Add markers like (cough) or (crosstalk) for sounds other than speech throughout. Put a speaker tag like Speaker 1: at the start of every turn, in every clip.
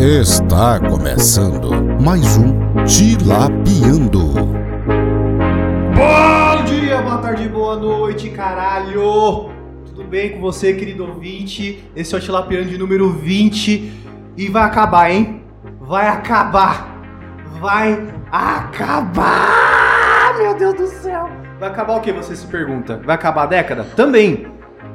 Speaker 1: Está começando mais um Tilapiando.
Speaker 2: Bom dia, boa tarde, boa noite, caralho! Tudo bem com você, querido ouvinte? Esse é o Tilapiano de número 20 e vai acabar, hein? Vai acabar! Vai acabar! Meu Deus do céu! Vai acabar o que, você se pergunta? Vai acabar a década? Também!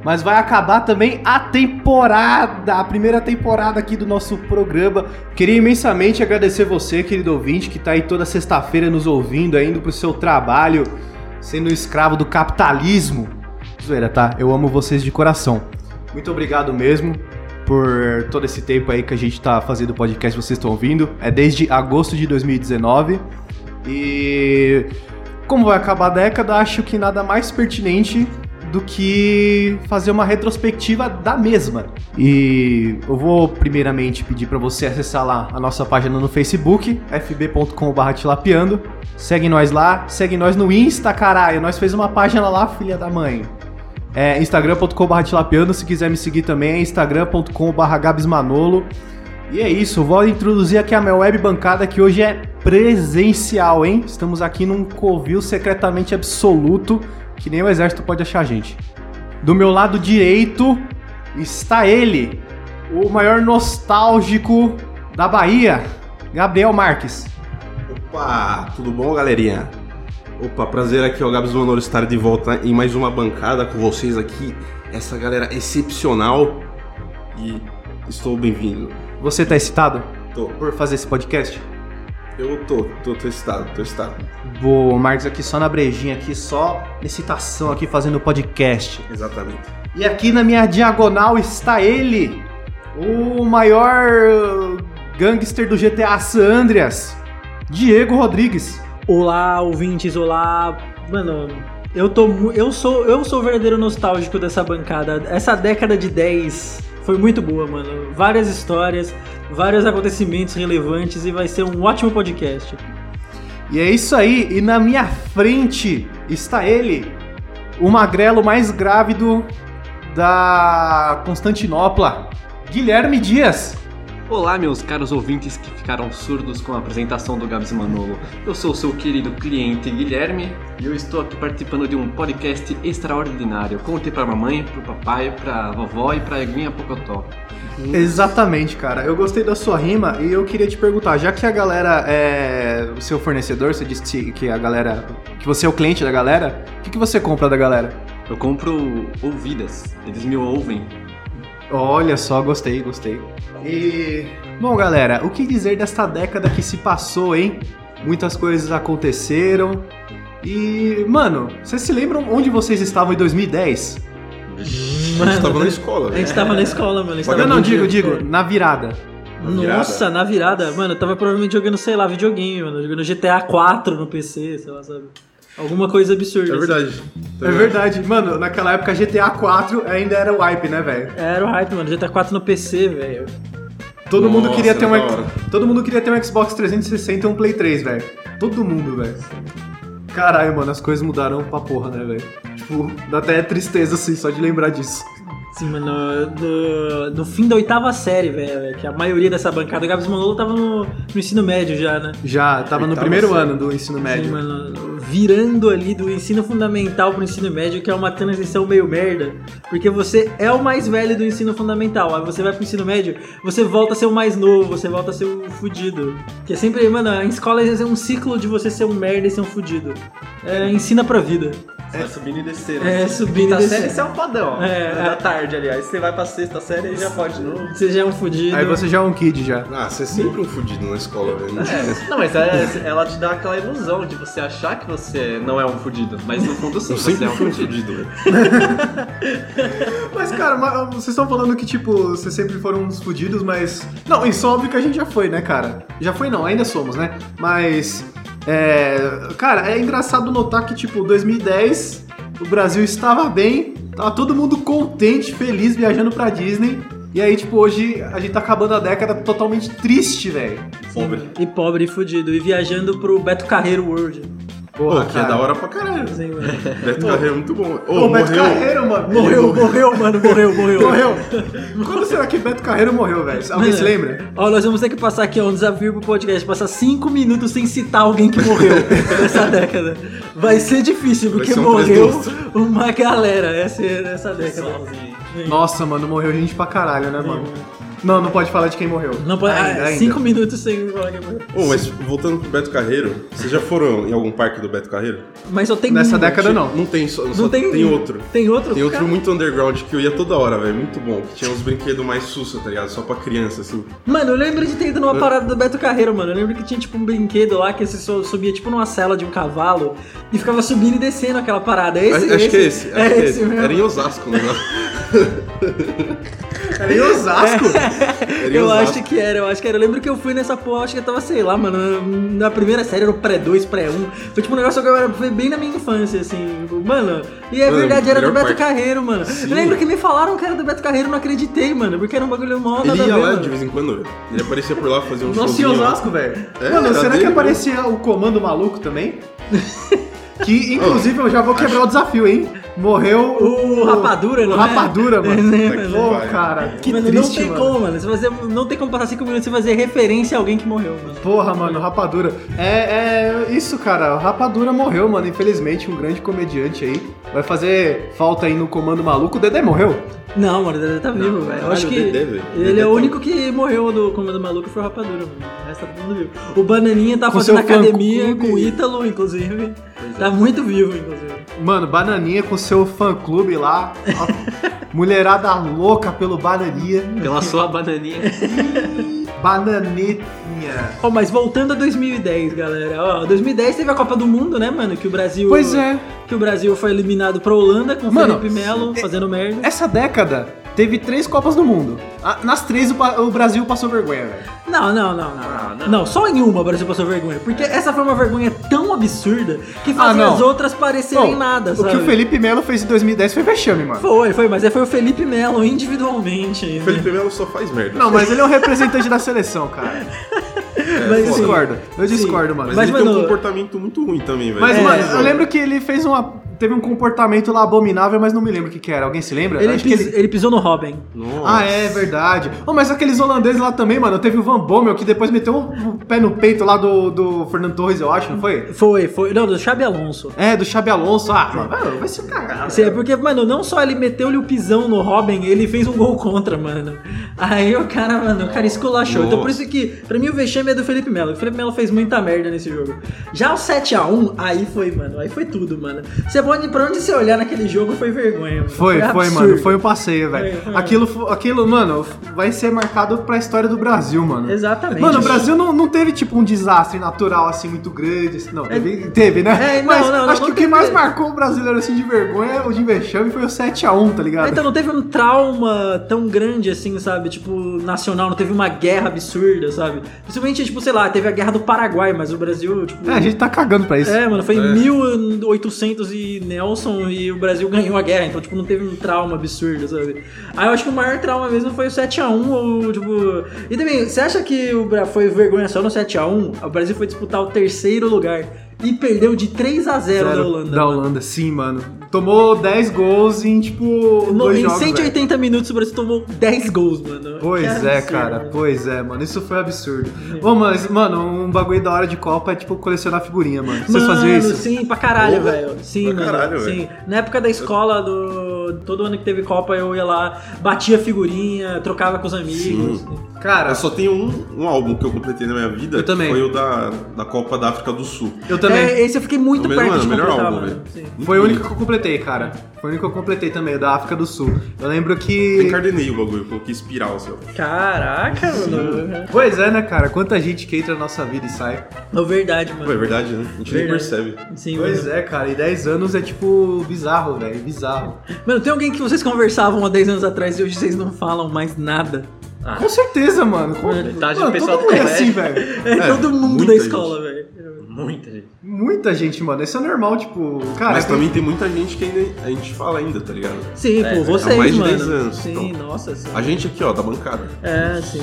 Speaker 2: Mas vai acabar também a temporada, a primeira temporada aqui do nosso programa. Queria imensamente agradecer você, querido ouvinte, que tá aí toda sexta-feira nos ouvindo, aí, indo pro seu trabalho, sendo um escravo do capitalismo. Zoeira, tá? Eu amo vocês de coração. Muito obrigado mesmo por todo esse tempo aí que a gente tá fazendo o podcast, vocês estão ouvindo. É desde agosto de 2019. E como vai acabar a década, acho que nada mais pertinente do que fazer uma retrospectiva da mesma. E eu vou primeiramente pedir para você acessar lá a nossa página no Facebook, fb.com/tilapiando. Segue nós lá, segue nós no Insta, caralho. Nós fez uma página lá, filha da mãe. É instagram.com.br tilapiando, se quiser me seguir também é instagram.com.br gabsmanolo. E é isso, vou introduzir aqui a minha web bancada que hoje é presencial, hein? Estamos aqui num covil secretamente absoluto que nem o exército pode achar a gente. Do meu lado direito está ele, o maior nostálgico da Bahia, Gabriel Marques.
Speaker 3: Opa, tudo bom, galerinha? Opa, prazer aqui, ó, Gabs Manolo estar de volta em mais uma bancada com vocês aqui. Essa galera excepcional e estou bem-vindo.
Speaker 2: Você tá excitado
Speaker 3: Tô,
Speaker 2: por fazer esse podcast?
Speaker 3: eu tô, tô, tô excitado, tô excitado.
Speaker 2: Vou, Marques aqui só na brejinha aqui, só excitação aqui fazendo podcast.
Speaker 3: Exatamente.
Speaker 2: E aqui na minha diagonal está ele, o maior uh, gangster do GTA San Andreas, Diego Rodrigues.
Speaker 4: Olá, ouvintes, olá. Mano, eu tô mu- eu sou eu sou o verdadeiro nostálgico dessa bancada. Essa década de 10 foi muito boa, mano. Várias histórias, vários acontecimentos relevantes e vai ser um ótimo podcast.
Speaker 2: E é isso aí, e na minha frente está ele, o magrelo mais grávido da Constantinopla, Guilherme Dias.
Speaker 5: Olá, meus caros ouvintes que ficaram surdos com a apresentação do Gabs Manolo. Eu sou o seu querido cliente Guilherme e eu estou aqui participando de um podcast extraordinário. Conte pra mamãe, pro papai, pra vovó e pra Eguinha Pocotó.
Speaker 2: Exatamente, cara. Eu gostei da sua rima e eu queria te perguntar, já que a galera é o seu fornecedor, você disse que se- que a galera, que você é o cliente da galera, o que, que você compra da galera?
Speaker 5: Eu compro ouvidas, eles me ouvem.
Speaker 2: Olha só, gostei, gostei. E bom, galera, o que dizer desta década que se passou, hein? Muitas coisas aconteceram. E, mano, vocês se lembram onde vocês estavam em 2010?
Speaker 3: A gente tava na escola,
Speaker 4: A
Speaker 3: velho.
Speaker 4: gente tava na escola, mano. a gente
Speaker 3: Não,
Speaker 4: tava
Speaker 2: Eu não
Speaker 4: no
Speaker 2: digo,
Speaker 4: dia-
Speaker 2: digo, na virada.
Speaker 3: Na virada.
Speaker 4: Nossa, na virada, mano, eu tava provavelmente jogando, sei lá, videogame, mano, jogando GTA 4 no PC, sei lá, sabe? Alguma coisa absurda.
Speaker 3: É
Speaker 4: assim.
Speaker 3: verdade.
Speaker 2: É verdade, mano, naquela época GTA 4 ainda era o hype, né, velho?
Speaker 4: Era o hype, mano, GTA 4 no PC, velho.
Speaker 2: Todo mundo
Speaker 3: Nossa,
Speaker 2: queria ter um
Speaker 3: da
Speaker 2: ex-
Speaker 3: hora.
Speaker 2: Todo mundo queria ter um Xbox 360 e um Play 3, velho. Todo mundo, velho. Caralho, mano, as coisas mudaram pra porra, né, velho? Tipo, dá até tristeza assim só de lembrar disso.
Speaker 4: Sim, mano, do, do fim da oitava série, velho, que a maioria dessa bancada, o Gabs Manolo tava no, no ensino médio já, né?
Speaker 2: Já, tava no
Speaker 3: Oitava
Speaker 2: primeiro
Speaker 3: série.
Speaker 2: ano do ensino médio.
Speaker 4: Sim, mano, virando ali do ensino fundamental pro ensino médio, que é uma transição meio merda, porque você é o mais velho do ensino fundamental, aí você vai pro ensino médio, você volta a ser o mais novo, você volta a ser o fudido. Que é sempre, mano, a escola é um ciclo de você ser um merda e ser um fudido. É, ensina pra vida.
Speaker 6: Você vai subindo e descendo.
Speaker 4: É, subir
Speaker 6: Quinta
Speaker 4: e descer.
Speaker 6: série, isso é um padrão.
Speaker 4: É,
Speaker 6: É, da tarde, aliás. Você vai pra sexta série e já pode de
Speaker 5: né?
Speaker 6: novo.
Speaker 4: Você já é um fudido.
Speaker 2: Aí você já é um kid já.
Speaker 3: Ah, você é sempre um fudido na escola, velho.
Speaker 6: É, não, mas é- ela te dá aquela ilusão de você achar que você não é um fudido. Mas no fundo, sim,
Speaker 3: Eu
Speaker 6: você
Speaker 3: sempre
Speaker 6: é um
Speaker 3: fui um
Speaker 6: fudido.
Speaker 3: fudido, velho.
Speaker 2: Mas, cara, ma- vocês estão falando que, tipo, vocês sempre foram uns fudidos, mas. Não, isso é óbvio que a gente já foi, né, cara? Já foi, não, ainda somos, né? Mas. É. Cara, é engraçado notar que, tipo, 2010, o Brasil estava bem, tava todo mundo contente, feliz, viajando pra Disney. E aí, tipo, hoje a gente tá acabando a década totalmente triste, velho.
Speaker 3: Pobre.
Speaker 4: E pobre e fudido. E viajando pro Beto Carreiro World.
Speaker 3: Pô, que é da hora pra caralho.
Speaker 4: Sim, mano.
Speaker 3: (laughs) Beto Carreiro é muito bom. Ô,
Speaker 2: Ô, Beto
Speaker 3: morreu.
Speaker 2: Carreiro, mano.
Speaker 4: Morreu, morreu, mano, morreu, morreu.
Speaker 2: Morreu. Quando será que Beto Carreiro morreu, velho? Alguém
Speaker 4: Mano,
Speaker 3: é.
Speaker 2: se lembra?
Speaker 4: Ó, nós vamos ter que passar aqui ó, um desafio pro podcast, passar cinco minutos sem citar alguém
Speaker 3: (laughs)
Speaker 4: que morreu nessa década. Vai ser difícil, porque
Speaker 3: ser um
Speaker 4: morreu
Speaker 3: presunto.
Speaker 4: uma galera essa, nessa década.
Speaker 2: Nossa, mano, morreu gente pra caralho, né, mano? Não, não pode falar de quem morreu.
Speaker 4: Não pode,
Speaker 2: Ainda,
Speaker 4: ah,
Speaker 2: ainda.
Speaker 4: cinco minutos sem falar que morreu.
Speaker 3: Ô, mas voltando pro Beto Carreiro, vocês já foram em algum parque do Beto Carreiro?
Speaker 4: Mas só tem
Speaker 2: Nessa
Speaker 4: um.
Speaker 2: década não.
Speaker 3: Não tem, só, não
Speaker 4: Não
Speaker 3: só tem,
Speaker 4: tem
Speaker 3: outro.
Speaker 4: Tem outro?
Speaker 3: Tem outro
Speaker 4: Cara,
Speaker 3: muito underground que eu ia toda hora, velho. Muito bom. Que tinha uns brinquedos mais sussa, tá ligado? Só pra criança, assim.
Speaker 4: Mano, eu lembro de ter ido numa parada do Beto Carreiro, mano. Eu lembro que tinha tipo um brinquedo lá que você so- subia tipo numa cela de um cavalo e ficava subindo e descendo aquela parada. É Esse,
Speaker 3: acho acho que é esse. acho que é esse.
Speaker 4: mesmo.
Speaker 3: Era em Osasco, né?
Speaker 2: Era em Osasco.
Speaker 3: É. Era em
Speaker 4: Eu
Speaker 3: Osasco.
Speaker 4: acho que era, eu acho que era. Eu lembro que eu fui nessa porra, acho que eu tava, sei lá, mano, na primeira série, era o pré-2, pré-1. Foi tipo um negócio que eu era, foi bem na minha infância, assim. Mano, e é
Speaker 3: Mano,
Speaker 4: verdade, era do
Speaker 3: melhor parte.
Speaker 4: Beto Carreiro, mano. Eu lembro que me falaram que era do Beto Carreiro, não acreditei, mano, porque era um bagulho mó
Speaker 3: Ele
Speaker 4: nada a ver,
Speaker 3: ia lá
Speaker 4: mano.
Speaker 3: de vez em quando, velho. Ele aparecia por lá, fazia um
Speaker 2: Nossa, em
Speaker 3: showzinho.
Speaker 2: Osasco, velho.
Speaker 3: É,
Speaker 2: mano,
Speaker 3: era
Speaker 2: será
Speaker 3: dele,
Speaker 2: que
Speaker 3: né?
Speaker 2: aparecia o comando maluco
Speaker 3: (laughs)
Speaker 2: também? Que, inclusive, eu já vou quebrar o desafio, hein? Morreu o...
Speaker 4: O Rapadura, não
Speaker 2: o
Speaker 4: é?
Speaker 2: Rapadura,
Speaker 4: (laughs)
Speaker 2: mano.
Speaker 4: É,
Speaker 3: Tá que
Speaker 2: Ô,
Speaker 3: pariu.
Speaker 2: cara, que
Speaker 4: mano,
Speaker 2: triste,
Speaker 4: não tem
Speaker 2: mano.
Speaker 4: como, mano. Você fazer, não tem como passar cinco minutos sem fazer referência a alguém que morreu, mano.
Speaker 2: Porra, mano, Rapadura. É, é isso, cara. O Rapadura morreu, mano. Infelizmente, um grande comediante aí. Vai fazer falta aí no Comando Maluco. O Dedé morreu?
Speaker 4: Não, mano, o Dedé tá vivo, velho. Eu
Speaker 2: Ah,
Speaker 3: caralho,
Speaker 4: acho
Speaker 3: o
Speaker 4: que
Speaker 3: Dedé, velho.
Speaker 4: ele
Speaker 3: Dedé
Speaker 4: é o
Speaker 3: tá-
Speaker 4: único que morreu do Comando Maluco foi o Rapadura, mano. O resto tá todo mundo vivo. O Bananinha tá
Speaker 2: Com
Speaker 4: fazendo
Speaker 2: seu fã
Speaker 4: academia
Speaker 2: clube. é.
Speaker 4: com o Ítalo, inclusive. Tá muito vivo, inclusive.
Speaker 2: Mano, Bananinha com seu fã-clube lá.
Speaker 4: (laughs)
Speaker 2: A mulherada louca pelo Bananinha.
Speaker 5: Pela sua bananinha.
Speaker 2: Bananetinha.
Speaker 4: Ó, mas voltando a 2010, galera. Ó, 2010 teve a Copa do Mundo, né, mano? Que o Brasil.
Speaker 2: Pois é.
Speaker 4: Que o Brasil foi eliminado pra Holanda com o
Speaker 2: Mano, é-
Speaker 4: Felipe Melo fazendo merda.
Speaker 2: Essa década teve três Copas do Mundo. Ah, Nas três o, pa- o Brasil passou vergonha, velho.
Speaker 4: Não, não, não,
Speaker 2: Ah,
Speaker 4: não, não. Não, só em uma o Brasil passou vergonha. Porque essa foi uma vergonha tão absurda que fazia
Speaker 2: É. Ah, não.
Speaker 4: as outras parecerem
Speaker 2: Bom,
Speaker 4: nada,
Speaker 2: O
Speaker 4: sabe?
Speaker 2: que o Felipe Melo fez em 2010 foi vexame, mano.
Speaker 4: Foi, foi, mas é foi o Felipe Melo individualmente.
Speaker 3: O
Speaker 4: né?
Speaker 3: Felipe Melo só faz merda. assim.
Speaker 2: Não, mas ele é um representante da seleção, cara.
Speaker 4: mas, assim,
Speaker 2: Eu
Speaker 4: sim.
Speaker 2: discordo. Eu
Speaker 4: Sim.
Speaker 2: discordo, mano.
Speaker 3: Mas,
Speaker 4: Mas,
Speaker 3: ele tem
Speaker 4: mano,
Speaker 3: um comportamento muito ruim também, velho.
Speaker 2: Mas,
Speaker 4: É.
Speaker 2: mano, eu lembro que ele fez uma. Teve um comportamento lá abominável, mas não me lembro o que, que era. Alguém se lembra?
Speaker 4: Ele,
Speaker 2: Acho
Speaker 4: pis-
Speaker 2: que ele-
Speaker 4: ele pisou no Robin.
Speaker 3: Nossa.
Speaker 2: Ah, é verdade. Oh, mas aqueles holandeses lá também, mano. Teve o Van Bommel que depois meteu o pé no peito lá do, do Fernando Torres, eu acho, não foi?
Speaker 4: Foi, foi. Não, do Xabi Alonso.
Speaker 2: É, do Xabi Alonso. Ah, mano, vai se cagar.
Speaker 4: Isso é porque, mano, não só ele meteu-lhe o pisão no Robin, ele fez um gol contra, mano. Aí o cara, mano, o cara esculachou. Então por isso que, pra mim, o vexame é do Felipe Melo. O Felipe Melo fez muita merda nesse jogo. Já o 7x1, aí foi, mano. Aí foi tudo, mano. Você pode, pra onde você olhar naquele jogo, foi vergonha, mano.
Speaker 2: Foi, foi,
Speaker 4: é absurdo. É,
Speaker 2: mano. Foi um passeio, velho.
Speaker 4: Foi, foi.
Speaker 2: Aquilo, fo- aquilo, mano, vai ser marcado pra história do Brasil, mano.
Speaker 4: Exatamente.
Speaker 2: Mano, o Brasil não, não teve, tipo, um desastre natural, assim, muito grande. assim, Não, teve, teve né?
Speaker 4: É, não,
Speaker 2: Mas
Speaker 4: não,
Speaker 2: acho
Speaker 4: não
Speaker 2: que o que
Speaker 4: teve.
Speaker 2: mais marcou o brasileiro, assim, de vergonha, o de vexame, foi o 7x1, tá ligado?
Speaker 4: Então não teve um trauma tão grande assim, sabe? Tipo, nacional, não teve uma guerra absurda, sabe? Principalmente, tipo, sei lá, teve a guerra do Paraguai, mas o Brasil, tipo.
Speaker 2: É, a gente tá cagando pra isso.
Speaker 4: É, mano, foi em 1800 e Nelson e o Brasil (laughs) ganhou a guerra, então, tipo, não teve um trauma absurdo, sabe? Aí eu acho que o maior trauma mesmo foi o 7x1, ou, tipo. E também, você acha que o Bra... foi vergonha só no 7x1? O Brasil foi disputar o terceiro lugar e perdeu de 3x0 da
Speaker 2: Zero
Speaker 4: Holanda.
Speaker 2: Da Holanda, sim, mano. Tomou 10 gols em, tipo,
Speaker 4: No-
Speaker 2: dois
Speaker 4: em
Speaker 2: jogos,
Speaker 4: 180
Speaker 2: velho.
Speaker 4: minutos o Brasil tomou 10 gols, mano.
Speaker 2: Pois
Speaker 4: Que
Speaker 2: é,
Speaker 4: absurdo,
Speaker 2: cara,
Speaker 4: mano.
Speaker 2: pois é, mano. Isso foi absurdo. Ô, mas, mano, um bagulho da hora de Copa é, tipo, colecionar figurinha, mano. Vocês
Speaker 4: mano,
Speaker 2: faziam isso?
Speaker 4: Sim, pra caralho,
Speaker 3: Porra,
Speaker 4: velho.
Speaker 3: pra
Speaker 4: Sim, mano.
Speaker 3: caralho,
Speaker 4: sim. Na época da escola, do. Todo ano que teve Copa, eu ia lá, batia figurinha, trocava com os amigos.
Speaker 2: Cara,
Speaker 3: Eu só tenho um, um álbum que eu completei na minha vida.
Speaker 2: Eu também.
Speaker 3: Que foi o da, da Copa da África do Sul.
Speaker 2: eu também.
Speaker 4: É, esse eu fiquei muito
Speaker 3: É o
Speaker 4: perto
Speaker 3: melhor-
Speaker 4: de
Speaker 3: é o melhor
Speaker 4: completar,
Speaker 3: álbum,
Speaker 4: mano.
Speaker 3: velho.
Speaker 4: Sim.
Speaker 2: Foi o
Speaker 3: bonito.
Speaker 2: único que eu completei, cara. Foi o único que eu completei também, da África do Sul. Eu lembro
Speaker 3: Eu
Speaker 2: que.
Speaker 3: encardenei o bagulho, coloquei espiral, assim, seu.
Speaker 4: Caraca, mano.
Speaker 2: Pois é, né, cara? Quanta gente que entra na nossa vida e sai.
Speaker 4: É verdade,
Speaker 3: Pô, é
Speaker 4: mano.
Speaker 3: verdade, né? A gente
Speaker 4: Verdade.
Speaker 3: nem percebe.
Speaker 4: Sim,
Speaker 2: Pois
Speaker 4: mano.
Speaker 2: é, cara. E 10 anos é tipo bizarro, velho. Bizarro.
Speaker 4: Mano, tem alguém que vocês conversavam há 10 anos atrás e hoje vocês não falam mais nada.
Speaker 2: Com certeza, mano. Com...
Speaker 6: Metade do
Speaker 2: mano,
Speaker 6: pessoal
Speaker 2: todo
Speaker 6: do
Speaker 2: mundo é
Speaker 6: colégio.
Speaker 2: assim, velho.
Speaker 4: É, todo mundo
Speaker 3: muita
Speaker 4: da
Speaker 3: gente.
Speaker 4: escola, velho.
Speaker 6: Muita gente.
Speaker 2: Muita gente, mano. Isso é normal, tipo. Cara,
Speaker 3: Mas
Speaker 2: tem-
Speaker 3: também tem muita gente que ainda, a gente fala ainda, tá ligado?
Speaker 4: Sim,
Speaker 6: É,
Speaker 4: pô,
Speaker 6: é
Speaker 4: vocês,
Speaker 3: mais de
Speaker 4: mano.
Speaker 3: 10 anos,
Speaker 4: sim,
Speaker 3: então.
Speaker 4: nossa, sim.
Speaker 3: A gente aqui, ó, da bancada.
Speaker 4: É, sim.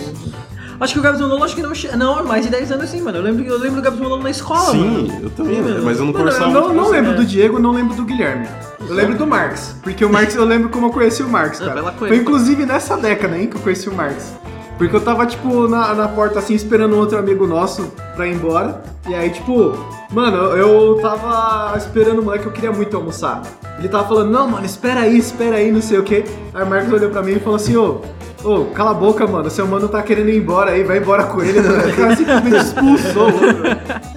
Speaker 4: Acho que o Gabs Manolo, acho que não. che- Não, mais de 10 anos sim, mano. Eu lembro, eu lembro do Gabs Manolo na escola.
Speaker 3: Sim,
Speaker 4: mano.
Speaker 3: eu também, né?
Speaker 4: Sim,
Speaker 3: mas eu não
Speaker 4: mano,
Speaker 3: conversava
Speaker 2: Eu
Speaker 3: muito
Speaker 2: não,
Speaker 3: com
Speaker 2: não
Speaker 3: você.
Speaker 2: lembro do Diego, não lembro do Guilherme. Eu lembro do Marx, porque o Marx eu lembro como eu conheci o Marx,
Speaker 6: É,
Speaker 2: cara.
Speaker 6: bela coisa.
Speaker 2: Foi inclusive nessa década, hein, que eu conheci o Marx. Porque eu tava, tipo, na, na porta, assim, esperando um outro amigo nosso pra ir embora. E aí, tipo, mano, eu eu tava esperando o moleque, eu queria muito almoçar. Ele tava falando, não, mano, espera aí, espera aí, não sei o quê. Aí o Marcos olhou pra mim e falou assim, ô, ô, cala a boca, mano, seu mano tá querendo ir embora aí, vai embora com ele. mano. O cara simplesmente expulsou. o outro.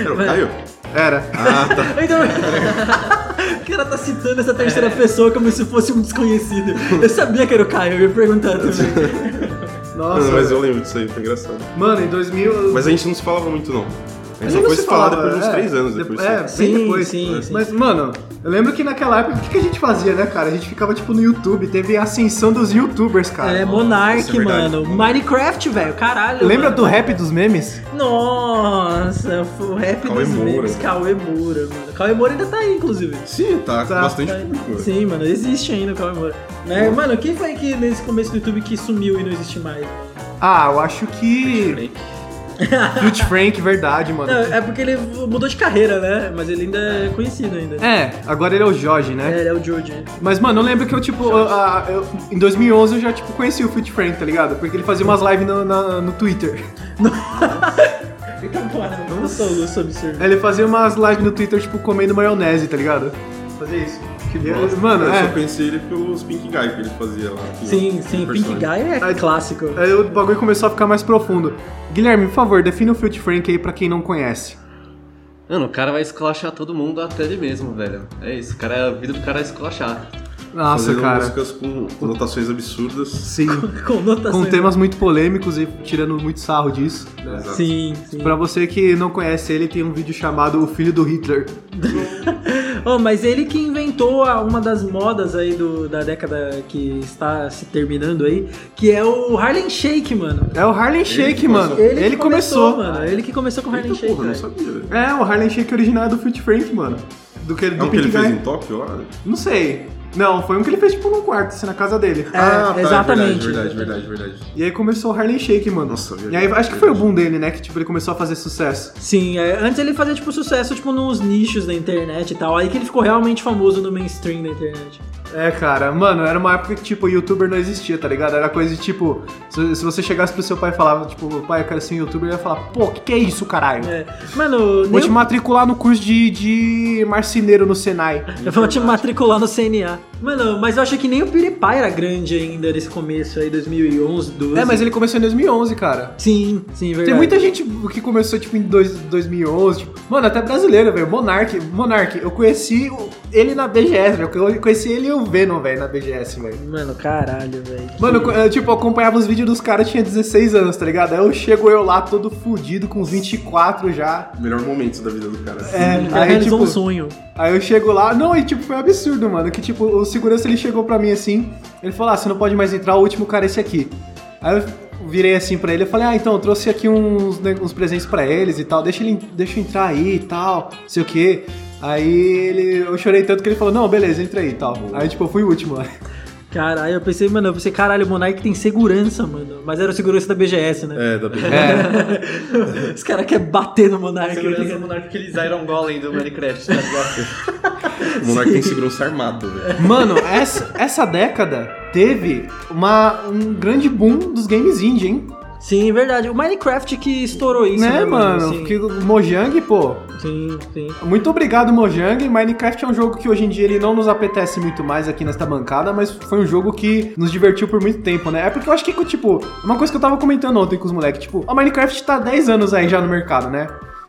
Speaker 3: Era o Caio?
Speaker 2: Era.
Speaker 3: Ah, tá.
Speaker 4: Então, (laughs) o cara tá citando essa
Speaker 3: É.
Speaker 4: terceira pessoa como se fosse um desconhecido. Eu sabia que era o Caio, eu ia perguntar também.
Speaker 2: Nossa,
Speaker 3: Ah, Mas eu lembro disso aí, foi engraçado.
Speaker 2: Mano, em 2000.
Speaker 3: Mas a gente não se falava muito, não. A gente
Speaker 2: eu
Speaker 3: só
Speaker 2: não
Speaker 3: foi
Speaker 2: se
Speaker 3: se falar
Speaker 2: falava,
Speaker 3: depois de uns
Speaker 2: é.
Speaker 3: 3 anos
Speaker 2: Depo-
Speaker 3: depois.
Speaker 2: É, bem
Speaker 3: disso.
Speaker 4: Sim,
Speaker 2: depois.
Speaker 4: sim, sim.
Speaker 2: Mas, mano, eu lembro que naquela época, o que, que a gente fazia, né, cara? A gente ficava, tipo, no YouTube. Teve a ascensão dos YouTubers, cara.
Speaker 4: É,
Speaker 3: isso
Speaker 4: Monark,
Speaker 3: é verdade.
Speaker 4: mano. Minecraft, velho. Caralho.
Speaker 2: Lembra
Speaker 4: mano.
Speaker 2: do rap dos memes?
Speaker 4: Nossa, o rap
Speaker 3: Cauê
Speaker 4: dos
Speaker 3: Moura.
Speaker 4: memes. Cauê Moura, mano. Cauê Moura ainda tá aí, inclusive.
Speaker 3: Sim, tá,
Speaker 2: Tá,
Speaker 3: bastante
Speaker 4: Tá aí.
Speaker 3: público.
Speaker 4: Sim, mano, existe ainda o Cauê Moura. Né? Mano, quem foi que nesse começo do YouTube que sumiu e não existe mais?
Speaker 2: Ah, eu acho que. Cute Frank, verdade, mano.
Speaker 4: Não, é porque ele mudou de carreira, né? Mas ele ainda é conhecido ainda.
Speaker 2: É, agora ele é o Jorge, né?
Speaker 4: É, ele é o George.
Speaker 2: Mas, mano, eu lembro que eu, tipo, a- a- eu- em 2011 eu já, tipo, conheci o Fit Frank, tá ligado? Porque ele fazia umas lives no, na- no Twitter.
Speaker 4: Fica claro, não sou luxo absurdo.
Speaker 2: Ele fazia umas lives no Twitter, tipo, comendo maionese, tá ligado? Fazer isso. Que
Speaker 3: Nossa,
Speaker 2: Mano,
Speaker 3: eu
Speaker 2: é.
Speaker 3: só conheci ele pelos Pink Guy que ele fazia lá. que-
Speaker 4: Sim,
Speaker 3: que
Speaker 4: sim, Pink
Speaker 3: personagem.
Speaker 4: Guy é
Speaker 2: Aí-
Speaker 4: clássico. (laughs)
Speaker 2: Aí o bagulho começou a ficar mais profundo. Guilherme, por favor, defina o Field Frank aí pra quem não conhece.
Speaker 5: Mano, o cara vai esculachar todo mundo até ele mesmo, velho. É isso, o cara, a vida do cara é esculachar.
Speaker 2: Nossa,
Speaker 3: Fazendo
Speaker 2: cara.
Speaker 3: músicas com conotações absurdas. (laughs)
Speaker 2: Sim. Com
Speaker 4: Conotações.
Speaker 2: temas muito polêmicos e tirando muito sarro disso.
Speaker 3: Exato.
Speaker 4: Sim, sim.
Speaker 2: Pra você que não conhece ele, tem um vídeo chamado O Filho do Hitler.
Speaker 4: Oh, mas ele que inventou a- uma das modas aí do- da década que está se terminando aí, que é o Harlem Shake, mano.
Speaker 2: É o Harlem Shake,
Speaker 3: que
Speaker 2: mano.
Speaker 3: começou.
Speaker 4: Ele, que começou, mano. Ele que começou com o Harlem
Speaker 3: Eita
Speaker 4: Shake.
Speaker 3: porra, não
Speaker 4: velho.
Speaker 3: sabia. velho.
Speaker 2: É, o Harlem Shake original é do Field Frank, mano. Do que
Speaker 3: É
Speaker 2: do
Speaker 3: o que ele
Speaker 2: Pink
Speaker 3: fez
Speaker 2: Guy. É,
Speaker 3: em Tóquio lá? Ah, tá,
Speaker 2: Não sei. Não, foi um que ele fez tipo num quarto, assim, na casa dele.
Speaker 4: É, exatamente.
Speaker 3: Verdade, verdade, verdade, verdade.
Speaker 2: E aí começou o Harlem Shake, mano.
Speaker 3: Nossa,
Speaker 2: e aí
Speaker 3: verdade,
Speaker 2: acho que foi o
Speaker 3: verdade.
Speaker 2: boom dele, né? Que tipo, ele começou a fazer sucesso.
Speaker 4: Sim, é, antes ele fazia tipo sucesso tipo nos nichos da internet e tal. Aí que ele ficou realmente famoso no mainstream da internet.
Speaker 2: É, cara, mano, era uma época que, tipo, youtuber não existia, tá ligado? Era coisa de tipo, se, se você chegasse pro seu pai e falava, tipo, pai, eu quero ser um youtuber, ele ia falar, pô, que que é isso, caralho?
Speaker 4: É. Mano,
Speaker 2: Vou
Speaker 4: nem
Speaker 2: te
Speaker 4: o-
Speaker 2: matricular no curso de, de marceneiro no Senai.
Speaker 4: eu vou te matricular no CNA. Mano, mas eu acho que nem o PewDiePie era grande ainda nesse começo aí, 2011, 12.
Speaker 2: É, mas ele começou em 2011, cara.
Speaker 4: Sim, sim, verdade.
Speaker 2: Tem muita gente que começou, tipo, em dois- 2011. Tipo, mano, até brasileiro, velho. Monark, Monark, eu conheci o- ele na BGS, velho. Eu conheci ele e o Venom, velho, na BGS, velho.
Speaker 4: Mano, caralho, velho.
Speaker 2: Mano, eu, eu, tipo, eu acompanhava os vídeos dos caras, tinha 16 anos, tá ligado? Aí eu chego eu lá todo fudido, com 24 já.
Speaker 3: Melhor momento da vida do cara.
Speaker 2: É,
Speaker 4: Ele
Speaker 2: aí,
Speaker 4: realizou
Speaker 2: tipo,
Speaker 4: um sonho.
Speaker 2: aí eu chego lá, não, e tipo, foi um absurdo, mano. Que tipo, o segurança ele chegou pra mim assim, ele falou, ah, você não pode mais entrar, o último cara é esse aqui. Aí eu virei assim pra ele, eu falei, ah, então, eu trouxe aqui uns, ne- uns presentes pra eles e tal, deixa ele deixa eu entrar aí e tal, não sei o quê. Aí ele, eu chorei tanto que ele falou, não, beleza, entra aí e tal. Aí tipo, eu fui o último lá.
Speaker 4: Caralho, eu pensei, mano, eu pensei, caralho, o Monark tem segurança, mano. Mas era o segurança da BGS, né?
Speaker 2: tá
Speaker 3: É, da
Speaker 2: É.
Speaker 4: (laughs) Os caras querem bater no Monark.
Speaker 6: Segurança Monark que eles Iron Golem do Minecraft, tá ligado?
Speaker 3: O Monark tem segurança armado, velho.
Speaker 2: Mano, essa, essa década teve uma, um grande boom dos games indie, hein?
Speaker 4: Sim, verdade. O Minecraft que estourou isso.
Speaker 2: né, mano?
Speaker 4: Sim,
Speaker 2: Porque o Mojang, pô.
Speaker 4: sim, sim.
Speaker 2: Muito obrigado, Mojang. Minecraft é um jogo que hoje em dia ele não nos apetece muito mais aqui nesta bancada, mas foi um jogo que nos divertiu por muito tempo, né? É porque eu acho que, tipo, uma coisa que eu tava comentando ontem com os moleques, tipo, o Minecraft tá há 10 anos aí já no mercado, né?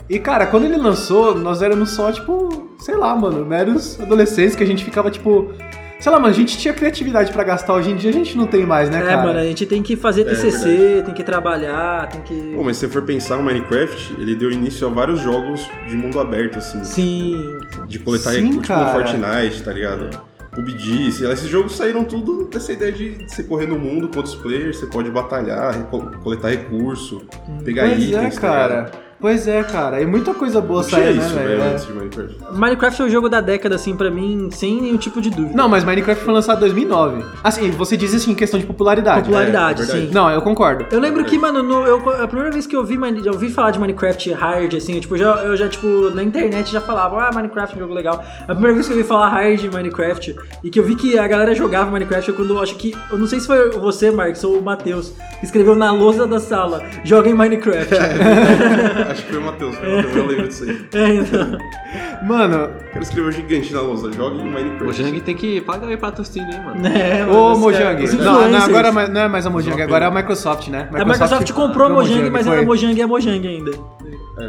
Speaker 2: E, cara, quando ele lançou, nós éramos só, tipo, sei lá, mano, meros adolescentes que a gente ficava, tipo. Sei lá, mano, a gente tinha criatividade pra gastar hoje em dia, a gente não tem mais, né,
Speaker 4: É,
Speaker 2: cara? É
Speaker 4: mano, a gente tem que fazer TCC, tem que trabalhar, tem que.
Speaker 3: Pô, mas se você for pensar, o Minecraft, ele deu início a vários jogos de mundo aberto, assim.
Speaker 4: Sim.
Speaker 3: De coletar
Speaker 2: Sim,
Speaker 3: recursos, tipo
Speaker 2: cara.
Speaker 3: Fortnite, tá ligado? PUBG, sei lá, esses jogos saíram tudo dessa ideia de você correr no mundo com outros players, você pode batalhar, reco- coletar recurso, pegar
Speaker 2: Pois
Speaker 3: itens.
Speaker 2: é,
Speaker 3: tá
Speaker 2: cara.
Speaker 4: né?
Speaker 3: ligado?
Speaker 2: Pois é, cara. E muita coisa boa
Speaker 3: Tinha
Speaker 2: saiu, né,
Speaker 3: isso,
Speaker 2: velho?
Speaker 3: velho,
Speaker 2: É.
Speaker 3: antes de Minecraft. (laughs)
Speaker 4: Minecraft é o jogo da década, assim, pra mim, sem nenhum tipo de dúvida.
Speaker 2: Não, mas Minecraft foi lançado em 2009. Assim, você diz isso em questão de popularidade. né?
Speaker 4: Popularidade,
Speaker 3: É, é
Speaker 4: sim.
Speaker 3: verdade.
Speaker 2: Não, eu concordo.
Speaker 4: Eu lembro que, mano, no- eu, a primeira vez que eu ouvi, eu ouvi falar de Minecraft hard, assim, eu, tipo, já, eu já, tipo, na internet já falava, ah, Minecraft é um jogo legal. A primeira vez que eu ouvi falar hard de Minecraft e que eu vi que a galera jogava Minecraft, eu quando eu acho que. Eu não sei se foi você, Marcos, ou o Matheus, que escreveu na lousa da sala, joga
Speaker 2: (laughs)
Speaker 4: em Minecraft.
Speaker 3: Acho que foi o Matheus, foi o Matheus, eu lembro disso aí.
Speaker 4: é, então.
Speaker 2: Mano,
Speaker 3: O cara escreveu gigante na lousa, joga em Minecraft.
Speaker 5: (laughs) O
Speaker 6: é
Speaker 5: Mojang tem que pagar aí patrocínio, hein,
Speaker 6: Né?
Speaker 5: mano.
Speaker 4: É, mano,
Speaker 2: Ô,
Speaker 4: os
Speaker 2: Mojang.
Speaker 4: caras- os
Speaker 2: Não, não,
Speaker 4: influencers.
Speaker 2: agora ma- não é mais a Mojang, agora é a Microsoft, né?
Speaker 4: A Microsoft comprou a Mojang, mas
Speaker 2: foi.
Speaker 4: era Mojang é Mojang ainda.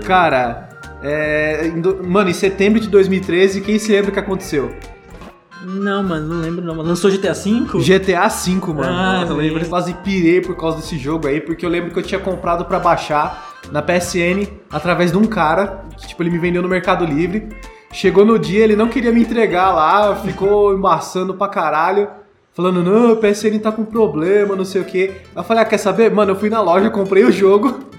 Speaker 2: Cara, é, em do- mano, em setembro de 2013, quem se lembra o que aconteceu?
Speaker 4: Não, mano, não lembro não. mano. Lançou GTA V?
Speaker 2: GTA V, mano.
Speaker 4: Ah,
Speaker 2: Nossa, eu
Speaker 4: sim.
Speaker 2: lembro, eu quase pirei por causa desse jogo aí, porque eu lembro que eu tinha comprado pra baixar na PSN através de um cara, que tipo, ele me vendeu no Mercado Livre. Chegou no dia, ele não queria me entregar lá, ficou (laughs) embaçando pra caralho. Falando, não, a PSN tá com problema, não sei o quê. Aí Eu falei, ah, quer saber? Mano, eu fui na loja, comprei o jogo. (laughs)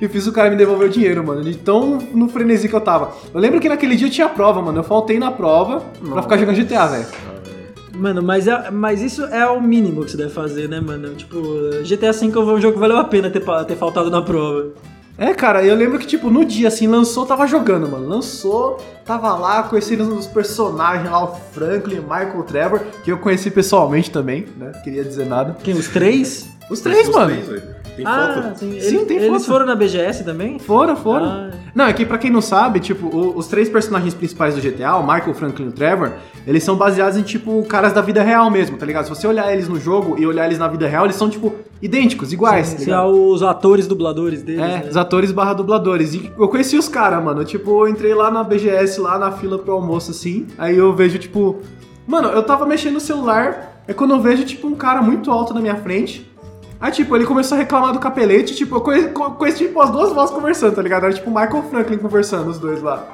Speaker 2: E fiz o cara me devolver o dinheiro, mano. De tão no frenesi que eu tava. Eu lembro que naquele dia eu tinha prova, mano. Eu faltei na prova pra ficar jogando GTA, velho.
Speaker 4: Mano, mas, é- mas isso é o mínimo que você deve fazer, né, mano? Tipo, GTA V é um jogo que valeu a pena ter, pa- ter faltado na prova.
Speaker 2: É, cara, eu lembro que, tipo, no dia, assim, lançou, tava jogando, mano. Lançou, tava lá, conheci os personagens lá, o Franklin, Michael Trevor, que eu conheci pessoalmente também, né? Queria dizer nada.
Speaker 4: Quem? Os três?
Speaker 2: Os três,
Speaker 3: Os
Speaker 2: mano.
Speaker 3: três, velho. Tem
Speaker 4: ah,
Speaker 3: foto?
Speaker 4: sim.
Speaker 2: Sim,
Speaker 4: ele-
Speaker 2: tem
Speaker 4: Eles
Speaker 2: foto.
Speaker 4: foram na BGS também?
Speaker 2: Foram, foram.
Speaker 4: Ah.
Speaker 2: Não, é que pra quem não sabe, tipo, o- os três personagens principais do GTA, o Michael, o Franklin e o Trevor, eles são baseados em, tipo, caras da vida real mesmo, tá ligado? Se você olhar eles no jogo e olhar eles na vida real, eles são, tipo, idênticos, iguais, tá
Speaker 4: Sim,
Speaker 2: ligado?
Speaker 4: os atores dubladores deles.
Speaker 2: É,
Speaker 4: né?
Speaker 2: os atores barra dubladores. E eu conheci os caras, mano. Tipo, eu entrei lá na BGS, lá na fila pro almoço, assim. Aí eu vejo, tipo. Mano, eu tava mexendo no celular. É quando eu vejo, tipo, um cara muito alto na minha frente. Aí, tipo, ele começou a reclamar do capelete. Tipo, eu conhe- co- conheci, tipo, as duas vozes conversando, tá ligado? Era tipo o Michael Franklin conversando, os dois lá.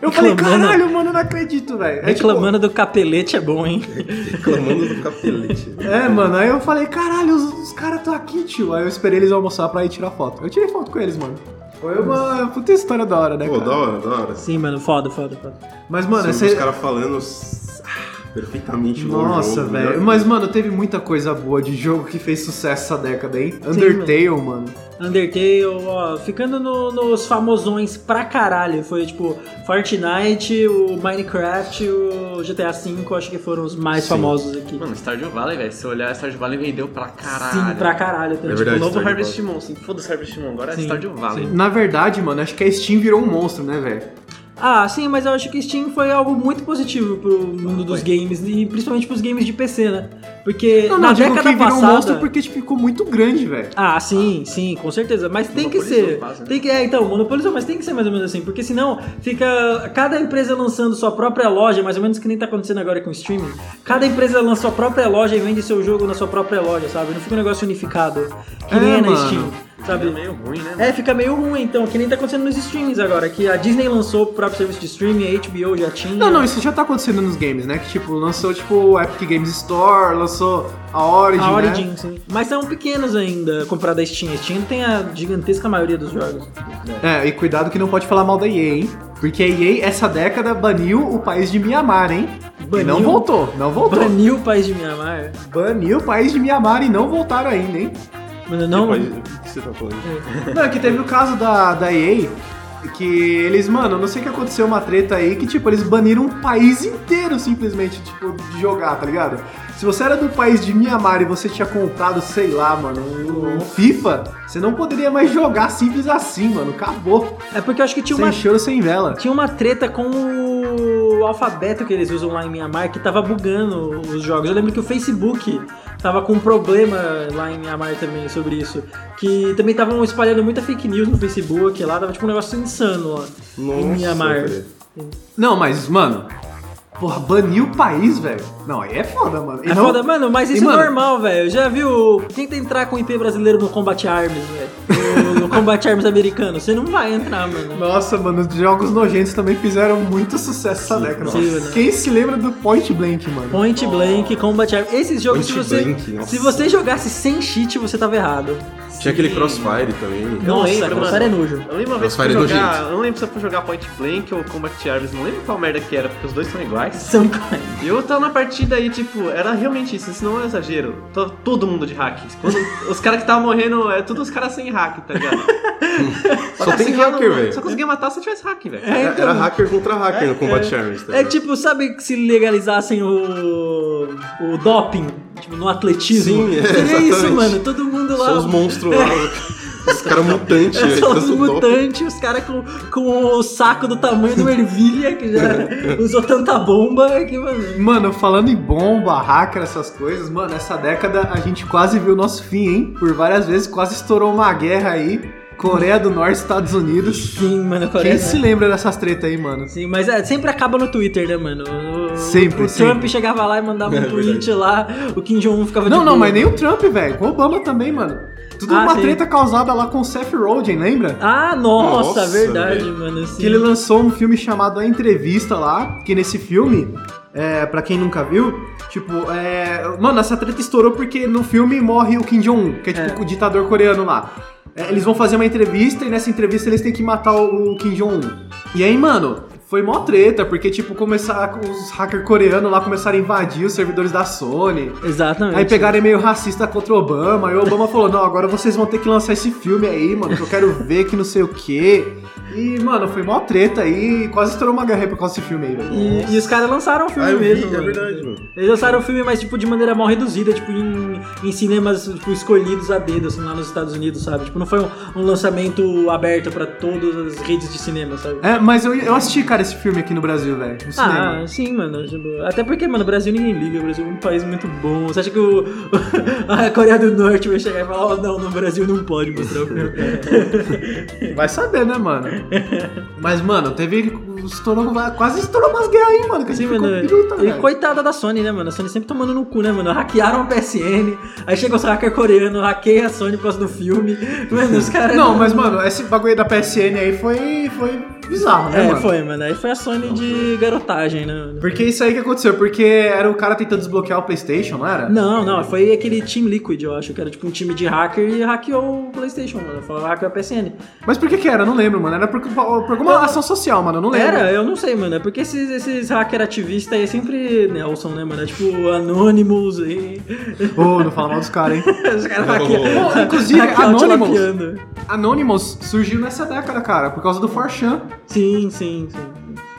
Speaker 2: Eu falei,
Speaker 4: Reclamando.
Speaker 2: caralho, mano, eu não acredito, velho. É, tipo,
Speaker 4: Reclamando do capelete é bom,
Speaker 2: (laughs)
Speaker 4: hein?
Speaker 3: Reclamando do capelete.
Speaker 2: É, mano, aí eu falei, caralho, os, os caras estão aqui, tio. Aí eu esperei eles almoçar pra ir tirar foto. Eu tirei foto com eles, mano. Foi uma puta história da hora, né,
Speaker 3: Pô,
Speaker 2: cara?
Speaker 3: da hora, da hora.
Speaker 4: Sim, mano, foda, foda, foda.
Speaker 2: Mas, mano,
Speaker 3: Você
Speaker 2: essa...
Speaker 3: ouve os caras falando ah, perfeitamente no
Speaker 2: Nossa,
Speaker 3: jogo, né?
Speaker 2: velho.
Speaker 3: melhor.
Speaker 2: Mas, mano, teve muita coisa boa de jogo que fez sucesso essa década, hein? Undertale, mano.
Speaker 4: Undertale, ó, ficando no- nos famosões pra caralho. Foi tipo Fortnite, o Minecraft, o GTA V, acho que foram os mais famosos aqui.
Speaker 5: Mano, Stardew Valley, velho. Se olhar, Stardew Valley vendeu pra caralho.
Speaker 4: Sim, pra caralho. também.
Speaker 3: É
Speaker 5: O
Speaker 3: verdade.
Speaker 6: Tipo,
Speaker 5: novo
Speaker 3: Stardew
Speaker 5: Harvest Moon, assim. Foda-se Harvest Moon, agora
Speaker 4: Sim,
Speaker 5: é Stardew Valley.
Speaker 2: Na verdade, mano, acho que a Steam virou um monstro, né, velho?
Speaker 4: Ah, sim, mas eu acho que Steam foi algo muito positivo pro
Speaker 2: Ah,
Speaker 4: mundo dos games, e principalmente pros games de PC, né? Porque
Speaker 2: Não, não,
Speaker 4: na
Speaker 2: digo
Speaker 4: década
Speaker 2: que virou
Speaker 4: passada.
Speaker 2: um monstro porque tipo, ficou muito grande, velho.
Speaker 4: Ah, sim, sim, com certeza. Mas tem que
Speaker 5: Monopolizou
Speaker 4: ser.
Speaker 5: quase, né?
Speaker 4: Tem que, é, então, monopolizou, mas tem que ser mais ou menos assim. Porque senão fica. Cada empresa lançando sua própria loja, mais ou menos que nem tá acontecendo agora com o streaming. Cada empresa lança sua própria loja e vende seu jogo na sua própria loja, sabe? Não fica um negócio unificado. Que
Speaker 2: É,
Speaker 4: nem é na
Speaker 2: mano.
Speaker 4: Steam.
Speaker 6: Tá
Speaker 4: Sabe?
Speaker 5: Meio ruim, né?
Speaker 4: É, fica meio ruim então, que nem tá acontecendo nos streams agora, que a Disney lançou o próprio serviço de streaming, a HBO já tinha.
Speaker 2: Não, não, isso já tá acontecendo nos games, né? Que tipo, lançou tipo o Epic Games Store, lançou a Origin,
Speaker 4: A
Speaker 2: né?
Speaker 4: Origin, sim. Mas são pequenos ainda, comparado à Steam. A Steam tem a gigantesca maioria dos jogos.
Speaker 2: É, e cuidado que não pode falar mal da EA, hein? Porque a EA, essa década, baniu o país de Mianmar, hein? E
Speaker 4: Baniu.
Speaker 2: não voltou, não voltou.
Speaker 4: Baniu o país de Mianmar.
Speaker 2: Baniu o país de Mianmar e não voltaram ainda, hein?
Speaker 4: Mano,
Speaker 2: Tipo,
Speaker 4: não.
Speaker 3: Depois, o que você tá falando?
Speaker 2: Não, é que teve o caso da, da EA, que eles, mano, eu não sei o que aconteceu, uma treta aí, que, tipo, eles baniram um país inteiro, simplesmente, tipo, de jogar, tá ligado? Se você era do país de Mianmar e você tinha comprado, sei lá, mano, um, um FIFA, você não poderia mais jogar simples assim, mano, acabou.
Speaker 4: É porque eu acho que tinha
Speaker 2: sem
Speaker 4: uma,
Speaker 2: choro, sem vela.
Speaker 4: tinha uma treta com o alfabeto que eles usam lá em Mianmar que tava bugando os jogos. Eu lembro que o Facebook tava com um problema lá em Mianmar também sobre isso. Que também estavam espalhando muita fake news no Facebook lá, tava tipo um negócio insano lá em Mianmar.
Speaker 3: velho.
Speaker 2: Não, mas, mano. Porra, banir o país, velho. Não, aí é foda, mano. E
Speaker 4: É
Speaker 2: não-
Speaker 4: foda, mano, mas
Speaker 2: E,
Speaker 4: isso
Speaker 2: mano-
Speaker 4: é normal, velho. Já viu? Tenta entrar com o IP brasileiro no Combat Arms, velho. No- No Combat Arms americano. Você não vai entrar, mano.
Speaker 2: Nossa, mano, os jogos nojentos também fizeram muito sucesso essa década.
Speaker 4: sim,
Speaker 2: Nossa.
Speaker 4: né?
Speaker 2: Quem se lembra do Point Blank, mano?
Speaker 4: Point Blank, Combat Arms. Esses jogos,
Speaker 3: Point
Speaker 4: se você.
Speaker 3: Blank, nossa.
Speaker 4: se você jogasse sem cheat, você tava errado.
Speaker 3: Tinha aquele Crossfire também.
Speaker 6: Eu
Speaker 4: Nossa,
Speaker 6: lembro,
Speaker 4: Crossfire é nojo.
Speaker 6: Eu lembro uma vez que eu
Speaker 3: Crossfire
Speaker 6: fui
Speaker 3: é
Speaker 6: jogar.
Speaker 3: nojento.
Speaker 6: Eu não lembro se eu fui jogar Point Blank ou Combat Arms, não lembro qual merda que era, porque os dois são iguais.
Speaker 4: São
Speaker 6: E eu tava na partida aí, tipo, era realmente isso, isso não é um exagero. Tava todo mundo de hack. Quando- os caras que estavam morrendo, é tudo os caras sem hack, tá ligado?
Speaker 3: Só
Speaker 6: tá
Speaker 3: tem
Speaker 6: conseguia-
Speaker 3: hacker, velho.
Speaker 6: Só conseguia matar se eu tivesse hack, velho.
Speaker 4: É,
Speaker 3: Era,
Speaker 4: então.
Speaker 3: era hacker contra hacker no Combat Arms. tá
Speaker 4: É
Speaker 3: ligado?
Speaker 4: tipo, sabe que se legalizassem o. o doping, tipo, no atletismo?
Speaker 3: Sim, (laughs) é,
Speaker 4: Seria isso,
Speaker 3: exatamente.
Speaker 4: mano. Todo mundo lá.
Speaker 3: São os monstros lá. Os caras mutantes.
Speaker 4: É,
Speaker 3: eles
Speaker 4: são
Speaker 3: (laughs)
Speaker 4: os
Speaker 3: são top.
Speaker 4: mutantes, os caras com, com o saco do tamanho de uma ervilha, que
Speaker 3: (laughs)
Speaker 4: já usou tanta bomba que, mano.
Speaker 2: Mano, falando em bomba, hacker, essas coisas, mano, essa década a gente quase viu o nosso fim, hein? Por várias vezes quase estourou uma guerra aí. Coreia do Norte, Estados Unidos.
Speaker 4: Sim, mano, a Coreia.
Speaker 2: Quem se lembra dessas tretas aí, mano?
Speaker 4: Sim, mas é, sempre acaba no Twitter, né, mano? O,
Speaker 2: Sempre,
Speaker 4: O Trump
Speaker 2: sempre. É
Speaker 4: chegava lá
Speaker 2: (laughs)
Speaker 4: e mandava um tweet lá, o Kim Jong-un ficava de
Speaker 2: Não, não,
Speaker 4: boa.
Speaker 2: mas nem o Trump, velho. Com o Obama também, mano. Tudo
Speaker 4: Ah,
Speaker 2: uma
Speaker 4: sim.
Speaker 2: treta causada lá com o Seth Rogen, lembra?
Speaker 4: Ah, nossa,
Speaker 3: Nossa,
Speaker 4: verdade,
Speaker 3: velho.
Speaker 4: mano. assim. Sim.
Speaker 2: Que ele lançou um filme chamado A Entrevista lá, que nesse filme, é, para quem nunca viu, tipo, é, mano, essa treta estourou porque no filme morre o Kim Jong-un, que é tipo o ditador coreano lá. É, eles vão fazer uma entrevista e nessa entrevista eles têm que matar o, o Kim Jong-un. E aí, mano, foi mó treta, porque tipo, começar, os hackers coreanos lá começaram a invadir os servidores da Sony.
Speaker 4: Exatamente.
Speaker 2: Aí pegaram e-mail racista contra o Obama, aí o Obama falou, não, agora vocês vão ter que lançar esse filme aí, mano, que eu quero ver que não sei o quê. E, mano, foi mó treta aí, quase estourou uma guerra aí por causa desse filme aí, velho.
Speaker 4: E, e os caras lançaram o filme
Speaker 3: Ah, eu vi,
Speaker 4: mesmo.
Speaker 3: é
Speaker 4: mano.
Speaker 3: verdade, mano.
Speaker 4: Eles lançaram o filme, mas tipo, de maneira mal reduzida, tipo, em, em cinemas tipo, escolhidos a dedo, assim, lá nos Estados Unidos, sabe? Tipo, não foi um, um lançamento aberto pra todas as redes de cinema, sabe?
Speaker 2: É, mas eu, eu assisti, cara, esse filme aqui no Brasil, velho, no
Speaker 4: Ah,
Speaker 2: cinema.
Speaker 4: sim, mano. tipo, Até porque, mano, o Brasil ninguém liga. O Brasil é um país muito bom. Você acha que o, (laughs) a Coreia do Norte vai chegar e falar: oh, não, no Brasil não pode mostrar o filme?
Speaker 2: Vai saber, né, mano? mas, mano, teve... Estourou, uma- quase estourou umas guerras aí, mano, que a
Speaker 4: (laughs) Sim,
Speaker 2: gente
Speaker 4: mano.
Speaker 2: ficou piruta,
Speaker 4: E
Speaker 2: velho.
Speaker 4: coitada da Sony, né, mano? A Sony sempre tomando no cu, né, mano? Hackearam a PSN, aí chega os hacker coreano, hackeia a Sony por causa do filme. Mano, os caras.
Speaker 2: Não, mas, mano, esse bagulho aí da PSN aí foi, foi bizarro, né,
Speaker 4: É,
Speaker 2: mano?
Speaker 4: foi, mano. Aí foi a Sony de garotagem, né? mano?
Speaker 2: Porque isso aí que aconteceu, porque era o cara tentando desbloquear o Playstation, não era?
Speaker 4: Não, não, foi aquele Team Liquid, eu acho, que era tipo um time de hacker e hackeou o PlayStation, mano. Falou hackeou a PSN.
Speaker 2: Mas por que que era? Eu não lembro, mano. Era por, por alguma ação social, mano. Eu não lembro.
Speaker 4: Era, eu não sei, mano. É porque esses, esses hacker ativistas aí é sempre Nelson, né, mano? É tipo Anonymous e. (laughs)
Speaker 2: Ô, não fala mal dos caras, hein?
Speaker 4: Os caras tipo, hackeiam.
Speaker 2: Bom, inclusive,
Speaker 4: Hackeam o
Speaker 2: Anonymous.
Speaker 4: tilapiano.
Speaker 2: Anonymous surgiu nessa década, cara, por causa do Forchan.
Speaker 4: Sim, sim, sim.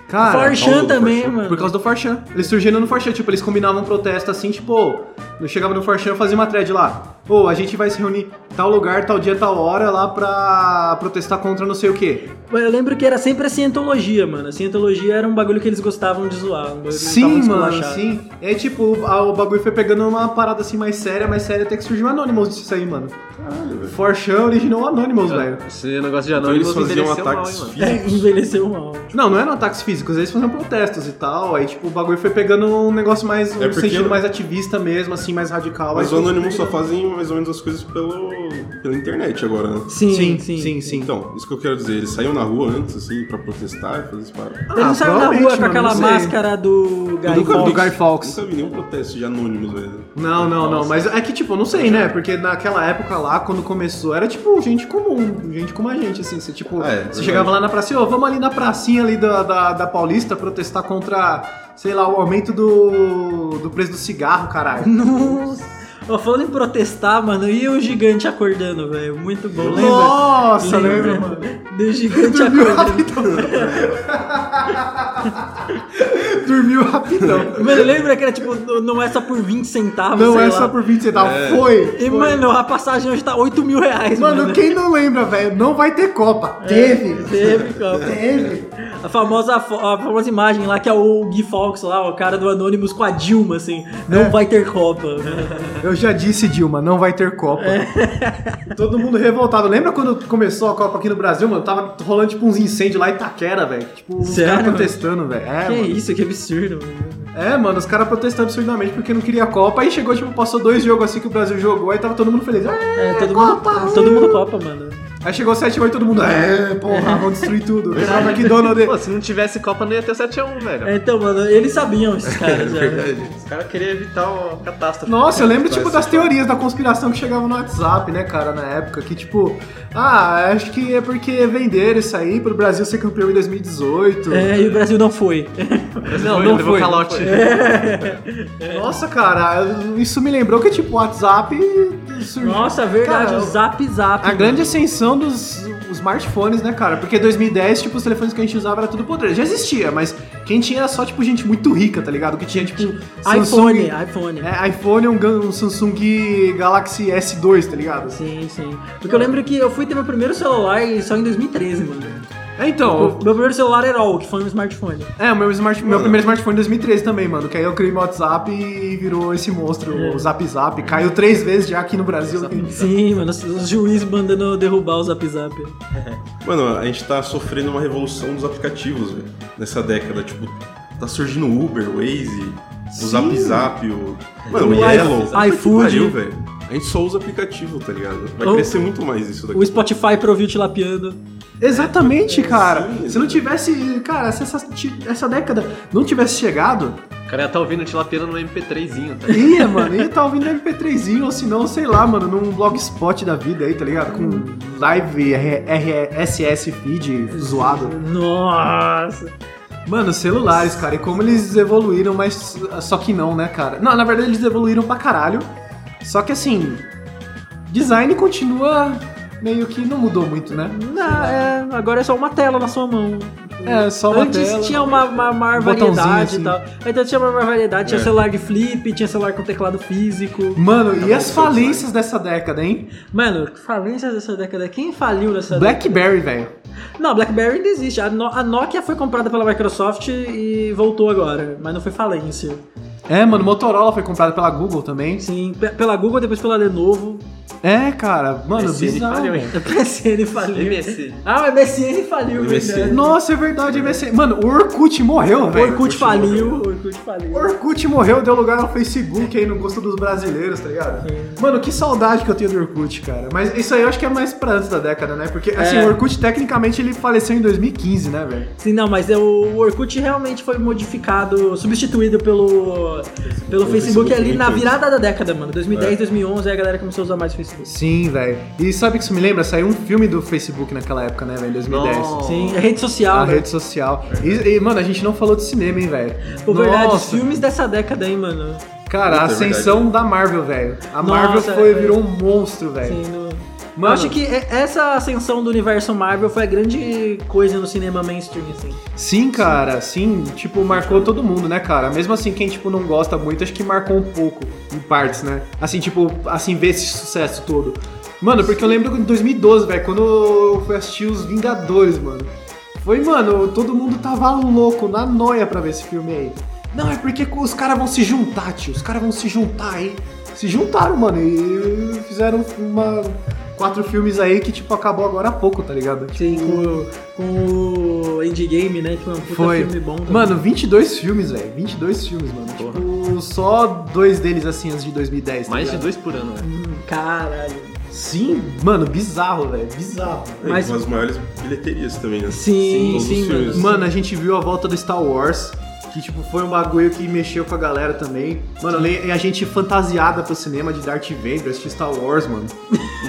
Speaker 2: Cara,
Speaker 3: causa
Speaker 4: Forchan
Speaker 3: do
Speaker 4: também,
Speaker 3: Forchan.
Speaker 4: mano.
Speaker 2: por causa do Forchan. Eles surgiram no Forchan, tipo, eles combinavam protesto assim, tipo, ô, eu chegava no Forchan e fazia uma thread lá. Ô, a gente vai se reunir tal lugar, tal dia, tal hora lá pra protestar contra não sei o quê.
Speaker 4: Eu lembro que era sempre a cientologia, mano. A cientologia era um bagulho que eles gostavam de zoar. Um bagulho que eles
Speaker 2: Sim,
Speaker 4: gostavam de
Speaker 2: mano,
Speaker 4: esculachar.
Speaker 2: sim. É tipo, a- o bagulho foi pegando uma parada assim mais séria, mais séria, até que surgiu o Anonymous disso aí, mano.
Speaker 3: Caralho, velho.
Speaker 2: Forchan originou o Anonymous, velho.
Speaker 6: Esse negócio de
Speaker 3: Então
Speaker 6: anônimos
Speaker 3: eles faziam
Speaker 6: envelheceu mal,
Speaker 3: ataques
Speaker 6: hein, mano.
Speaker 4: (laughs) É,
Speaker 3: físicos.
Speaker 4: (laughs) envelheceu mal.
Speaker 2: Não, não eram ataques físicos, eles faziam protestos e tal. Aí, tipo, o bagulho foi pegando um negócio mais. um
Speaker 3: É porque
Speaker 2: sentido
Speaker 3: eu-
Speaker 2: mais ativista mesmo, assim, mais radical.
Speaker 3: Mas o
Speaker 2: Aí-
Speaker 3: Anonymous só fazem mais ou menos as coisas pelo, pela internet agora, né?
Speaker 4: Sim, sim.
Speaker 2: Sim, sim, sim.
Speaker 3: Então, isso que eu quero dizer, eles saíam na rua antes, assim, pra protestar e fazer esse parado.
Speaker 4: Eles não saíram na
Speaker 2: provavelmente,
Speaker 4: rua com
Speaker 2: mano,
Speaker 4: aquela
Speaker 2: não sei.
Speaker 4: máscara do
Speaker 3: Eu
Speaker 4: Guy
Speaker 3: nunca
Speaker 4: Fawkes.
Speaker 2: do Guy Fawkes.
Speaker 3: Nunca vi nenhum protesto de anônimos, velho.
Speaker 2: Não, não, não. Mas é que, tipo, eu não sei, né? Porque naquela época lá, quando começou, era tipo gente comum, gente como a gente, assim. Você, tipo,
Speaker 3: Ah, é,
Speaker 2: você
Speaker 3: verdade.
Speaker 2: chegava lá na praça, ô, vamos ali na pracinha ali da, da, da Paulista protestar contra, sei lá, o aumento do, do preço do cigarro, caralho.
Speaker 4: Nossa. Ó, falando em protestar, mano, e o gigante acordando, velho? Muito bom, lembra?
Speaker 2: Nossa, lembra, mano?
Speaker 4: Do
Speaker 2: (laughs)
Speaker 4: gigante
Speaker 2: Dormiu rapidão.
Speaker 4: acordando.
Speaker 2: (laughs) Dormiu rapidão.
Speaker 4: Mano, lembra que era tipo, n- não é só por 20 centavos,
Speaker 2: Não
Speaker 4: sei
Speaker 2: é
Speaker 4: lá.
Speaker 2: só por 20 centavos.
Speaker 3: É.
Speaker 2: Foi.
Speaker 4: E, mano, a passagem hoje tá 8 mil reais, mano.
Speaker 2: Mano, quem não lembra, velho? Não vai ter Copa.
Speaker 4: É.
Speaker 2: Teve.
Speaker 4: Teve, Copa.
Speaker 2: Teve.
Speaker 4: A famosa, fo- a famosa imagem lá que é o Gui Fawkes lá, o cara do Anonymous com a Dilma, assim. Não
Speaker 2: É.
Speaker 4: vai ter Copa.
Speaker 2: Eu já disse, Dilma, não vai ter Copa.
Speaker 4: É.
Speaker 2: Todo mundo revoltado. Lembra quando começou a Copa aqui no Brasil, mano? Tava rolando tipo uns incêndios lá em Itaquera, velho. Tipo, os
Speaker 4: Sério,
Speaker 2: caras
Speaker 4: mano?
Speaker 2: protestando, velho. É,
Speaker 4: que
Speaker 2: mano.
Speaker 4: isso, que absurdo, mano.
Speaker 2: É, mano, os caras protestaram absurdamente porque não queria a Copa. Aí chegou, tipo, passou dois jogos assim que o Brasil jogou, aí tava todo mundo feliz. "Ah!"
Speaker 4: É, todo mundo, todo mundo Copa, mano.
Speaker 2: Aí chegou 7 8 todo mundo. É, porra, vão destruir tudo. Sabe McDonald's.
Speaker 6: Pô, se não tivesse Copa, não ia ter o 7x1, velho.
Speaker 4: É, então, mano, eles sabiam esses caras já. né?
Speaker 6: Os caras queriam evitar uma catástrofe.
Speaker 2: Nossa, eu lembro, tipo, das teorias da conspiração que chegavam no WhatsApp, né, cara, na época. Que, tipo, ah, acho que é porque venderam isso aí pro Brasil ser campeão em 2018.
Speaker 4: É, e o Brasil não foi. É.
Speaker 6: Não, não foi. calote.
Speaker 2: Nossa, cara, isso me lembrou que, tipo, o WhatsApp surgiu.
Speaker 4: Nossa, verdade,
Speaker 2: Cara,
Speaker 4: o zap zap.
Speaker 2: A grande ascensão dos smartphones, né, cara? Porque 2010, tipo, os telefones que a gente usava era tudo podre. Já existia, mas quem tinha era só, tipo, gente muito rica, tá ligado? Que tinha, tipo, um
Speaker 4: iPhone,
Speaker 2: Samsung-
Speaker 4: iPhone.
Speaker 2: É, iPhone um, gan- um Samsung Galaxy S2, tá ligado?
Speaker 4: Sim, sim. Porque eu lembro que eu fui ter meu primeiro celular só em 2013, mano.
Speaker 2: É,
Speaker 6: Oh.
Speaker 2: então,
Speaker 4: Meu primeiro celular era o que foi um smartphone.
Speaker 2: é, o meu, smart, meu primeiro smartphone é em 2013 também, mano. Que aí eu criei meu WhatsApp e virou esse monstro, o Zap Zap. Caiu três vezes já aqui no Brasil.
Speaker 4: Sim, mano, os- os juízes mandando derrubar o zap zap.
Speaker 3: Mano, a gente tá sofrendo uma revolução dos aplicativos, velho, nessa década. Tipo, tá surgindo o Uber, o Waze, o Zap Zap, o. Mano, o
Speaker 4: É O
Speaker 3: Yellow.
Speaker 4: i- iFood.
Speaker 3: Pariu, velho. A gente só usa aplicativo, tá ligado? Vai
Speaker 4: O-
Speaker 3: crescer muito mais isso daqui.
Speaker 4: O Spotify pra ouvir o Tilapiando.
Speaker 2: Exatamente, cara.
Speaker 3: Sim.
Speaker 2: Se não tivesse. Cara, se essa, essa década não tivesse chegado,
Speaker 6: O cara ia tá ouvindo Tilapiano no MP3zinho, tá?
Speaker 2: Ia, mano, ia tá ouvindo MP3zinho, ou se não, sei lá, mano, num blogspot da vida aí, tá ligado? Com live R- RSS feed zoado.
Speaker 4: Nossa.
Speaker 2: Mano, celulares, cara, e como eles evoluíram, mas só que não, né, cara? Não, na verdade eles evoluíram pra caralho, só que assim, design continua meio que não mudou muito, né?
Speaker 4: Não, é, agora é só uma tela na sua mão.
Speaker 2: É, só uma
Speaker 4: Antes
Speaker 2: tela.
Speaker 4: tinha uma, uma maior
Speaker 2: Botãozinho,
Speaker 4: variedade
Speaker 2: assim.
Speaker 4: e tal. Então tinha uma maior variedade, tinha
Speaker 3: É.
Speaker 4: celular de flip, tinha celular com teclado físico.
Speaker 2: Mano, e as falências dessa década, hein?
Speaker 4: Mano, falências dessa década. Quem faliu nessa
Speaker 2: Blackberry, velho.
Speaker 4: década? Não, BlackBerry ainda existe. A, No- a Nokia foi comprada pela Microsoft e voltou agora, mas não foi falência.
Speaker 2: É, mano, Motorola foi comprada pela Google também.
Speaker 4: Sim, pe- pela Google, depois pela Lenovo. (laughs)
Speaker 2: É, cara, mano,
Speaker 6: MSN
Speaker 2: bizarro.
Speaker 6: falhou, hein?
Speaker 4: A PSN faliu.
Speaker 6: MSN.
Speaker 4: Ah, o MSN faliu,
Speaker 3: MSN.
Speaker 4: verdade.
Speaker 2: Nossa, é verdade, MSN. Mano, o Orkut morreu,
Speaker 4: O
Speaker 2: velho.
Speaker 4: Orkut faliu, o Orkut faliu.
Speaker 2: O Orkut morreu, deu lugar ao Facebook aí no gosto dos brasileiros, tá ligado? Mano, que saudade que eu tenho do Orkut, cara. Mas isso aí eu acho que é mais pra antes da década, né? Porque, assim,
Speaker 4: É.
Speaker 2: o Orkut tecnicamente ele faleceu em 2015, né, velho?
Speaker 4: Sim, não, mas é o o Orkut realmente foi modificado, substituído pelo, pelo
Speaker 3: Facebook
Speaker 4: Facebook,
Speaker 2: né,
Speaker 4: ali na
Speaker 3: 2008.
Speaker 4: virada da década, mano.
Speaker 2: É.
Speaker 4: 2010, 2011, aí a galera começou a usar mais o Facebook.
Speaker 2: Sim, velho. E sabe o que isso me lembra? Saiu um filme do Facebook naquela época, né, velho? Em 2010.
Speaker 6: Nossa.
Speaker 4: Sim, é rede
Speaker 2: A
Speaker 4: social, né?
Speaker 2: rede social. E, e, mano, a gente não falou de cinema, hein, velho?
Speaker 4: Pô, verdade, os
Speaker 2: Nossa,
Speaker 4: filmes dessa década, hein, mano.
Speaker 2: Cara, a
Speaker 3: Puta, é verdade.
Speaker 2: ascensão da Marvel, velho. A
Speaker 4: Nossa,
Speaker 2: Marvel foi,
Speaker 4: velho.
Speaker 2: virou um monstro, velho.
Speaker 4: Assim, no- Eu
Speaker 2: Mano.
Speaker 4: acho que e- essa ascensão do universo Marvel foi a grande coisa no cinema mainstream, assim.
Speaker 2: Sim, cara, sim, tipo, marcou todo mundo, né, cara? Mesmo assim, quem, tipo, não gosta muito, acho que marcou um pouco, em partes, né? Assim, tipo, assim, ver esse sucesso todo. Mano, porque eu lembro de 2012, velho, quando eu fui assistir Os Vingadores, mano. Foi, mano, todo mundo tava louco, na noia pra ver esse filme aí. Não, é porque os caras vão se juntar, tio, os caras vão se juntar aí. Se juntaram, mano, e fizeram uma... Quatro filmes aí que, tipo, acabou agora há pouco, tá ligado?
Speaker 4: Sim,
Speaker 2: Tipo,
Speaker 4: com, com o Endgame, né? Que foi um puta
Speaker 2: Foi.
Speaker 4: filme bom. também.
Speaker 2: Mano, 22 filmes, velho. 22 filmes, mano. Tipo, só dois deles, assim, antes de 2010. tá
Speaker 6: Mais de
Speaker 2: ligado?
Speaker 6: dois por ano, velho.
Speaker 4: Hum, Caralho.
Speaker 2: Sim, mano, bizarro, velho. Bizarro.
Speaker 3: É,
Speaker 4: mas-
Speaker 3: com as maiores bilheterias também, né?
Speaker 4: Sim,
Speaker 3: Todos os
Speaker 4: sim,
Speaker 3: filmes.
Speaker 4: mano.
Speaker 2: Mano, a gente viu a volta do Star Wars. Que, tipo, foi um bagulho que mexeu com a galera também. Mano, eu lem- a gente fantasiada pro cinema de Darth Vader, assistir Star Wars, mano.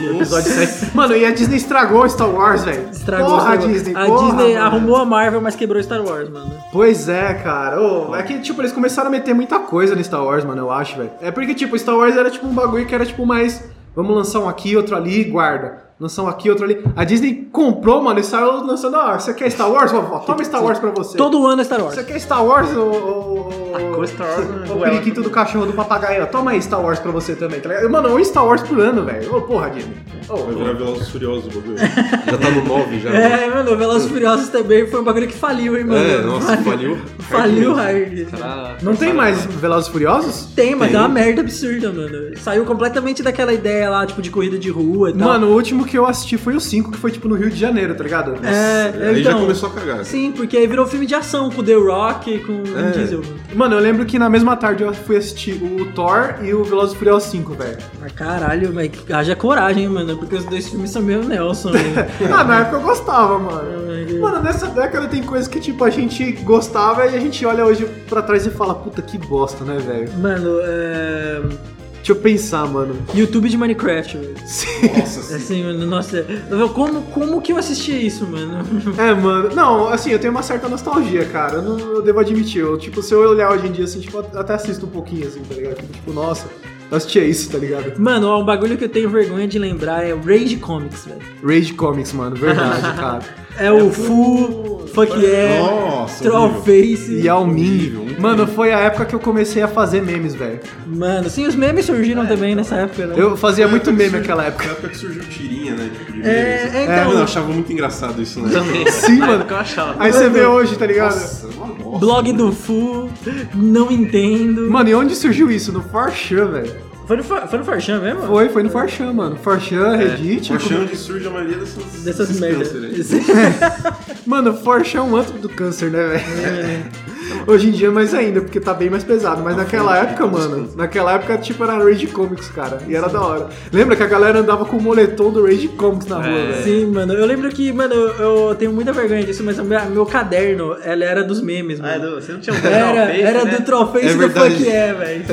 Speaker 3: Nossa.
Speaker 2: Episódio 7. (laughs) Mano, e a Disney estragou Star Wars, velho.
Speaker 4: Estragou
Speaker 2: porra,
Speaker 4: Star
Speaker 2: a
Speaker 4: Wars.
Speaker 2: Disney.
Speaker 4: A
Speaker 2: porra,
Speaker 4: Disney
Speaker 2: mano.
Speaker 4: arrumou a Marvel, mas quebrou Star Wars, mano.
Speaker 2: Pois é, cara. Ô, é que, tipo, eles começaram a meter muita coisa no Star Wars, mano, eu acho, velho. É porque, tipo, Star Wars era, tipo, um bagulho que era, tipo, mais... Vamos lançar um aqui, outro ali, guarda. Lançar um aqui, outro ali. A Disney comprou, mano, e saiu lançando... Ah, você quer Star Wars, vovó? Toma Star Wars pra você.
Speaker 4: Todo ano é Star Wars.
Speaker 2: Você quer Star Wars, ô... ô- ô-
Speaker 6: Tacou Star Wars no
Speaker 2: ô,
Speaker 6: goela.
Speaker 2: periquito do cachorro do papagaio. ó, Toma aí Star Wars pra você também, tá ligado? Mano, um Star Wars por ano, velho. Ô, porra, Disney.
Speaker 3: Vai
Speaker 2: Ô,
Speaker 3: virar Velozes e Furiosos, o
Speaker 4: (laughs)
Speaker 3: bagulho. Já tá no 9 já. né?
Speaker 4: É, mano, Velozes e Furiosos também foi um bagulho que faliu, hein, mano.
Speaker 3: É, nossa, faliu.
Speaker 4: Faliu hard.
Speaker 6: Cara,
Speaker 2: não tem mais Velozes e Furiosos?
Speaker 4: Tem, mas é uma merda absurda, mano. Saiu completamente daquela ideia lá, tipo, de corrida de rua e tal.
Speaker 2: Mano, o último que eu assisti foi o 5, que foi, tipo, no Rio de Janeiro, tá ligado?
Speaker 4: é,
Speaker 3: Aí já
Speaker 4: então...
Speaker 3: começou a cagar.
Speaker 4: Sim, porque aí virou filme de ação com o The Rock e com o Vin Diesel.
Speaker 2: Mano, eu lembro que na mesma tarde eu fui assistir o Thor e o Velozes e Furiosos 5, velho.
Speaker 4: Mas caralho, velho, que- haja coragem, mano, porque os dois filmes são meio Nelson.
Speaker 2: (laughs)
Speaker 4: né?
Speaker 2: Ah, na época eu gostava, mano. Mano, nessa década tem coisa que, tipo, a gente gostava e a gente olha hoje pra trás e fala, puta, que bosta, né, velho?
Speaker 4: Mano, é...
Speaker 2: Deixa eu pensar, mano.
Speaker 4: (laughs) YouTube de Minecraft, velho.
Speaker 3: Nossa, sim.
Speaker 4: Assim, mano, nossa, eu- como, como que eu assisti isso, mano?
Speaker 2: É, mano. Não, assim, eu tenho uma certa nostalgia, cara. Eu, não, eu devo admitir. Eu, tipo, se eu olhar hoje em dia, assim, tipo, eu até assisto um pouquinho, assim, tá ligado? Tipo, nossa, eu assistia isso, tá ligado?
Speaker 4: Mano, ó, um bagulho que eu tenho vergonha de lembrar é o Rage Comics, velho.
Speaker 2: Rage Comics, mano, verdade, cara.
Speaker 4: É, o Fu, Fuck Yeah,
Speaker 3: Nossa, horrível.
Speaker 4: Trollface.
Speaker 2: E é ao
Speaker 3: Horrível,
Speaker 2: Ming.
Speaker 3: horrível.
Speaker 2: Mano, foi a época que eu comecei a fazer memes, velho.
Speaker 4: Mano, sim, os memes surgiram também nessa época, né?
Speaker 2: Eu fazia É muito
Speaker 3: Foi a época
Speaker 2: meme
Speaker 3: que surgiu-
Speaker 2: naquela
Speaker 3: foi
Speaker 2: época.
Speaker 3: a época que surgiu tirinha, né? Tipo, de
Speaker 4: É,
Speaker 3: beleza.
Speaker 4: é,
Speaker 3: Mano, eu
Speaker 4: então,
Speaker 3: achava muito engraçado isso, né?
Speaker 6: Também.
Speaker 2: Sim,
Speaker 6: Na
Speaker 2: mano.
Speaker 6: época eu achava.
Speaker 2: Aí você vê hoje, tá ligado?
Speaker 3: Nossa, uma bosta.
Speaker 4: blog do Fu, não entendo.
Speaker 2: Mano, e onde surgiu isso? No Forchan, velho.
Speaker 4: Foi no, Fa- foi no Farchan mesmo?
Speaker 2: Foi, foi no Forchan, mano.
Speaker 4: É,
Speaker 2: Forchan, Reddit.
Speaker 3: Tipo, achando que surge a maioria dessas,
Speaker 4: Dessas
Speaker 3: desses
Speaker 4: merdas.
Speaker 3: câncer aí.
Speaker 4: (laughs)
Speaker 2: Mano, Forchan é um antro do câncer, né,
Speaker 4: É.
Speaker 2: velho? Hoje em dia mais ainda, porque tá bem mais pesado. Mas naquela época, mano, naquela época, tipo, era Rage Comics, cara. E era da hora. Lembra que a galera andava com o moletom do Rage Comics na rua, velho?
Speaker 4: Sim, mano. Eu lembro que, mano, eu eu tenho muita vergonha disso, mas o meu meu caderno, ela era dos memes,
Speaker 6: Ah,
Speaker 4: mano.
Speaker 6: Edu, você não tinha um
Speaker 4: Era,
Speaker 6: Trollface,
Speaker 4: era
Speaker 6: né?
Speaker 4: do Trollface
Speaker 3: É
Speaker 4: do
Speaker 3: verdade.
Speaker 4: Fuck É, velho.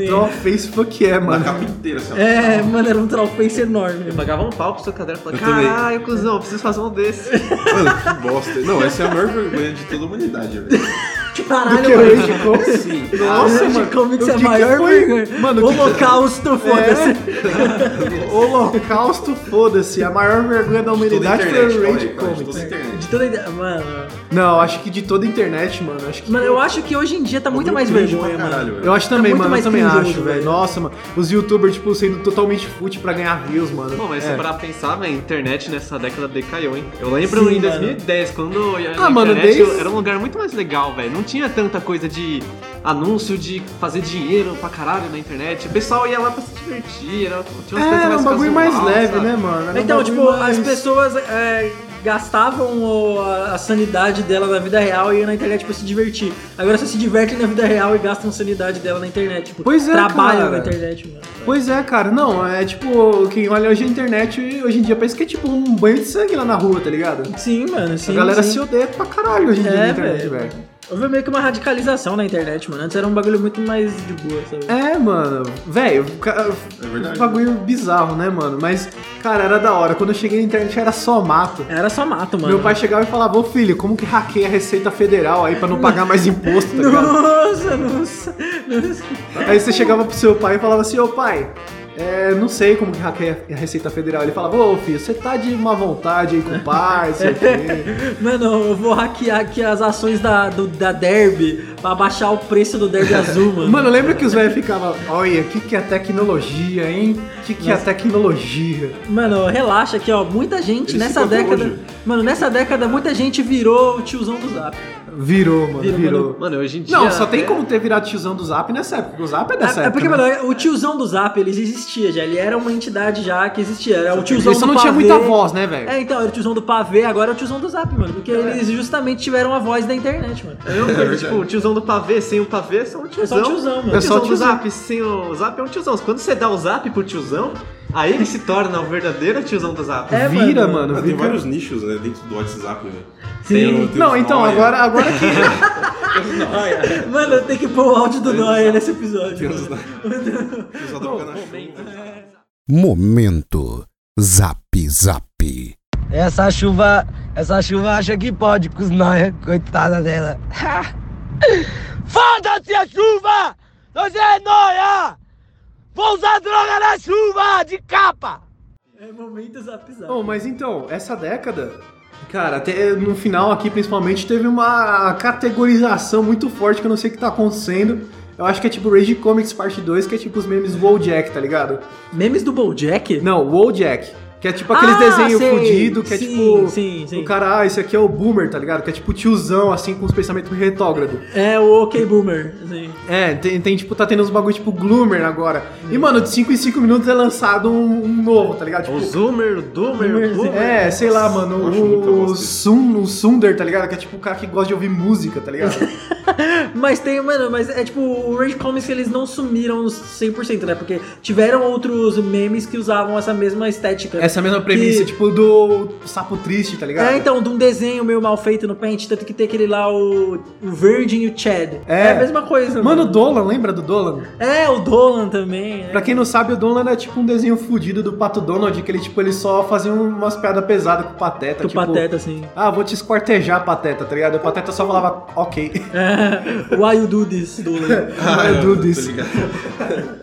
Speaker 4: É
Speaker 2: Então, face fuck é,
Speaker 3: Na
Speaker 2: mano.
Speaker 3: capa inteira, assim, ó.
Speaker 4: É, mano, era um Trollface enorme.
Speaker 6: Eu
Speaker 4: mano.
Speaker 6: pagava um pau pro seu caderno e falava,
Speaker 3: Eu também.
Speaker 6: caralho, cuzão, eu preciso fazer
Speaker 2: (laughs)
Speaker 6: um desse.
Speaker 3: Mano, que bosta. Não, essa é a maior vergonha de toda a humanidade, velho.
Speaker 2: Do que
Speaker 4: Tipo, Caralho, mano.
Speaker 2: Rage
Speaker 4: (laughs)
Speaker 2: Comics?
Speaker 3: Sim.
Speaker 2: Nossa,
Speaker 4: Rage
Speaker 2: mano.
Speaker 4: Comics
Speaker 2: o
Speaker 4: é a
Speaker 2: que que
Speaker 4: maior
Speaker 2: foi? É.
Speaker 4: vergonha.
Speaker 2: Mano, o que que-
Speaker 4: Holocausto, foda-se.
Speaker 2: (laughs) Holocausto, foda-se. A maior vergonha da
Speaker 3: Toda a
Speaker 2: humanidade foi
Speaker 3: internet,
Speaker 2: o
Speaker 3: fala
Speaker 2: Rage
Speaker 3: aí, cara, de toda
Speaker 2: Comics.
Speaker 3: a internet.
Speaker 4: De toda a ideia. Mano.
Speaker 2: Não, acho que de toda a internet, mano. Acho que
Speaker 4: Mano, eu acho que hoje em dia tá
Speaker 2: É
Speaker 4: muito
Speaker 3: Bagulho
Speaker 4: mais
Speaker 3: cringe
Speaker 4: vergonha,
Speaker 3: pra caralho,
Speaker 4: mano.
Speaker 3: velho.
Speaker 2: Eu acho também,
Speaker 4: muito
Speaker 2: mano. Eu
Speaker 4: mais
Speaker 2: também
Speaker 4: cringoso,
Speaker 2: acho, velho.
Speaker 4: velho.
Speaker 2: Nossa, mano. Os youtubers, tipo, sendo totalmente fute pra ganhar views, mano.
Speaker 6: Bom, mas
Speaker 2: É.
Speaker 6: se pra pensar, velho, a internet nessa década decaiu, hein? Eu lembro
Speaker 4: Sim,
Speaker 6: em
Speaker 4: mano.
Speaker 6: 2010, quando a
Speaker 2: Ah,
Speaker 6: internet
Speaker 2: mano, desde-
Speaker 6: era um lugar muito mais legal, velho. Não tinha tanta coisa de anúncio, de fazer dinheiro pra caralho na internet. O pessoal ia lá pra se divertir, era... tinha umas coisas
Speaker 2: É,
Speaker 6: mais
Speaker 2: um bagulho
Speaker 6: casual,
Speaker 2: mais leve,
Speaker 6: sabe?
Speaker 2: né, mano? Era um
Speaker 4: Então,
Speaker 2: bagulho
Speaker 4: tipo,
Speaker 2: mais-
Speaker 4: as pessoas é, gastavam o- a, a sanidade dela na vida real e iam na internet pra se divertir. Agora só se divertem na vida real e gastam a sanidade dela na internet. Tipo,
Speaker 2: Pois é, cara.
Speaker 4: trabalham na internet, mano.
Speaker 2: Pois é, cara. Não, é tipo, quem olha hoje a internet, hoje em dia parece que é tipo um banho de sangue lá na rua, tá ligado?
Speaker 4: Sim, mano, sim.
Speaker 2: a galera
Speaker 4: sim.
Speaker 2: se odeia pra caralho hoje em dia
Speaker 4: É,
Speaker 2: na internet,
Speaker 4: velho.
Speaker 2: velho.
Speaker 4: Houve meio que uma radicalização na internet, mano. Antes era um bagulho muito mais de boa, sabe?
Speaker 2: É, mano, velho, ca-
Speaker 3: É verdade.
Speaker 2: um bagulho bizarro, né, mano? Mas, cara, era da hora. Quando eu cheguei na internet era só mato.
Speaker 4: Era só mato, mano.
Speaker 2: Meu pai chegava e falava, ô filho, como que hackeia a Receita Federal aí pra não pagar mais imposto, tá ligado?
Speaker 4: (laughs) Nossa, nossa, nossa.
Speaker 2: Aí você chegava pro seu pai e falava assim, ô pai, é, não sei como que hackeia a Receita Federal. Ele falava, ô filho, você tá de má vontade aí com o pai, sei o
Speaker 4: (laughs)
Speaker 2: quê.
Speaker 4: Mano, eu vou hackear aqui as ações da, do, da Derby pra baixar o preço do
Speaker 2: (laughs)
Speaker 4: Derby Azul, mano.
Speaker 2: Mano, lembra que os velhos ficavam, olha, o que, que é tecnologia, hein? O que, que é tecnologia?
Speaker 4: Mano, relaxa aqui, ó. Muita gente
Speaker 3: Eles
Speaker 4: nessa
Speaker 3: ficam até
Speaker 4: década.
Speaker 3: hoje.
Speaker 4: Mano, nessa década muita gente virou o tiozão do zap.
Speaker 2: Virou, mano, virou.
Speaker 4: Virou,
Speaker 6: Mano, hoje em dia... é
Speaker 2: Não, só tem
Speaker 6: até-
Speaker 2: como ter virado tiozão do Zap nessa época, porque o Zap é
Speaker 4: É,
Speaker 2: dessa
Speaker 4: né? é
Speaker 2: época.
Speaker 4: porque,
Speaker 2: né?
Speaker 4: mano, o tiozão do zap, ele existia já. Ele era uma entidade já que existia. Era é o tiozão
Speaker 2: Ele só
Speaker 4: do
Speaker 2: né? não tinha
Speaker 4: pavê.
Speaker 2: muita voz, né, velho?
Speaker 4: É, então, era o tiozão do pavê, agora é o tiozão do zap, mano. Porque eles justamente tiveram a voz da internet, mano.
Speaker 2: (laughs)
Speaker 6: É a mesma coisa, tipo, o tiozão do pavê, sem o pavê, é só um tiozão.
Speaker 4: só um tiozão, mano.
Speaker 2: É só
Speaker 6: O
Speaker 2: um tiozão.
Speaker 6: tiozão do zap, sem o zap é um tiozão. Quando você dá o zap pro tiozão, aí ele se torna o verdadeiro tiozão do zap.
Speaker 4: É,
Speaker 2: Vira,
Speaker 4: mano.
Speaker 2: mano,
Speaker 3: Ah, tem
Speaker 2: vira.
Speaker 3: vários nichos, né, dentro do WhatsApp, velho.
Speaker 4: Sim.
Speaker 3: Tem o- tem
Speaker 2: Não,
Speaker 3: os
Speaker 2: então,
Speaker 3: Noia,
Speaker 2: agora, agora que.
Speaker 4: Mano, tem que pôr o áudio do Noia nesse
Speaker 3: Tem
Speaker 4: episódio.
Speaker 3: os
Speaker 4: mano.
Speaker 3: O pessoal tá ficando na chuva.
Speaker 1: Momento Zap Zap.
Speaker 7: Essa chuva, essa chuva acha que pode, cusnaia, coitada dela. (laughs) Foda-se a chuva! Você é noia! Vou usar droga na chuva, de capa!
Speaker 4: É momento zap zap.
Speaker 2: Bom, mas então, essa década. Cara, até no final aqui, principalmente, teve uma categorização muito forte que eu não sei o que tá acontecendo. Eu acho que é tipo Rage Comics Parte 2, que é tipo os memes Wojak, tá ligado?
Speaker 4: Memes do Bojack? né? Tipo
Speaker 2: Não, Wojak. Que é tipo aqueles
Speaker 4: Ah,
Speaker 2: desenhos
Speaker 4: sei.
Speaker 2: fudidos, que é
Speaker 4: Sim,
Speaker 2: tipo.
Speaker 4: sim, sim.
Speaker 2: O cara, ah, esse aqui é o boomer, tá ligado? Que é tipo tiozão, assim, com os pensamentos retrógrado.
Speaker 4: É o OK Boomer. assim.
Speaker 2: É, tem, tem, tipo, tá tendo uns bagulho tipo Gloomer agora. E, mano, de 5 em 5 minutos é lançado um, um novo, tá ligado? Tipo,
Speaker 6: O zoomer, o doomer, o boomer.
Speaker 2: é, sei lá,
Speaker 3: Eu acho muita
Speaker 2: mano, o,
Speaker 3: bosta isso.
Speaker 4: (laughs)
Speaker 2: Sun, o Sunder, tá ligado? Que é tipo o cara que gosta de ouvir música, tá ligado?
Speaker 4: Mas tem, mano, mas é tipo, o Rage Comics eles não sumiram 100%, né? Porque tiveram outros memes que usavam essa mesma estética.
Speaker 2: Essa mesma premissa,
Speaker 4: Que-
Speaker 2: tipo, do sapo triste, tá ligado?
Speaker 4: É, então, de um desenho meio mal feito no Paint, tanto que tem aquele lá, o, o Virgin e o Chad.
Speaker 2: É.
Speaker 4: a mesma coisa.
Speaker 2: Mano, o Dolan, lembra do Dolan?
Speaker 4: É, o Dolan também. é.
Speaker 2: Pra quem não sabe, o Dolan é tipo um desenho fudido do Pato Donald, que ele, tipo, ele só fazia umas piadas pesadas com o Pateta,
Speaker 4: Do
Speaker 2: tipo...
Speaker 4: Pateta, assim.
Speaker 2: Ah, vou te esquartejar, Pateta, tá ligado? O Pateta só falava,
Speaker 6: (laughs)
Speaker 2: ok.
Speaker 4: É, Why you do
Speaker 2: (laughs)
Speaker 4: this, Dolan?
Speaker 6: Ah,
Speaker 2: I é do this.
Speaker 3: Ah, Tô ligado.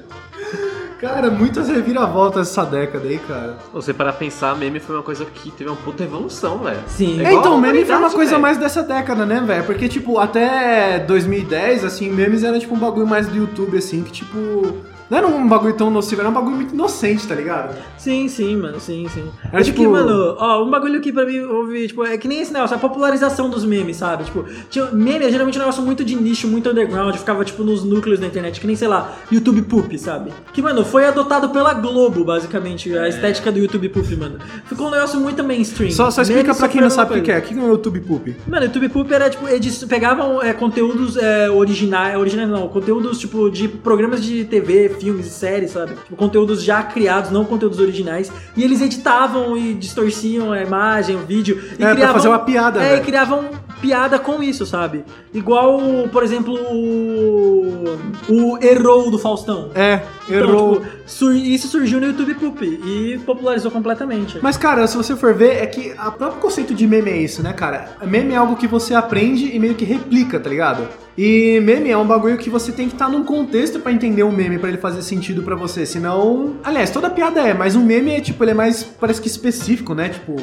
Speaker 2: Cara, muitas reviravoltas essa década aí, cara.
Speaker 6: Você para pensar, meme foi uma coisa que teve uma puta evolução, velho.
Speaker 4: Sim.
Speaker 6: É
Speaker 2: É,
Speaker 6: igual
Speaker 2: então,
Speaker 6: a
Speaker 2: meme foi uma
Speaker 6: humanidade,
Speaker 2: coisa
Speaker 6: velho.
Speaker 2: mais dessa década, né, velho? Porque, tipo, até 2010, assim, memes era, tipo, um bagulho mais do YouTube, assim, que, tipo... Não era um bagulho tão nocivo, era um bagulho muito inocente, tá ligado?
Speaker 4: Sim, sim, mano, sim, sim.
Speaker 2: Era
Speaker 4: É
Speaker 2: tipo-
Speaker 4: tipo, que, mano, ó, um bagulho que pra mim houve, tipo, é que nem esse negócio, a popularização dos memes, sabe? Tipo, tinha, meme é geralmente um negócio muito de nicho, muito underground, ficava, tipo, nos núcleos da internet, que nem, sei lá, YouTube Poop, sabe? Que, mano, foi adotado pela Globo, basicamente,
Speaker 2: É.
Speaker 4: a estética do YouTube Poop, mano. Ficou um negócio muito mainstream.
Speaker 2: Só, só explica
Speaker 4: Memes
Speaker 2: pra quem não
Speaker 4: sofreram
Speaker 2: sabe o que que
Speaker 4: coisa.
Speaker 2: é. O que que é o YouTube Poop?
Speaker 4: Mano, YouTube Poop era tipo, eles pegavam é, conteúdos é, originais, originais não, conteúdos tipo de programas de TV, filmes e séries, sabe? Tipo, conteúdos já criados, não conteúdos originais, e eles editavam e distorciam a imagem, o vídeo, e
Speaker 2: É, pra fazer uma piada,
Speaker 4: É, e
Speaker 2: né?
Speaker 4: criavam piada com isso, sabe? Igual, por exemplo, o, o Errou do Faustão.
Speaker 2: É,
Speaker 4: Então,
Speaker 2: errou.
Speaker 4: tipo, sur- isso surgiu no YouTube Poop e popularizou completamente.
Speaker 2: Mas, cara, se você for ver, é que o próprio conceito de meme é isso, né, cara? Meme é algo que você aprende e meio que replica, tá ligado? E meme é um bagulho que você tem que estar num contexto pra entender um meme, pra ele fazer sentido pra você. Senão. Aliás, toda piada é, mas um meme é, tipo, ele é mais, parece que específico, né? Tipo.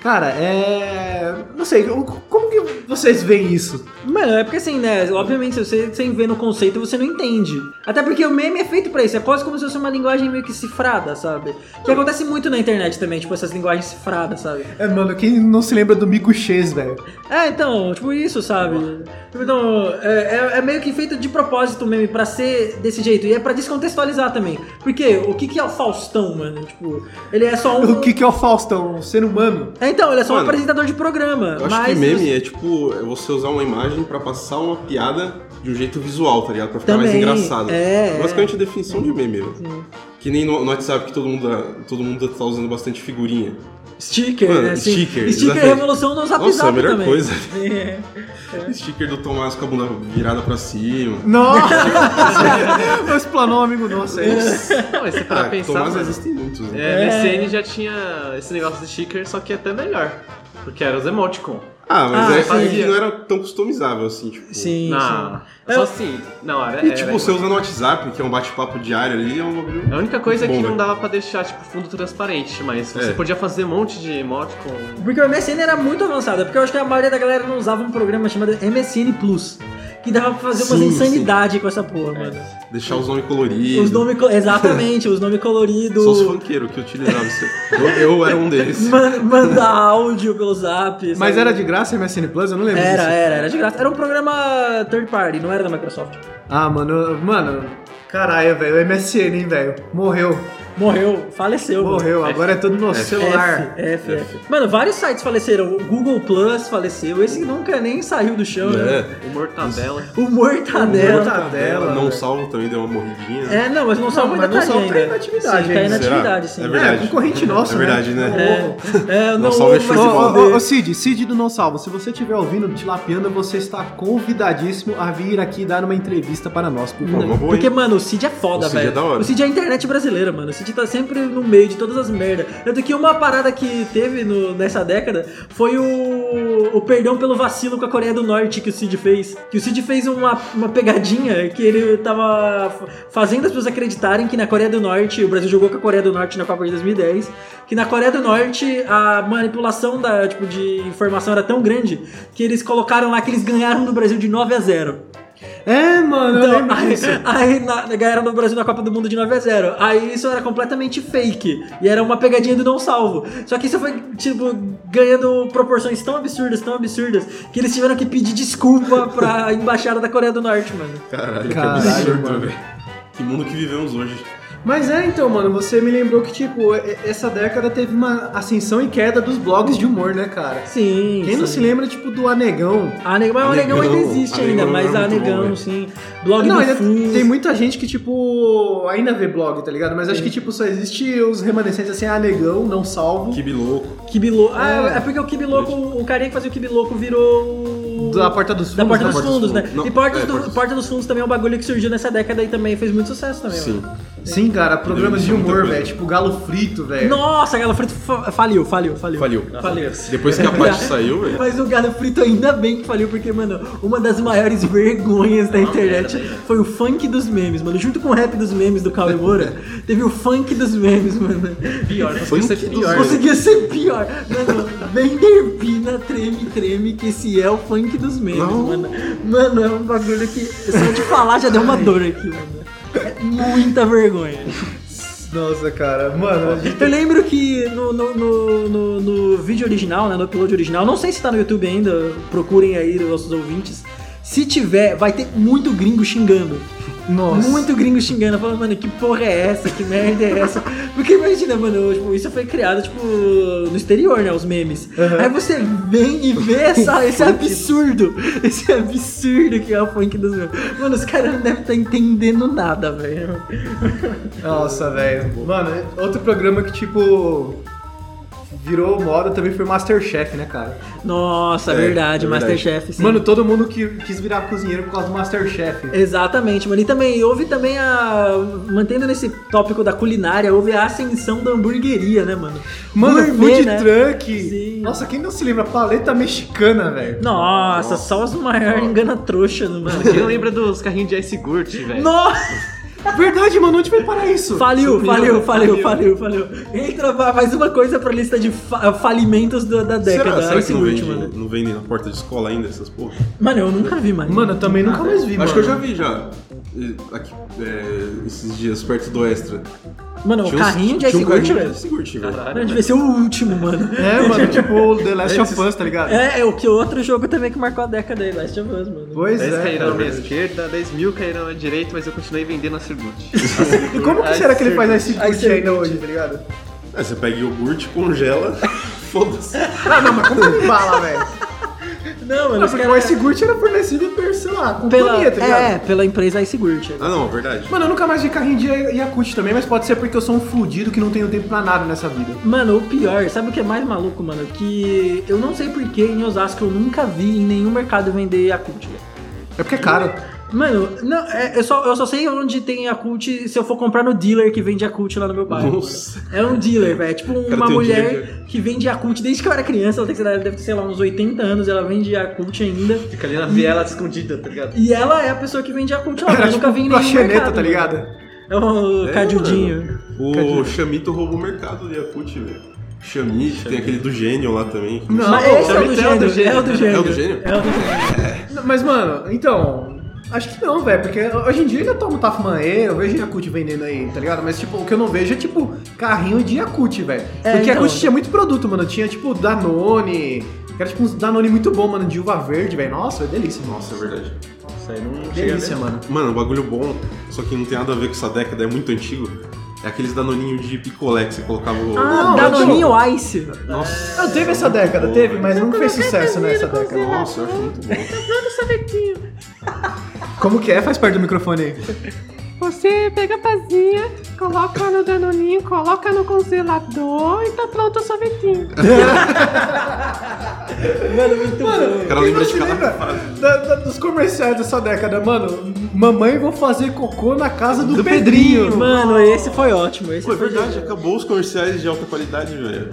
Speaker 2: Cara, é. Não sei, eu- como que vocês veem isso?
Speaker 4: Mano, é porque assim, né? Obviamente, se você sem ver no conceito, você não entende. Até porque o meme é feito pra isso. É quase como se fosse uma linguagem meio que cifrada, sabe? Que acontece muito na internet também, tipo, essas linguagens cifradas, sabe?
Speaker 2: É, mano, quem não se lembra do Mico X, velho?
Speaker 4: É, então, tipo, isso, sabe? Então, é, é- é meio que feito de propósito o meme pra ser desse jeito. E é pra descontextualizar também. Porque o que, que é o Faustão, mano? Tipo, ele é só um.
Speaker 2: O que, que é o Faustão? Um ser humano?
Speaker 4: É, então, ele é só um
Speaker 3: Mano,
Speaker 4: apresentador de programa.
Speaker 3: Eu acho
Speaker 4: mas
Speaker 3: que meme é tipo é você usar uma imagem pra passar uma piada de um jeito visual, tá ligado? Pra ficar mais
Speaker 4: Também,
Speaker 3: engraçado.
Speaker 4: é,
Speaker 3: Basicamente a definição de meme, velho. Que nem no, no WhatsApp que todo mundo, todo mundo tá usando bastante figurinha.
Speaker 4: Sticker,
Speaker 3: Mano,
Speaker 4: né? Sim.
Speaker 3: sticker,
Speaker 4: Sticker é a
Speaker 3: exatamente.
Speaker 4: revolução do Zap
Speaker 3: Nossa,
Speaker 4: Zap
Speaker 3: a melhor
Speaker 4: também.
Speaker 3: coisa. (laughs)
Speaker 4: É.
Speaker 3: Sticker do Tomás com a bunda virada pra cima.
Speaker 2: Nossa! Explanou um amigo nosso aí.
Speaker 6: (laughs) Não, mas se
Speaker 3: Ah,
Speaker 4: tá
Speaker 6: para pensar.
Speaker 3: Tomás
Speaker 6: mano,
Speaker 3: existem muitos, né?
Speaker 6: É, MSN já tinha esse negócio de sticker, só que até melhor. Porque era os emoticon.
Speaker 3: Ah, mas
Speaker 4: Ah,
Speaker 3: é que
Speaker 6: fazia.
Speaker 3: não era tão customizável assim, tipo.
Speaker 4: (laughs) Sim, sim.
Speaker 6: Na... Só assim. Não, era.
Speaker 3: E
Speaker 6: era-
Speaker 3: tipo, você usa no WhatsApp, que é um bate-papo diário ali, é um bagulho-
Speaker 6: A única coisa é
Speaker 3: Bom,
Speaker 6: que não
Speaker 3: velho.
Speaker 6: dava pra deixar, tipo, fundo transparente, mas você
Speaker 3: É.
Speaker 6: podia fazer um monte de emoticon.
Speaker 4: Porque o MSN era muito avançado, porque eu acho que a maioria da galera não usava um programa chamado MSN Plus, que dava pra fazer umas
Speaker 3: Sim,
Speaker 4: insanidade com essa porra, mano.
Speaker 3: deixar os nomes coloridos.
Speaker 4: Os nomes, co- exatamente, os nomes coloridos.
Speaker 3: Só os funkeiros que utilizavam isso. Eu, eu era um
Speaker 4: (laughs)
Speaker 3: deles.
Speaker 4: Man, mandar áudio pelo zap. sabe?
Speaker 2: Mas era de graça MSN Plus? Eu não lembro
Speaker 4: Era,
Speaker 2: disso.
Speaker 4: era, era de graça. Era um programa third party, não era da Microsoft.
Speaker 2: Ah, mano, eu- mano. Caralho, velho. O MSN, hein, velho. Morreu.
Speaker 4: Morreu, faleceu. mano.
Speaker 2: Morreu. Agora é tudo no celular.
Speaker 4: F, F, F. Mano, vários sites faleceram. O Google Plus faleceu. Esse nunca nem saiu do chão, né?
Speaker 3: É.
Speaker 6: O Mortadela.
Speaker 4: O Mortadela.
Speaker 2: Mortadela,
Speaker 3: não
Speaker 2: velho.
Speaker 3: salvo também deu uma morridinha.
Speaker 4: É, não, mas não salvo
Speaker 2: mas
Speaker 4: ainda
Speaker 2: não
Speaker 4: tá
Speaker 2: salvo
Speaker 4: ainda.
Speaker 2: tá aí na atividade
Speaker 4: Sim, tá aí na
Speaker 3: ainda. Será?
Speaker 4: atividade, sim.
Speaker 3: É verdade.
Speaker 2: É, concorrente nosso,
Speaker 3: É verdade,
Speaker 2: né?
Speaker 3: né?
Speaker 4: É,
Speaker 3: Não
Speaker 4: eu não, não
Speaker 3: salvo é show
Speaker 2: Ô,
Speaker 3: de
Speaker 2: ô,
Speaker 3: bola.
Speaker 2: ô, ô, Cid, Cid do Não Salvo, se você estiver ouvindo Tilapiando, você está convidadíssimo a vir aqui dar uma entrevista para nós, por favor.
Speaker 3: Uma boa,
Speaker 4: Porque,
Speaker 3: hein?
Speaker 4: mano, o Cid é foda,
Speaker 3: O Cid é
Speaker 4: velho.
Speaker 3: da hora.
Speaker 4: O Cid é a internet brasileira, mano. O Cid tá sempre no meio de todas as merdas. Tanto que uma parada que teve no- nessa década foi o, o perdão pelo vacilo com a Coreia do Norte que o Cid fez. Que o Cid fez uma, uma pegadinha que ele tava fa- fazendo as pessoas acreditarem que na Coreia do Norte, o Brasil jogou com a Coreia do Norte na Copa de 2010, que na Coreia do Norte a manipulação da, tipo, de informação era tão grande que eles colocaram lá que eles ganharam do Brasil de 9 a 0.
Speaker 2: É, mano, eu
Speaker 4: Então,
Speaker 2: lembro
Speaker 4: (laughs) aí,
Speaker 2: disso.
Speaker 4: aí na, ganharam no Brasil na Copa do Mundo de 9 a 0 Aí isso era completamente fake. E era uma pegadinha do não salvo. Só que isso foi, tipo, ganhando proporções tão absurdas, tão absurdas, que eles tiveram que pedir desculpa pra embaixada da Coreia do Norte, mano.
Speaker 3: Caralho, que
Speaker 2: Caralho,
Speaker 3: absurdo,
Speaker 2: mano.
Speaker 3: velho. Que mundo que vivemos hoje.
Speaker 2: Mas é, então, mano, você me lembrou que, tipo, e- essa década teve uma ascensão e queda dos blogs de humor, né, cara?
Speaker 4: Sim.
Speaker 2: Quem não se lembra, tipo, do Anegão?
Speaker 4: A Negão, mas a Negão ainda
Speaker 3: Anegão-
Speaker 4: existe
Speaker 3: Anegão
Speaker 4: ainda,
Speaker 3: era
Speaker 4: mas a
Speaker 3: muito bom,
Speaker 4: Negão,
Speaker 3: velho.
Speaker 4: sim. Blog
Speaker 2: não,
Speaker 4: do
Speaker 2: ainda
Speaker 4: Fus.
Speaker 2: tem muita gente que, tipo, ainda vê blog, tá ligado? Mas acho que, tipo, só existe os remanescentes assim, Anegão, não salvo.
Speaker 3: Que biloco.
Speaker 4: Kibi Louco. Ah, é porque o Kibi Louco, o carinha que fazia o Kibi Louco virou. o-
Speaker 2: Da Porta dos Fundos.
Speaker 4: Da Porta
Speaker 2: né?
Speaker 4: dos Fundos, né?
Speaker 3: Não,
Speaker 4: e Porta,
Speaker 3: é,
Speaker 4: do-
Speaker 3: Porta dos-
Speaker 4: Porta dos Fundos também é um bagulho que surgiu nessa década e também fez muito sucesso também,
Speaker 3: Sim.
Speaker 4: mano.
Speaker 2: Sim, cara, programas de
Speaker 3: Muita
Speaker 2: humor,
Speaker 3: coisa.
Speaker 2: velho. Tipo, Galo Frito, velho.
Speaker 4: Nossa, Galo Frito fa- faliu, faliu, faliu.
Speaker 3: Faliu.
Speaker 4: Faliu.
Speaker 3: Depois que a Paty saiu, velho.
Speaker 4: Mas o Galo Frito ainda bem que faliu, porque, mano, uma das maiores (laughs) vergonhas da internet foi o funk dos memes, mano. Junto com o rap dos memes do Cauê Moura, teve o funk dos memes, mano.
Speaker 6: Pior,
Speaker 3: Foi
Speaker 6: você
Speaker 3: que
Speaker 6: pior.
Speaker 3: dos-
Speaker 4: Conseguia ser pior. Mano, vem derpina, treme, treme, que esse é o funk dos memes, mano. Mano, é um bagulho que. Só de falar já deu uma dor aqui, mano. É muita vergonha.
Speaker 2: Nossa, cara. Mano, a gente...
Speaker 4: Eu lembro que no, no, no, no- no vídeo original, né, no upload original, não sei se tá no YouTube ainda, procurem aí os nossos ouvintes. Se tiver, vai ter muito gringo xingando.
Speaker 2: Nossa.
Speaker 4: Muito gringo xingando, falando, mano, que porra é essa? Que merda é essa? Porque imagina, mano, tipo, isso foi criado, tipo, no exterior, né? Os memes. Aí você vem
Speaker 3: (laughs)
Speaker 4: e vê essa, esse absurdo. Esse absurdo que é o funk dos memes. Mano, os caras não devem estar entendendo nada, velho.
Speaker 2: Nossa, velho. Mano, outro programa que, tipo, virou moda também foi Masterchef, né, cara?
Speaker 4: Nossa,
Speaker 3: É,
Speaker 4: verdade,
Speaker 3: é verdade.
Speaker 4: Masterchef. Sim.
Speaker 2: Mano, todo mundo que quis virar cozinheiro por causa do Masterchef.
Speaker 4: Exatamente, mano. E também houve também a. Mantendo nesse tópico da culinária, houve a ascensão da hamburgueria, né, mano?
Speaker 2: Mano,
Speaker 4: Gourmet,
Speaker 2: food
Speaker 4: né?
Speaker 2: truck.
Speaker 4: Sim.
Speaker 2: Nossa, quem não se lembra? Paleta mexicana, velho.
Speaker 4: Nossa, só os maiores engana trouxa no mano.
Speaker 6: Quem lembra dos carrinhos de ice Gurt,
Speaker 4: (laughs)
Speaker 6: velho?
Speaker 4: Nossa!
Speaker 2: Verdade, mano, onde foi parar isso?
Speaker 4: Faliu,
Speaker 6: Sumiu,
Speaker 4: faliu, faliu, faliu,
Speaker 6: faliu.
Speaker 4: faliu. Entra fa- mais uma coisa pra lista de fa- falimentos da, da década.
Speaker 3: será será
Speaker 4: esse
Speaker 3: que não vende,
Speaker 4: último, né?
Speaker 3: não vende na porta de escola ainda essas porra?
Speaker 4: Mano, eu nunca vi mais.
Speaker 2: Mano, eu também nunca mais vi,
Speaker 3: Acho
Speaker 2: mano.
Speaker 3: que eu já vi já. eh, Aqui, eh, esses dias, perto do Extra.
Speaker 4: mano, o
Speaker 3: Tinha uns-
Speaker 4: carrinho
Speaker 3: tinha
Speaker 4: de
Speaker 3: um
Speaker 4: ice Gurt,
Speaker 3: carrinho de
Speaker 4: velho.
Speaker 3: Ice Gurt, velho.
Speaker 4: Mano, devia ser o último, mano.
Speaker 2: É,
Speaker 4: (laughs)
Speaker 2: mano, tipo The Last of Us, tá ligado?
Speaker 4: É, é o que outro jogo também que marcou a década aí, Last of Us, mano.
Speaker 2: Pois
Speaker 6: 10
Speaker 2: é.
Speaker 6: cairão
Speaker 2: cara.
Speaker 6: à
Speaker 4: né?
Speaker 6: minha esquerda, 10 mil cairão à direita, mas eu continuei vendendo a Sirgut.
Speaker 2: E como que será que ele faz esse
Speaker 4: É Ice
Speaker 2: curte ainda
Speaker 4: Gurt.
Speaker 2: hoje, tá ligado?
Speaker 3: Aí Ah, você pega iogurte, congela, (laughs) foda-se.
Speaker 2: Ah, não, mas como ele fala,
Speaker 4: (laughs)
Speaker 2: velho?
Speaker 3: Ah,
Speaker 4: Não, mano,
Speaker 2: Não,
Speaker 4: os
Speaker 2: Porque
Speaker 4: caras-
Speaker 2: o Ice Gurt era fornecido por, sei lá,
Speaker 4: é? pela,
Speaker 2: companhia, tá ligado?
Speaker 4: é, pela empresa Ice Gurt.
Speaker 3: Ah não, verdade.
Speaker 2: Mano, eu nunca mais vi carrinho de Yakut também, mas pode ser porque eu sou um fudido que não tenho tempo pra nada nessa vida.
Speaker 4: Mano, o pior, sabe o que é mais maluco, mano? Que eu não sei porquê em Osasco eu nunca vi em nenhum mercado vender Yakult. velho.
Speaker 2: É porque é caro.
Speaker 4: Mano, não, é- eu, só, eu só sei onde tem Yakult se eu for comprar no dealer que vende Yakult lá no meu bairro.
Speaker 3: Nossa.
Speaker 4: É um dealer, velho. É tipo uma
Speaker 3: Cara, tem um
Speaker 4: mulher
Speaker 3: dealer
Speaker 4: que vende Yakult desde que eu era criança. Ela tem que ser- deve ter, sei lá, uns 80 anos. Ela vende Yakult ainda.
Speaker 6: Fica ali na viela escondida, tá ligado?
Speaker 4: E ela é a pessoa que vende Yakult lá.
Speaker 2: Era
Speaker 4: Eu nunca vi em
Speaker 2: tipo
Speaker 4: nenhum
Speaker 2: proxeneta,
Speaker 4: mercado.
Speaker 2: tá ligado?
Speaker 4: mano. É o
Speaker 3: É,
Speaker 4: Cadudinho.
Speaker 3: mano. O Chamito roubou o mercado do Yakut, velho. Chamito, tem aquele do gênio lá também.
Speaker 2: Não,
Speaker 4: Mas esse é o do
Speaker 6: Chamito é o do
Speaker 4: gênio. É o do gênio.
Speaker 3: É o do gênio?
Speaker 4: É o do gênio.
Speaker 2: Não, Mas, mano, então. Acho que não, velho, porque hoje em dia eu já tomo Tafmanê, eu vejo Yakut vendendo aí, tá ligado? Mas, tipo, o que eu não vejo é, tipo, carrinho de Yakut, velho.
Speaker 4: É,
Speaker 2: porque
Speaker 4: então.
Speaker 2: Yakut tinha muito produto, mano. Tinha, tipo, Danone, que era, tipo, uns Danone muito bom, mano, de uva verde, velho. Nossa, é delícia, mano.
Speaker 3: Nossa, é verdade.
Speaker 2: delícia, mano.
Speaker 3: Mano, um bagulho bom, só que não tem nada a ver com essa década, é muito antigo. É aqueles danoninho de picolé que você colocava o...
Speaker 2: Não,
Speaker 4: Ah, Danoninho Ice.
Speaker 3: Nossa.
Speaker 2: Não, teve essa década,
Speaker 3: Boa,
Speaker 2: teve,
Speaker 3: velho.
Speaker 2: mas não fez sucesso nessa
Speaker 4: é
Speaker 2: década.
Speaker 3: Nossa, eu acho muito bom.
Speaker 2: Como que é? Faz perto do microfone aí.
Speaker 8: Você pega a pazinha, coloca no danoninho, coloca no congelador e tá pronto o sorvetinho.
Speaker 2: Quem
Speaker 3: O cara lembra
Speaker 2: não
Speaker 3: de
Speaker 2: se
Speaker 3: cada
Speaker 2: lembra
Speaker 3: frase.
Speaker 2: da- da- dos comerciais dessa década, mano. Mamãe, vou fazer cocô na casa do, Pedrinho.
Speaker 4: Mano, esse foi ótimo. Esse
Speaker 3: Pô, é
Speaker 4: foi
Speaker 3: verdade, acabou os comerciais de alta qualidade, velho.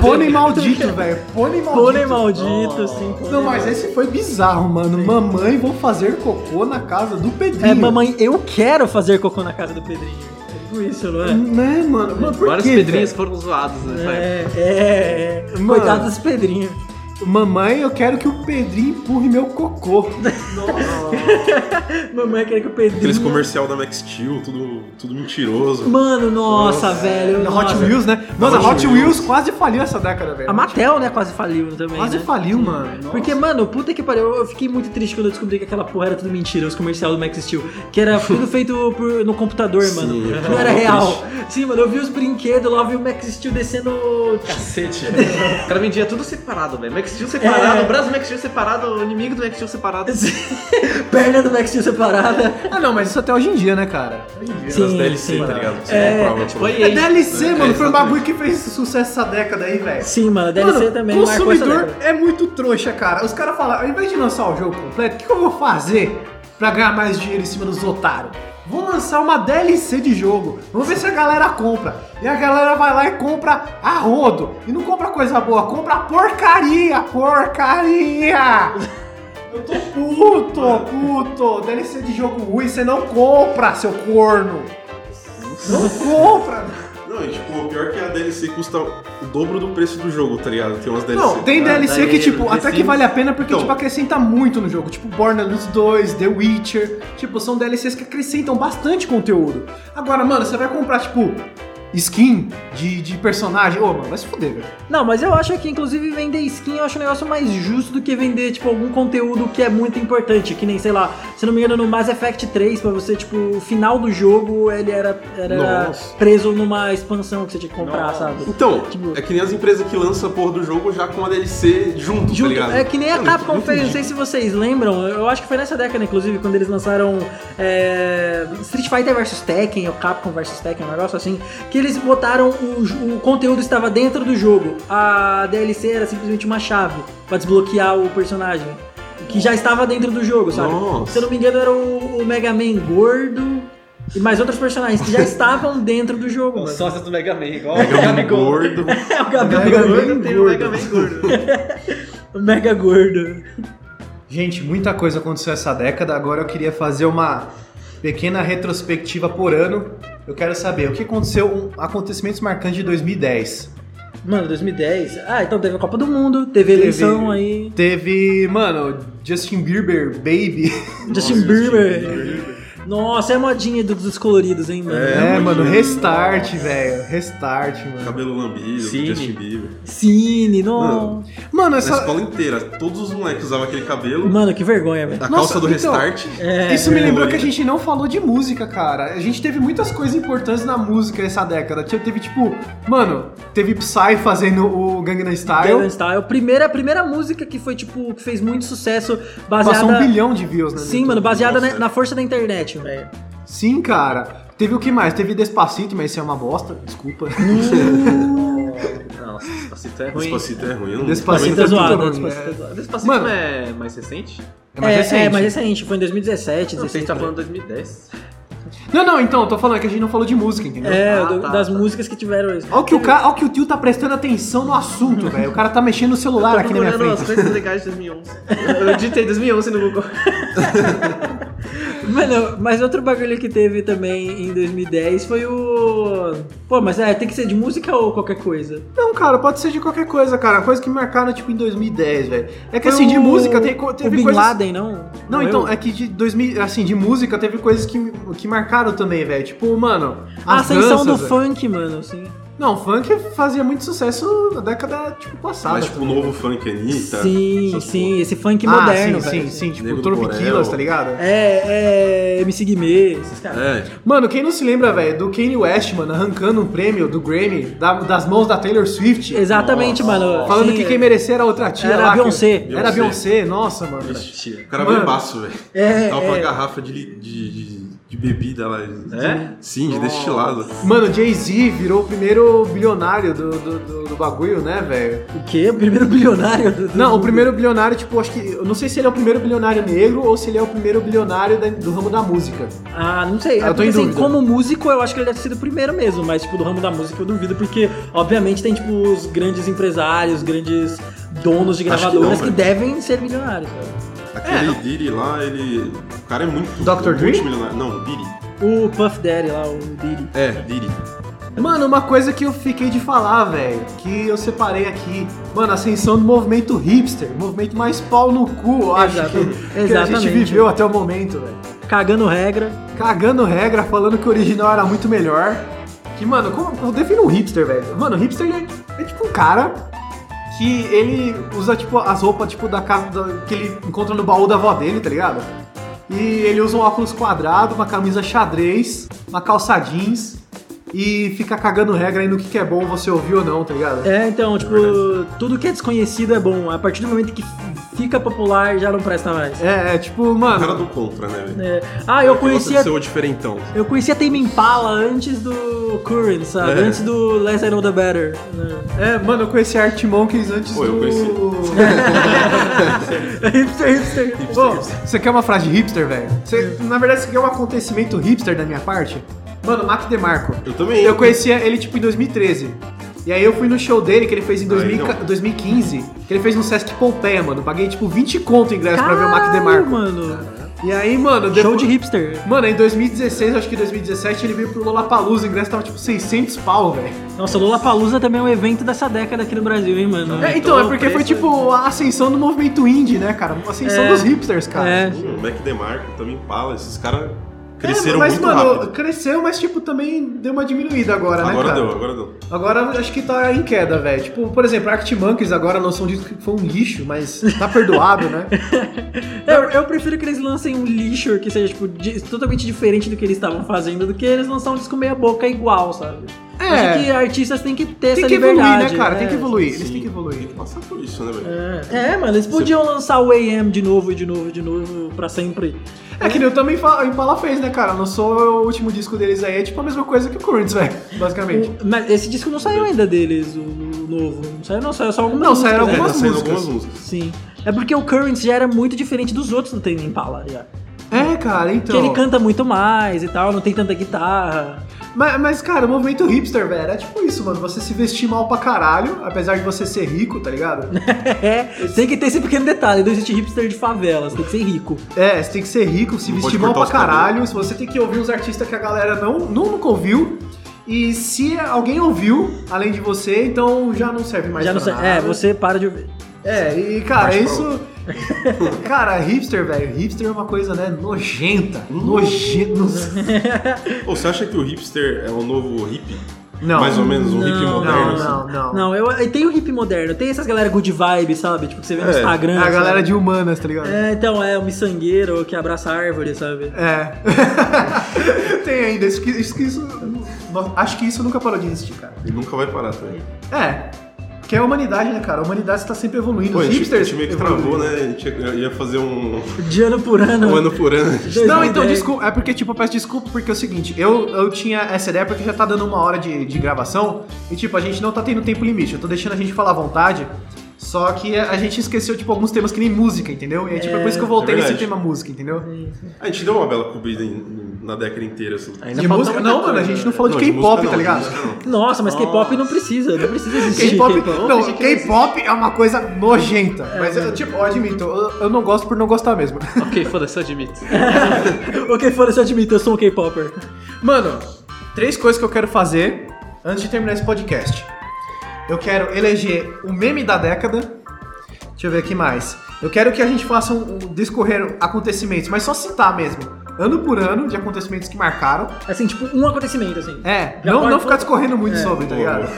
Speaker 2: Pônei maldito, velho. Pônei maldito.
Speaker 4: Pônei maldito, sim. pônei
Speaker 2: Não, mas
Speaker 4: maldito.
Speaker 2: esse foi bizarro, mano. Mamãe, vou fazer cocô na casa do Pedrinho.
Speaker 4: É, mamãe, eu quero fazer cocô na casa do Pedrinho. É tipo isso, não é?
Speaker 2: Né, mano? Mas por
Speaker 6: Vários
Speaker 2: quê,
Speaker 6: pedrinhos
Speaker 2: velho?
Speaker 6: foram zoados, né?
Speaker 4: É, é, é.
Speaker 2: Mano.
Speaker 4: Coitado dos Pedrinhos.
Speaker 2: Mamãe, eu quero que o Pedrinho empurre meu cocô. é
Speaker 4: Mamãe quer que o Pedrinho.
Speaker 3: Aqueles comercial da Max Steel, tudo, tudo mentiroso.
Speaker 4: Mano, nossa, velho.
Speaker 2: Na
Speaker 4: nossa.
Speaker 2: Hot Wheels, né? Mano, a
Speaker 3: Hot
Speaker 2: Hot Wheels quase faliu essa década, velho.
Speaker 4: A Mattel, né, quase faliu também.
Speaker 2: Quase
Speaker 4: né?
Speaker 2: faliu, mano.
Speaker 4: Porque, mano, puta que pariu, eu fiquei muito triste quando eu descobri que aquela porra era tudo mentira, os comercial do Max Steel. Que era tudo feito por- no computador, mano. Não era real. Sim, mano, eu vi os brinquedos lá, eu vi o Max Steel descendo.
Speaker 6: Cacete. o cara vendia tudo separado, velho. Max Steel separado,
Speaker 4: É.
Speaker 6: o braço do Max Steel separado, o inimigo do Max Steel separado.
Speaker 4: Perna do Max Steel separada.
Speaker 2: Ah, não, mas isso até hoje em dia, né, cara?
Speaker 3: As
Speaker 4: Sim,
Speaker 3: DLC,
Speaker 4: sim.
Speaker 3: tá
Speaker 4: mano.
Speaker 3: ligado? Você
Speaker 4: É,
Speaker 3: comprava,
Speaker 6: Tipo, aí,
Speaker 2: É DLC, mano. Foi um
Speaker 3: exatamente.
Speaker 2: bagulho que fez sucesso essa década aí, velho.
Speaker 4: Sim, mano, a DLC
Speaker 2: Mano,
Speaker 4: também marcou essa
Speaker 2: consumidor
Speaker 4: década.
Speaker 2: é muito trouxa, cara. Os caras falam, ao invés de lançar o jogo completo, o que, que eu vou fazer pra ganhar mais dinheiro em cima dos otários? Vou lançar uma DLC de jogo. Vamos ver se a galera compra. E a galera vai lá e compra a rodo. E não compra coisa boa, compra porcaria, porcaria. Eu tô puto, puto. DLC de jogo ruim, você não compra, seu corno. Não compra.
Speaker 3: Não, e tipo, o pior é que a DLC custa o dobro do preço do jogo, tá ligado? Tem umas DLC.
Speaker 2: Não, tem
Speaker 6: cara,
Speaker 2: DLC que,
Speaker 6: daí,
Speaker 2: tipo,
Speaker 6: The
Speaker 2: até que
Speaker 6: Sims.
Speaker 2: vale a pena porque,
Speaker 3: Então.
Speaker 2: tipo, acrescenta muito no jogo. Tipo, Borderlands 2, The Witcher. Tipo, são DLCs que acrescentam bastante conteúdo. Agora, mano, você vai comprar, tipo, skin de, de personagem. Ô, mano, vai se fuder, velho.
Speaker 4: Não, mas eu acho que, inclusive, vender skin eu acho um negócio mais justo do que vender, tipo, algum conteúdo que é muito importante. Que nem, sei lá, se não me engano, no Mass Effect 3, pra você, tipo, o final do jogo, ele era, era
Speaker 3: Nossa.
Speaker 4: preso numa expansão que você tinha que comprar, sabe?
Speaker 3: Então,
Speaker 4: Tipo-
Speaker 3: é que nem as empresas que lançam a porra do jogo já com a DLC junto, tá
Speaker 4: Junto,
Speaker 3: ligado?
Speaker 4: é que nem a
Speaker 3: Não,
Speaker 4: Capcom
Speaker 3: muito
Speaker 4: fez, não
Speaker 3: ridículo.
Speaker 4: sei se vocês lembram, eu acho que foi nessa década, inclusive, quando eles lançaram é, Street Fighter vs Tekken, ou Capcom vs Tekken, um negócio assim, que eles botaram o, j- o conteúdo estava dentro do jogo. A DLC era simplesmente uma chave pra desbloquear o personagem, que já estava dentro do jogo, sabe?
Speaker 3: Nossa.
Speaker 4: Se eu não me engano, era o, o Mega Man gordo e mais outros personagens que já estavam dentro do jogo, mano.
Speaker 6: sócios do Mega Man, igual
Speaker 3: Mega Man gordo.
Speaker 4: (laughs) É o Gabi
Speaker 2: Mega Man
Speaker 4: gordo,
Speaker 6: Tem o Mega Man gordo.
Speaker 4: o Mega gordo.
Speaker 2: Gente, muita coisa aconteceu essa década. Agora eu queria fazer uma pequena retrospectiva por ano. Eu quero saber o que aconteceu, um, acontecimentos marcantes de 2010.
Speaker 4: Mano, 2010. Ah, então teve a Copa do Mundo, teve a eleição aí.
Speaker 2: Teve, mano, Justin Bieber, Baby.
Speaker 4: Justin Bieber. Nossa, é a modinha do- dos coloridos, hein, mano?
Speaker 2: (laughs) É, mano,
Speaker 3: mano.
Speaker 2: Restart, velho. Restart, mano.
Speaker 3: Cabelo lambido,
Speaker 6: Sim.
Speaker 3: Justin Bieber.
Speaker 4: Cine, nossa.
Speaker 2: Mano,
Speaker 3: Na
Speaker 2: essa,
Speaker 3: escola inteira, todos os moleques usavam aquele cabelo,
Speaker 4: Mano, que vergonha, velho.
Speaker 3: a
Speaker 2: Nossa,
Speaker 3: calça do
Speaker 2: então-
Speaker 3: Restart.
Speaker 4: é
Speaker 2: isso me lembrou que a
Speaker 3: colorida.
Speaker 2: gente não falou de música, cara. A gente teve muitas coisas importantes na música nessa década. Tinha- Teve, tipo, mano, teve Psy fazendo o Gangnam
Speaker 4: Gangnam
Speaker 2: Style.
Speaker 4: Style. Primeira, primeira música que foi, tipo, que fez muito sucesso, baseada...
Speaker 2: Passou um bilhão de views, né? no
Speaker 4: Sim,
Speaker 2: YouTube.
Speaker 4: mano, baseada
Speaker 3: Nossa.
Speaker 4: na, na força da internet,
Speaker 2: É.
Speaker 4: (laughs) velho.
Speaker 2: Sim, cara. Teve o que mais? Teve Despacito, mas isso é uma bosta,
Speaker 4: (laughs)
Speaker 2: desculpa.
Speaker 6: Nossa, Despacito é ruim.
Speaker 3: Despacito é ruim, eu não
Speaker 2: Despacito
Speaker 4: Despacito
Speaker 2: é
Speaker 4: é zoado,
Speaker 2: muito ruim,
Speaker 4: Despacito é
Speaker 2: é.
Speaker 4: zoado.
Speaker 6: Despacito
Speaker 2: Mano.
Speaker 6: não é mais recente?
Speaker 2: É mais recente.
Speaker 4: é, mais recente, foi em 2017,
Speaker 6: Não sei
Speaker 4: 16,
Speaker 6: se tá
Speaker 4: por aí.
Speaker 2: né?
Speaker 6: falando 2010.
Speaker 2: Não, não, então, eu tô falando que a gente não falou de música, entendeu?
Speaker 4: É,
Speaker 6: Ah,
Speaker 4: do-
Speaker 6: tá,
Speaker 4: das
Speaker 6: tá.
Speaker 4: músicas que tiveram isso.
Speaker 2: Olha o que o, ca... Olha que o tio tá prestando atenção no assunto, velho. O cara tá mexendo no celular aqui na minha
Speaker 6: procurando as
Speaker 2: frente.
Speaker 6: coisas legais de 2011. Eu eu digitei 2011 no Google.
Speaker 4: Mano, mas outro bagulho que teve também em 2010 foi o. Pô, mas é, tem que ser de música ou qualquer coisa?
Speaker 2: Não, cara, pode ser de qualquer coisa, cara. Coisa que marcaram, tipo, em 2010, velho. É que,
Speaker 4: Foi
Speaker 2: assim, de
Speaker 4: o-
Speaker 2: música tem, co-
Speaker 4: O
Speaker 2: teve
Speaker 4: Bin
Speaker 2: coisas...
Speaker 4: Laden, não?
Speaker 2: Não,
Speaker 4: Morreu?
Speaker 2: então, é que de 2000, assim, de música teve coisas que, que marcaram também, velho. Tipo, mano,
Speaker 4: Ah, A
Speaker 2: as
Speaker 4: ascensão
Speaker 2: danças, é.
Speaker 4: do
Speaker 2: velho.
Speaker 4: funk, mano, assim.
Speaker 2: Não, funk fazia muito sucesso na década, tipo, passada.
Speaker 3: Mas tipo, o novo funk Anitta.
Speaker 4: Sim,
Speaker 3: essas
Speaker 4: sim, esse funk
Speaker 2: Ah,
Speaker 4: moderno,
Speaker 2: sim,
Speaker 4: velho.
Speaker 2: sim, sim, tipo,
Speaker 3: Nego do
Speaker 2: Tropiquilas,
Speaker 3: Borel.
Speaker 2: tá ligado?
Speaker 4: É, é. MC Guimê, esses caras.
Speaker 3: É, tipo,
Speaker 2: Mano, quem não se lembra, velho, do Kanye West, mano, arrancando um prêmio do Grammy da- das mãos da Taylor Swift.
Speaker 4: Exatamente, mano.
Speaker 2: É. Falando
Speaker 4: Sim, é.
Speaker 2: que quem merecia era outra tia
Speaker 4: Era
Speaker 2: lá,
Speaker 4: a
Speaker 2: que-
Speaker 4: Beyoncé.
Speaker 2: Era a Beyoncé, nossa, mano.
Speaker 3: o cara
Speaker 2: Mano.
Speaker 3: bebaço, velho.
Speaker 4: É,
Speaker 3: Tava com uma
Speaker 4: é.
Speaker 3: garrafa de, li- de, de, de bebida lá.
Speaker 6: É?
Speaker 3: Sim, de destilado.
Speaker 2: Mano, Jay-Z virou o primeiro bilionário do, do, do- do bagulho, né, velho?
Speaker 4: O quê? O primeiro (laughs) bilionário do. do
Speaker 2: Não, o
Speaker 4: mundo.
Speaker 2: primeiro bilionário, tipo, acho que. Eu não sei se ele é o primeiro bilionário negro ou se ele é o primeiro bilionário da- do ramo da música.
Speaker 4: Ah, não sei.
Speaker 2: Ah, eu tô
Speaker 4: porque,
Speaker 2: em
Speaker 4: assim,
Speaker 2: dúvida.
Speaker 4: como músico, eu acho que ele deve ter sido o primeiro mesmo, mas tipo, do ramo da música eu duvido, porque obviamente tem tipo os grandes empresários, grandes donos de
Speaker 3: Acho que
Speaker 4: gravadoras
Speaker 3: não,
Speaker 4: que,
Speaker 3: velho.
Speaker 4: devem ser milionários. velho.
Speaker 3: Aquele
Speaker 4: É.
Speaker 3: Diddy lá, ele. O cara é muito.
Speaker 2: Dr. Dre?
Speaker 3: multimilionário. Não, Diddy.
Speaker 4: O Puff Daddy lá, o Diddy.
Speaker 3: É, Diddy.
Speaker 2: Mano, uma coisa que eu fiquei de falar, velho, que eu separei aqui. Mano, a ascensão do movimento hipster, movimento mais pau no cu, eu acho que,
Speaker 4: Exatamente.
Speaker 2: que a gente
Speaker 4: Exatamente.
Speaker 2: viveu até o momento, velho.
Speaker 4: Cagando regra.
Speaker 2: Cagando regra, falando que o original era muito melhor. Que, mano, como eu defino um hipster, velho? Mano, hipster ele é, é tipo um cara que ele usa, tipo, as roupas, tipo, da casa da- que ele encontra no baú da avó dele, tá ligado? E ele usa um óculos quadrado, uma camisa xadrez, uma calça jeans e fica cagando regra aí no que, que é bom você ouvir ou não, tá ligado?
Speaker 4: É, então, tipo, tudo que é desconhecido é bom. A partir do momento que fica popular, já não presta mais.
Speaker 2: É, é tipo,
Speaker 3: O cara
Speaker 2: mano.
Speaker 3: do contra, né, velho?
Speaker 4: É. Ah, eu conhecia
Speaker 3: Você é o diferentão.
Speaker 4: Eu conhecia Tame Impala antes do Current, sabe?
Speaker 3: É.
Speaker 4: Antes do Less I Know The Better. né?
Speaker 2: É, mano, eu conheci Art Monkeys antes
Speaker 3: Pô, eu
Speaker 2: do.
Speaker 3: conheci.
Speaker 2: (laughs) É
Speaker 4: hipster, hipster.
Speaker 2: Ô, você quer uma frase de hipster, velho? Você- Na verdade, você quer um acontecimento hipster da minha parte? Mano, Mac DeMarco.
Speaker 3: Eu também.
Speaker 2: Eu conhecia ele, tipo, em 2013. E aí eu fui no show dele, que ele fez em 2000
Speaker 3: Aí não.
Speaker 2: 2015, que ele fez no Sesc Pompeia, mano. Paguei, tipo, 20 conto o ingresso pra ver o Mac
Speaker 4: Caralho,
Speaker 2: DeMarco.
Speaker 4: mano.
Speaker 2: E aí, mano...
Speaker 4: Show
Speaker 2: depois-
Speaker 4: de hipster.
Speaker 2: Mano, em 2016, acho que 2017, ele veio pro Lollapalooza, o ingresso tava, tipo, 600 pau, velho.
Speaker 4: Nossa, Lollapalooza também é um evento dessa década aqui no Brasil, hein, mano?
Speaker 2: É, então, é porque foi, tipo, a ascensão do movimento indie, né, cara? A ascensão
Speaker 4: É.
Speaker 2: dos hipsters, cara.
Speaker 4: É.
Speaker 3: Hum, Mac DeMarco, também Pala, esses caras cresceram
Speaker 2: É, mas,
Speaker 3: muito
Speaker 2: mano,
Speaker 3: rápido.
Speaker 2: cresceu, mas, tipo, também deu uma diminuída agora, né,
Speaker 3: Agora
Speaker 2: cara?
Speaker 3: deu, agora deu.
Speaker 2: Agora acho que tá em queda, velho. Tipo, por exemplo, Arct Monkeys agora lançou um disco que foi um lixo, mas tá perdoado, né?
Speaker 4: Eu, eu prefiro que eles lancem um lixo que seja, tipo, di- totalmente diferente do que eles estavam fazendo, do que eles lançar um disco meia boca igual, sabe?
Speaker 2: É.
Speaker 4: (laughs) Acho que artistas têm que ter
Speaker 2: Tem
Speaker 4: essa
Speaker 2: que evoluir,
Speaker 4: liberdade.
Speaker 2: né, cara? Tem que
Speaker 4: é.
Speaker 2: evoluir. Eles
Speaker 3: Sim,
Speaker 2: têm que
Speaker 3: Tem que
Speaker 2: evoluir.
Speaker 3: passar por isso, né, velho?
Speaker 4: É, É, mano, eles podiam lançar o AM de novo e de novo e de novo pra sempre.
Speaker 2: É que nem eu também fa- o Impala fez, né, cara? Lançou o último disco deles aí, é tipo a mesma coisa que o Currents, velho, (laughs) basicamente.
Speaker 4: O- Mas esse disco não saiu ainda deles, o o novo. Não saiu, não, saiu só algumas
Speaker 2: Não, saíram
Speaker 4: músicas, né?
Speaker 3: tá
Speaker 2: algumas
Speaker 3: saindo
Speaker 2: músicas.
Speaker 3: algumas músicas.
Speaker 4: Sim. É porque o Currents já era muito diferente dos outros do Tame Impala. Já.
Speaker 2: É, cara,
Speaker 4: Porque
Speaker 2: então.
Speaker 4: ele canta muito mais e tal, não tem tanta guitarra. (laughs)
Speaker 2: Mas, mas, cara, o movimento hipster, velho, é tipo isso, mano. Você se vestir mal pra caralho, apesar de você ser rico, tá ligado?
Speaker 4: É, tem que ter esse pequeno detalhe, não existe hipster de favela, você tem que ser rico.
Speaker 2: É, você tem que ser rico, se
Speaker 3: Não
Speaker 2: vestir
Speaker 3: pode
Speaker 2: mal pra
Speaker 3: cortar os
Speaker 2: caralho. Se você tem que ouvir uns artistas que a galera não, não nunca ouviu. E se alguém ouviu, além de você, então já não serve mais
Speaker 4: já não
Speaker 2: pra
Speaker 4: sei,
Speaker 2: nada.
Speaker 4: é, você para de ouvir.
Speaker 2: É, e cara,
Speaker 3: Mas
Speaker 2: isso. (laughs) cara, hipster, velho. Hipster é uma coisa, né? Nojenta.
Speaker 3: Hum.
Speaker 2: Nojenta.
Speaker 3: Ô, você acha que o hipster é o novo hippie?
Speaker 2: Não.
Speaker 3: Mais ou menos, um hippie
Speaker 2: Não,
Speaker 3: moderno. assim?
Speaker 2: não, não.
Speaker 4: Não, eu, e tem o hip moderno, tem essas galera good vibe, sabe? Tipo, que você vê no
Speaker 3: É,
Speaker 4: Instagram.
Speaker 2: A galera
Speaker 4: sabe?
Speaker 2: de humanas, tá ligado?
Speaker 4: É, então, é, o miçangueiro que abraça a árvore, sabe?
Speaker 2: É. (laughs) Tem ainda. Isso, que- isso, que isso, acho que isso nunca parou de existir, cara.
Speaker 3: Ele nunca vai parar, tá ligado?
Speaker 2: É. Que é a humanidade, né, cara? A humanidade está sempre evoluindo.
Speaker 3: Pô, a
Speaker 2: Os
Speaker 3: gente, a
Speaker 2: hipsters.
Speaker 3: gente meio que
Speaker 2: evoluem.
Speaker 3: travou, né? A gente ia ia fazer um,
Speaker 4: De ano por ano.
Speaker 3: um ano por ano.
Speaker 2: Não, então,
Speaker 4: 2010.
Speaker 2: desculpa. É porque, tipo, eu peço desculpa porque é o seguinte, eu, eu tinha essa ideia porque já tá dando uma hora de, de gravação e, tipo, a gente não tá tendo tempo limite. Eu tô deixando a gente falar à vontade. Só que a gente esqueceu, tipo, alguns temas que nem música, entendeu? E é, tipo, é por isso que eu voltei
Speaker 3: É
Speaker 2: nesse
Speaker 3: verdade.
Speaker 2: tema música, entendeu?
Speaker 3: A gente deu uma bela comida em- na década inteira, assim.
Speaker 6: Ainda
Speaker 2: De
Speaker 6: falta
Speaker 2: música?
Speaker 6: muita
Speaker 2: Não,
Speaker 6: coisa,
Speaker 2: mano, a gente não
Speaker 6: né?
Speaker 2: falou de
Speaker 3: Não, de música
Speaker 2: K-pop,
Speaker 3: não,
Speaker 2: tá
Speaker 3: de
Speaker 2: ligado?
Speaker 3: música não.
Speaker 4: Nossa, mas K-pop não precisa, não precisa existir.
Speaker 2: K-pop.
Speaker 4: K-pop.
Speaker 2: Não, K-pop é uma coisa nojenta.
Speaker 6: É
Speaker 2: Mas, eu, tipo, eu admito, eu, eu não gosto por não gostar mesmo.
Speaker 6: Ok, foda-se, eu admito.
Speaker 4: O que for, eu admito, eu sou um K-Popper.
Speaker 2: Mano, três coisas que eu quero fazer antes de terminar esse podcast. Eu quero eleger o meme da década. Deixa eu ver aqui mais. Eu quero que a gente faça um, um discorrer acontecimentos, mas só citar mesmo. Ano por ano, de acontecimentos que marcaram.
Speaker 4: Assim, tipo, um acontecimento, assim.
Speaker 2: É,
Speaker 4: Já
Speaker 2: não,
Speaker 4: pode-
Speaker 2: não ficar discorrendo muito
Speaker 4: É.
Speaker 2: sobre, tá
Speaker 3: Boa,
Speaker 2: ligado?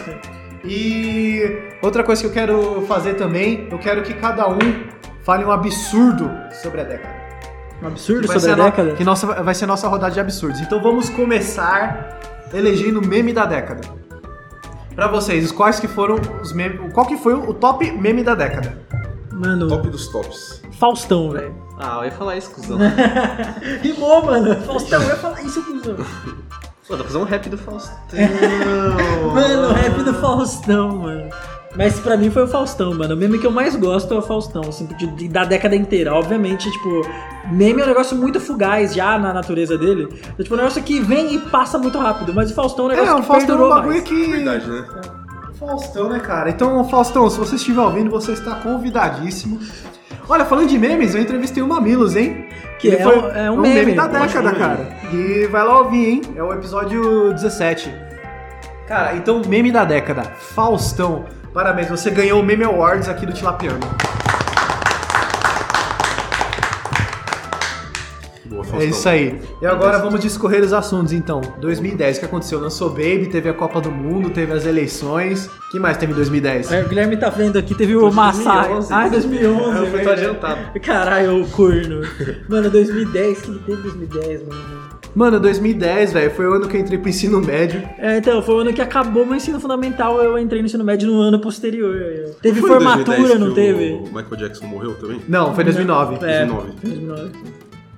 Speaker 2: E outra coisa que eu quero fazer também, eu quero que cada um fale um absurdo sobre a década.
Speaker 4: Um absurdo
Speaker 2: Que vai
Speaker 4: sobre a
Speaker 2: ser no-
Speaker 4: década.
Speaker 2: Que nossa, vai ser a nossa rodada de absurdos. Então vamos começar elegendo o meme da década. Pra vocês, quais que foram os memes. Qual que foi o top meme da década?
Speaker 4: Mano,
Speaker 3: Top dos tops.
Speaker 4: Faustão, velho.
Speaker 6: Ah, eu ia falar isso, cuzão.
Speaker 4: Rimou, mano. Faustão, eu ia falar isso, cuzão.
Speaker 6: Pô, dá pra fazer um rap do Faustão.
Speaker 4: Mano, o rap do Faustão, mano. Mas pra mim foi o Faustão, mano. O meme que eu mais gosto é o Faustão, assim, de- de- da década inteira. Obviamente, tipo, meme é um negócio muito fugaz já na natureza dele. Então, tipo, um negócio que vem e passa muito rápido. Mas o Faustão é um negócio
Speaker 2: É, o
Speaker 4: que
Speaker 2: Faustão é um
Speaker 4: perdurou
Speaker 2: bagulho
Speaker 4: mais.
Speaker 2: que.
Speaker 3: Verdade, né?
Speaker 2: Faustão, né, cara? Então, Faustão, se você estiver ouvindo, você está convidadíssimo. Olha, falando de memes, eu entrevistei o Mamilos, hein?
Speaker 4: Que
Speaker 2: Ele
Speaker 4: é um- é um meme.
Speaker 2: da
Speaker 4: Eu
Speaker 3: acho
Speaker 2: década,
Speaker 3: um meme.
Speaker 2: cara. E vai lá ouvir, hein? É o episódio 17. Cara, então meme da década. Faustão. Parabéns, você ganhou o Meme Awards aqui do Tilapiano. É
Speaker 3: Boa,
Speaker 2: É
Speaker 3: Faustão.
Speaker 2: isso aí. E agora vamos discorrer os assuntos, então. 2010, o que aconteceu? Lançou Baby, teve a Copa do Mundo, teve as eleições. O que mais teve em 2010?
Speaker 4: É, O Guilherme tá vendo aqui, teve o massacre.
Speaker 2: né?
Speaker 4: Ah, 2011.
Speaker 6: Eu fui
Speaker 4: verdade.
Speaker 2: Tá.
Speaker 6: adiantado.
Speaker 4: Caralho, o corno. Mano, 2010, que teve 2010, mano.
Speaker 2: Mano, 2010, velho, foi o ano que eu entrei pro ensino médio.
Speaker 4: É, então, foi o ano que acabou meu ensino fundamental, eu entrei no ensino médio no ano posterior. Teve
Speaker 3: Foi em 2010
Speaker 4: formatura,
Speaker 3: que
Speaker 4: não teve?
Speaker 3: O Michael Jackson morreu também?
Speaker 2: Não, foi 2009.
Speaker 4: É,
Speaker 3: 19.
Speaker 4: 2009.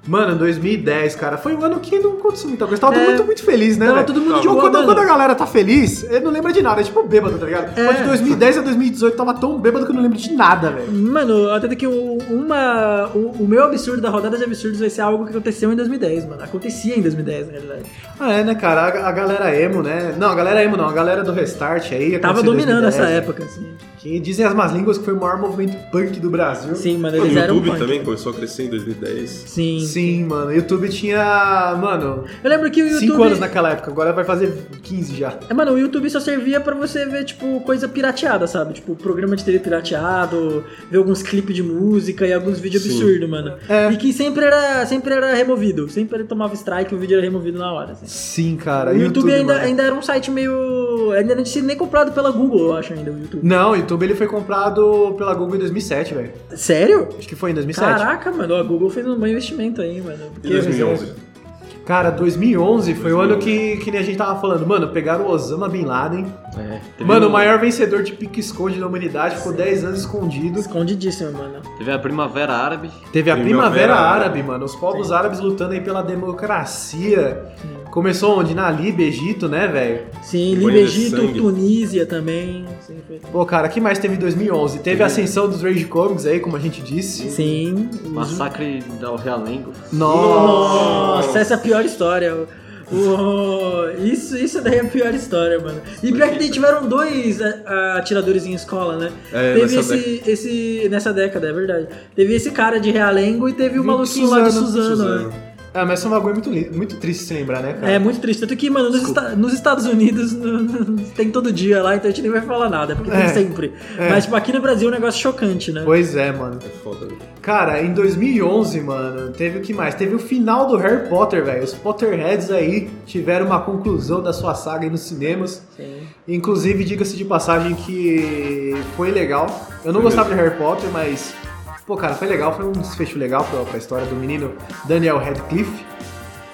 Speaker 2: Mano, 2010, cara, foi um ano que não aconteceu muita coisa. Tava todo
Speaker 4: É.
Speaker 2: mundo muito, muito feliz, né?
Speaker 4: Tava
Speaker 2: velho?
Speaker 4: todo mundo de
Speaker 2: Tipo,
Speaker 4: boa,
Speaker 2: quando,
Speaker 4: mano.
Speaker 2: quando a galera tá feliz, ele não lembra de nada. É tipo bêbado, tá ligado?
Speaker 4: É.
Speaker 2: Mas de 2010 a 2018 tava tão bêbado que eu não lembro de nada, velho.
Speaker 4: Mano, até que o- uma, o, o meu absurdo da rodada de absurdos vai ser algo que aconteceu em 2010, mano. Acontecia em 2010, na realidade.
Speaker 2: Ah, é, né, cara? A, a galera emo, né? Não, a galera emo não, a galera do Restart aí.
Speaker 4: Tava
Speaker 2: aconteceu em
Speaker 4: dominando
Speaker 2: 2010,
Speaker 4: essa época,
Speaker 2: né?
Speaker 4: assim.
Speaker 2: Que dizem as más línguas que foi o maior movimento punk do Brasil.
Speaker 4: Sim, mano,
Speaker 3: O
Speaker 4: eles eram
Speaker 3: YouTube
Speaker 4: um punk.
Speaker 3: também começou a crescer em 2010.
Speaker 4: Sim.
Speaker 2: Sim, mano. O YouTube tinha, mano,
Speaker 4: Eu lembro que o
Speaker 2: 5
Speaker 4: YouTube...
Speaker 2: anos naquela época. Agora vai fazer 15 já.
Speaker 4: É, Mano, o YouTube só servia pra você ver, tipo, coisa pirateada, sabe? Tipo, programa de TV pirateado, ver alguns clipes de música e alguns vídeos absurdos, mano.
Speaker 2: É.
Speaker 4: E que sempre era, sempre era removido. Sempre ele tomava strike e o vídeo era removido na hora, assim.
Speaker 2: Sim, cara. é
Speaker 4: o YouTube, ainda,
Speaker 2: mano.
Speaker 4: ainda era um site meio... Ainda não tinha sido nem comprado pela Google, eu acho, ainda, o YouTube.
Speaker 2: Não, o YouTube ele foi comprado pela Google em 2007, velho.
Speaker 4: Sério?
Speaker 2: Acho que foi em 2007.
Speaker 4: Caraca, mano, a Google fez um bom investimento aí, mano.
Speaker 3: Em 2011.
Speaker 2: Cara, 2011 foi o ano que, que nem a gente tava falando. Mano, pegaram o Osama Bin Laden.
Speaker 5: É,
Speaker 2: Mano,
Speaker 5: o
Speaker 2: o maior vencedor de pique-esconde da humanidade. Ficou 10 anos escondido.
Speaker 4: Escondidíssimo, mano.
Speaker 5: Teve a Primavera Árabe.
Speaker 2: Teve a
Speaker 3: Primavera
Speaker 2: Primavera
Speaker 3: Árabe.
Speaker 2: Árabe, mano. Os povos árabes lutando aí pela democracia. Começou onde? Na Líbia, Egito, né, velho?
Speaker 4: Sim,
Speaker 3: Banho
Speaker 4: Líbia,
Speaker 3: de
Speaker 4: Egito,
Speaker 3: sangue.
Speaker 4: Tunísia também. Sim, foi-
Speaker 2: Pô, cara, que mais teve em 2011? Teve a ascensão dos Rage Comics aí, como a gente disse.
Speaker 4: Sim.
Speaker 5: Massacre da Realengo.
Speaker 4: Nossa, essa é a pior história. O- o- isso, isso daí é a pior história, mano. E pior que daí tiveram dois é, atiradores em escola, né?
Speaker 3: É,
Speaker 4: teve
Speaker 3: nessa
Speaker 4: esse, esse. Nessa década, é verdade. Teve esse cara de Realengo e teve o maluquinho lá de Suzano. né?
Speaker 2: Ah, mas isso é um bagulho muito, li- muito triste se lembrar, né, cara?
Speaker 4: É muito triste. Tanto que, mano, nos, esta- nos Estados Unidos (laughs) no- no- tem todo dia lá, então a gente nem vai falar nada, porque
Speaker 2: É.
Speaker 4: tem sempre.
Speaker 2: É.
Speaker 4: Mas, tipo, aqui no Brasil é um negócio chocante, né?
Speaker 2: Pois é, mano.
Speaker 3: É foda.
Speaker 2: Cara, em 2011, mano, teve o que mais? Teve o final do Harry Potter, velho. Os Potterheads aí tiveram uma conclusão da sua saga aí nos cinemas.
Speaker 4: Sim.
Speaker 2: Inclusive, diga-se de passagem que foi legal. Eu não gostava de Harry Potter, mas. Pô, cara, foi legal, foi um desfecho legal pra, pra história do menino Daniel Radcliffe.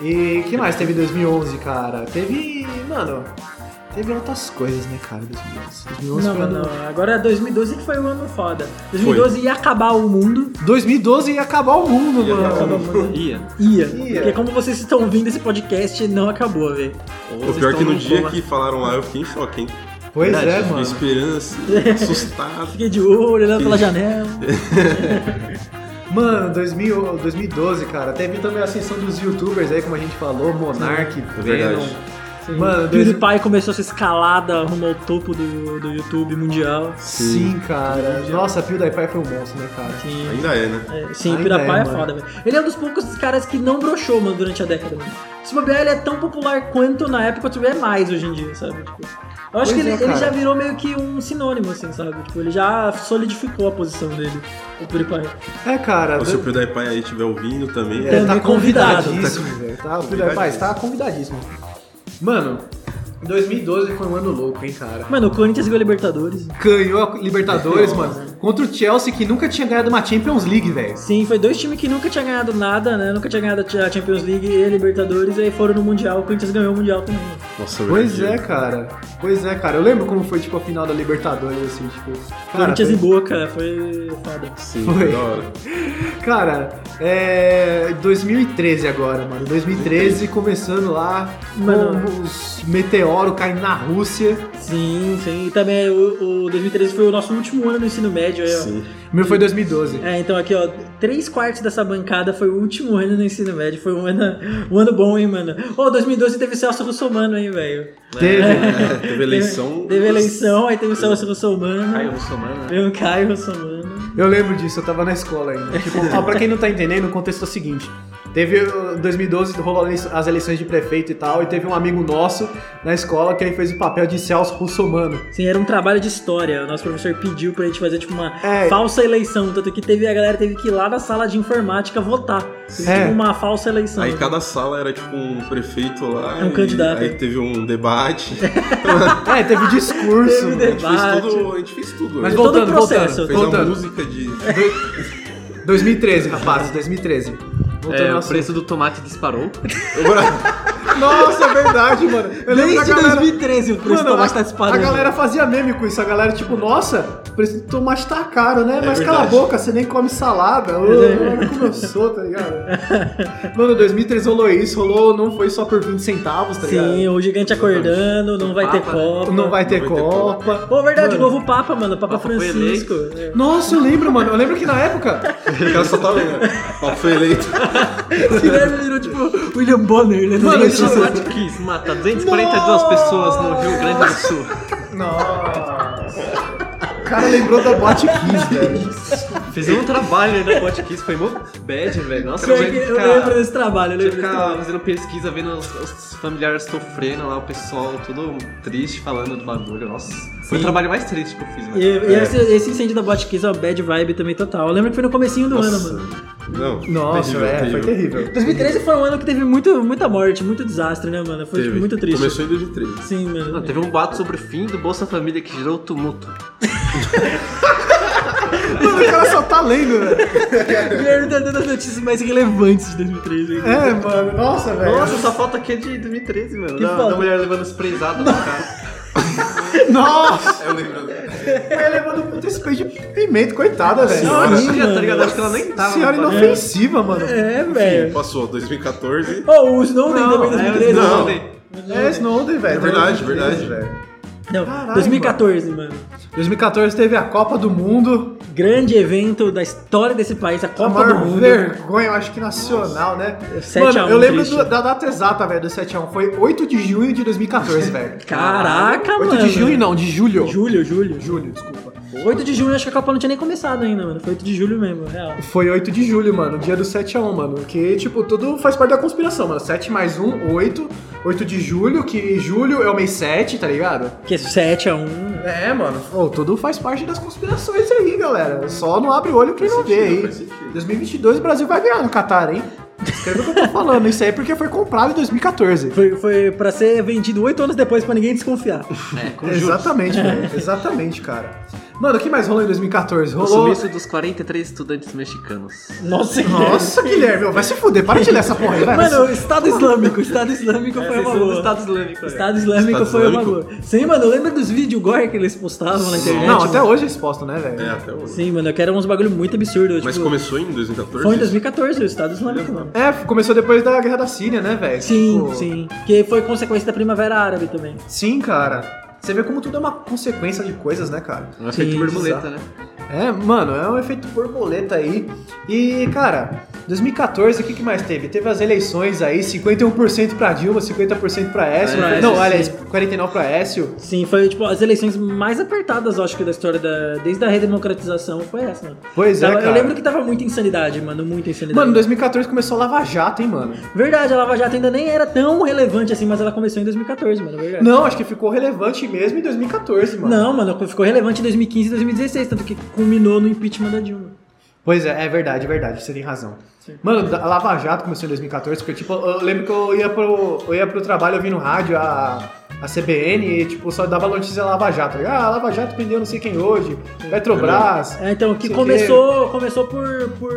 Speaker 2: E que mais teve em 2011, cara? Teve. Mano. Teve altas coisas, né, cara, em 2011. 2011
Speaker 4: Não,
Speaker 2: foi
Speaker 4: mano,
Speaker 2: ano-
Speaker 4: não. agora é 2012 que foi um ano foda. 2012 ia acabar o mundo.
Speaker 2: 2012 ia acabar o mundo, mano.
Speaker 4: Acabou o mundo.
Speaker 5: Ia.
Speaker 4: Ia.
Speaker 2: Ia.
Speaker 4: Porque como vocês estão ouvindo esse podcast, não acabou, velho.
Speaker 3: O pior é que
Speaker 5: um
Speaker 3: no dia que falaram lá, eu fiquei em choque, hein?
Speaker 2: Pois é,
Speaker 3: Verdade,
Speaker 2: mano.
Speaker 3: Esperança, assustado.
Speaker 4: Fiquei de olho, olhando pela janela.
Speaker 2: Mano, 2000, 2012, cara. Teve também a ascensão dos youtubers aí, como a gente falou, Monark,
Speaker 3: verdade.
Speaker 2: Venom. Mano,
Speaker 4: o
Speaker 2: dois-
Speaker 4: PewDiePie começou a sua escalada rumo ao topo do, do YouTube mundial.
Speaker 2: Sim, cara. Nossa, PewDiePie foi um monstro, né, cara?
Speaker 4: Sim.
Speaker 3: Ainda é, né?
Speaker 4: É, Sim, o
Speaker 2: Ainda
Speaker 4: Pirapai
Speaker 2: é,
Speaker 4: é,
Speaker 2: mano.
Speaker 4: foda, velho. Ele é um dos poucos caras que não broxou, mano, durante a década, mano. Se bobear, ele é tão popular quanto na época, se bobear, é mais hoje em dia, sabe? Tipo, eu acho
Speaker 2: Pois
Speaker 4: que ele,
Speaker 2: é,
Speaker 4: ele
Speaker 2: cara.
Speaker 4: já virou meio que um sinônimo, assim, sabe? Tipo, ele já solidificou a posição dele, o PewDiePie.
Speaker 2: É, cara.
Speaker 3: Ou se o
Speaker 2: do-
Speaker 3: PewDiePie aí estiver ouvindo também.
Speaker 2: É, tá
Speaker 4: Também convidado.
Speaker 2: convidadíssimo, velho. Tá, o PewDiePie
Speaker 3: Convidadíssimo.
Speaker 2: tá convidadíssimo. Mano, 2012 foi um ano louco, hein, cara.
Speaker 4: Mano, o Corinthians ganhou a Libertadores.
Speaker 2: Ganhou a Libertadores, mano, contra o Chelsea, que nunca tinha ganhado uma Champions League, velho.
Speaker 4: Sim, foi dois times que nunca tinha ganhado nada, né? Nunca tinha ganhado a Champions League e a Libertadores, e aí foram no Mundial. O Corinthians ganhou o Mundial também.
Speaker 3: Nossa,
Speaker 2: Pois é,
Speaker 3: verdade.
Speaker 2: cara. Pois é, cara. Eu lembro como foi, tipo, a final da Libertadores, assim, tipo... Cara,
Speaker 4: Corinthians
Speaker 2: foi-
Speaker 4: e Boca, foi foda.
Speaker 3: Sim,
Speaker 2: Foi.
Speaker 3: foi da hora.
Speaker 2: Cara, é. 2013 agora, mano. 2013 começando lá
Speaker 4: Mano.
Speaker 2: com os meteoros caindo na Rússia.
Speaker 4: Sim, sim. E também o, o 2013 foi o nosso último ano no ensino médio. Aí, ó.
Speaker 3: Sim. (laughs)
Speaker 2: O meu foi 2012.
Speaker 4: É, então aqui, ó, três quartos dessa bancada foi o último ano no ensino médio. Foi um ano, um ano bom, hein, mano. Ô, 2012 teve Celso Russomano, hein, velho.
Speaker 2: Teve.
Speaker 3: É, teve eleição.
Speaker 4: Teve eleição, aí teve o Celso Russomano.
Speaker 5: Caio Russomano.
Speaker 4: Veio o um Caio Russomano.
Speaker 2: Eu lembro disso, eu tava na escola ainda. Tipo, ó, pra quem não tá entendendo, o contexto é o seguinte. Teve uh, 2012 rolou ali as eleições de prefeito e tal, e teve um amigo nosso na escola que ele fez o papel de Celso Russomano.
Speaker 4: Sim, era um trabalho de história. O nosso professor pediu pra gente fazer, tipo, uma
Speaker 2: É.
Speaker 4: falsa eleição. Tanto que teve, a galera teve que ir lá na sala de informática votar. Teve
Speaker 2: É.
Speaker 4: tipo, uma falsa eleição.
Speaker 3: Aí cada sala era tipo um prefeito lá.
Speaker 4: É um
Speaker 3: e
Speaker 4: candidato.
Speaker 3: Aí teve um debate.
Speaker 2: É, teve discurso.
Speaker 4: Teve
Speaker 3: a, gente fez
Speaker 4: Debate.
Speaker 3: tudo, a gente fez tudo.
Speaker 2: Mas
Speaker 3: né?
Speaker 4: Todo
Speaker 2: voltando,
Speaker 4: o
Speaker 2: voltando,
Speaker 4: processo.
Speaker 3: Fez a
Speaker 2: voltando.
Speaker 3: música de. (laughs)
Speaker 2: 2013, rapazes, 2013. Voltando
Speaker 5: É,
Speaker 2: ao
Speaker 5: o
Speaker 2: assunto.
Speaker 5: preço do tomate disparou.
Speaker 2: Nossa, é verdade, mano. Eu lembro da
Speaker 4: Desde
Speaker 2: galera-
Speaker 4: 2013 o preço do
Speaker 2: Mano, a,
Speaker 4: tomate tá disparando.
Speaker 2: a galera fazia meme com isso. A galera, tipo, nossa, o preço do tomate tá caro, né? Mas cala a
Speaker 3: É verdade.
Speaker 2: boca, você nem come salada. Ô,
Speaker 4: é.
Speaker 2: Olha como eu sou, tá
Speaker 4: (laughs)
Speaker 2: ligado? Mano, 2003 rolou isso. Rolou, não foi só por 20 centavos, tá ligado?
Speaker 4: Sim, o gigante acordando, não vai ter
Speaker 5: Papa,
Speaker 4: Copa.
Speaker 2: Não vai ter
Speaker 3: Não vai ter
Speaker 2: Copa.
Speaker 4: Pô, verdade,
Speaker 2: Mano.
Speaker 4: o novo Papa, mano, o Papa,
Speaker 5: Papa foi
Speaker 4: Francisco. É.
Speaker 2: (laughs) Nossa, eu lembro, mano. Eu lembro que na época.
Speaker 3: O cara só tá tava lendo. Ó, foi eleito.
Speaker 4: O Guilherme virou tipo William Bonner, né?
Speaker 2: Mano, isso-
Speaker 5: Tomate quis mata 242 pessoas no Rio Grande do Sul.
Speaker 2: Nossa. O cara lembrou da Boate Kiss, velho.
Speaker 5: Fizemos um trabalho aí na Podcast, foi mó bad, velho. Nossa,
Speaker 4: Pior
Speaker 5: vai
Speaker 4: que eu
Speaker 5: ficar-
Speaker 4: lembro desse trabalho, eu
Speaker 5: Tinha
Speaker 4: lembro
Speaker 5: que
Speaker 4: desse
Speaker 5: ficar
Speaker 4: trabalho.
Speaker 5: fazendo pesquisa, vendo os, os familiares sofrendo lá, o pessoal tudo triste falando do bagulho. Nossa, foi o trabalho mais triste que eu fiz, né?
Speaker 4: E,
Speaker 5: velho.
Speaker 4: e esse, esse incêndio da Botkiss é uma bad vibe também total. Eu lembro que foi no comecinho do ano, mano.
Speaker 3: Não.
Speaker 2: Nossa,
Speaker 3: terrível,
Speaker 2: velho, foi terrível.
Speaker 4: 2013 foi um ano que teve muito, muita morte, muito desastre, né, mano? Foi tipo,
Speaker 3: Teve.
Speaker 4: muito triste.
Speaker 3: Começou em 2013.
Speaker 4: Sim, mano.
Speaker 5: Não, teve um boato sobre o fim do Bolsa Família que gerou tumulto.
Speaker 2: Mano, o cara só tá lendo, velho.
Speaker 4: O Guilherme tá dando as notícias mais relevantes de 2013. né?
Speaker 2: É, mano. Nossa, velho.
Speaker 5: Nossa, essa foto aqui é de 2013, mano.
Speaker 4: Que
Speaker 5: Da,
Speaker 4: foto?
Speaker 5: da mulher levando esprezado na cara.
Speaker 2: Nossa! Mulher levando um puta spray de pimenta, coitada, velho.
Speaker 4: Senhora.
Speaker 5: Ela tinha,
Speaker 4: mano.
Speaker 5: tá ligado? Acho que ela nem tava.
Speaker 2: Senhora
Speaker 5: no bagulho.
Speaker 2: inofensiva, mano.
Speaker 4: É, velho.
Speaker 3: Passou 2014.
Speaker 4: Oh, o Snowden também
Speaker 5: Não, é,
Speaker 4: 2013.
Speaker 3: não.
Speaker 4: mano.
Speaker 2: É Snowden, velho.
Speaker 3: É verdade,
Speaker 2: Tá
Speaker 3: verdade.
Speaker 2: velho.
Speaker 4: né? Não,
Speaker 2: Caralho,
Speaker 4: 2014, mano.
Speaker 2: 2014 teve a Copa do Mundo.
Speaker 4: Grande evento da história desse país, a
Speaker 2: a
Speaker 4: Copa
Speaker 2: maior
Speaker 4: do Mundo.
Speaker 2: vergonha, eu acho que nacional, né?
Speaker 4: 7 a 1,
Speaker 2: mano, eu lembro
Speaker 4: triste.
Speaker 2: do- da data exata, velho, do 7x1. Foi 8 de junho de 2014, velho.
Speaker 4: (laughs) Caraca,
Speaker 2: 8
Speaker 4: mano.
Speaker 2: de junho não, de julho.
Speaker 4: Julho, julho.
Speaker 2: Julho, desculpa.
Speaker 4: 8 de junho, acho que a Copa não tinha nem começado ainda, mano. Foi 8 de julho mesmo, real.
Speaker 2: Foi 8 de julho, mano, dia do 7x1, mano. Que, tipo, tudo faz parte da conspiração, mano. 7 mais 1, 8. 8 de julho, que julho é o mês 7, tá ligado?
Speaker 4: Que é 7 a 1.
Speaker 2: É, mano. Ô, tudo faz parte das conspirações aí, galera. Só não abre o olho quem não vê aí. 2022 o Brasil vai ganhar no Catar, hein? Escreve o que eu tô falando. Isso aí é porque foi comprado em 2014.
Speaker 4: Foi, foi pra ser vendido 8 anos depois pra
Speaker 2: (laughs)
Speaker 4: ninguém desconfiar.
Speaker 2: Exatamente,
Speaker 4: (laughs)
Speaker 2: velho. Exatamente, cara. Mano, o que mais rolou em 2014?
Speaker 5: O
Speaker 2: Rolou.
Speaker 5: sumiço dos 43 estudantes mexicanos.
Speaker 4: Nossa, Guilherme.
Speaker 2: Nossa, Guilherme, ô, vai se fuder. Para de ler essa porra aí, vai.
Speaker 4: Mano, o Estado Islâmico, o Estado Islâmico
Speaker 2: É,
Speaker 4: foi uma boa.
Speaker 5: Estado Islâmico. né?
Speaker 4: O Estado Islâmico
Speaker 3: Estado
Speaker 4: foi uma
Speaker 3: Islâmico?
Speaker 4: boa. Sim, mano, lembra dos vídeos gore que eles postavam na internet?
Speaker 2: Não,
Speaker 4: mano?
Speaker 2: até hoje eles postam, né, velho?
Speaker 3: É, até hoje.
Speaker 4: Sim, mano, eu quero uns bagulho muito absurdo.
Speaker 3: Mas
Speaker 4: tipo,
Speaker 3: começou em 2014?
Speaker 4: foi em 2014 o Estado Islâmico, mano.
Speaker 2: É, começou depois da Guerra da Síria, né, velho?
Speaker 4: Sim,
Speaker 2: Tipo,
Speaker 4: sim. Que foi consequência da Primavera Árabe também.
Speaker 2: Sim, cara. Você vê como tudo é uma consequência de coisas, né, cara?
Speaker 5: Um efeito
Speaker 4: Sim,
Speaker 5: borboleta, né?
Speaker 2: É, mano, é um efeito borboleta aí. E, cara, 2014, o que, que mais teve? Teve as eleições aí, 51% pra Dilma, 50% pra Écio.
Speaker 4: Pra
Speaker 2: não,
Speaker 4: Écio,
Speaker 2: aliás,
Speaker 4: sim.
Speaker 2: 49% pra Écio.
Speaker 4: Sim, foi tipo as eleições mais apertadas, eu acho que da história da desde a redemocratização foi essa, mano.
Speaker 2: Pois é,
Speaker 4: Tava-
Speaker 2: cara.
Speaker 4: Eu lembro que tava muita insanidade, mano, muita insanidade.
Speaker 2: Mano, 2014 começou a Lava Jato, hein, mano?
Speaker 4: Verdade, a Lava Jato ainda nem era tão relevante assim, mas ela começou em 2014, mano, verdade.
Speaker 2: Não, acho que ficou relevante mesmo em 2014, mano.
Speaker 4: É. Não, mano, ficou relevante em 2015 e 2016, tanto que culminou no impeachment da Dilma.
Speaker 2: Pois é, é verdade, é verdade, você tem razão. Mano, a Lava Jato começou em 2014, porque, tipo, eu lembro que eu ia pro, eu ia pro trabalho, eu vi no rádio a, a CBN e, tipo, só dava notícia da Lava Jato. Ah, a Lava Jato prendeu não sei quem hoje, Petrobras.
Speaker 4: É, então, que
Speaker 2: Sei
Speaker 4: começou, começou por, por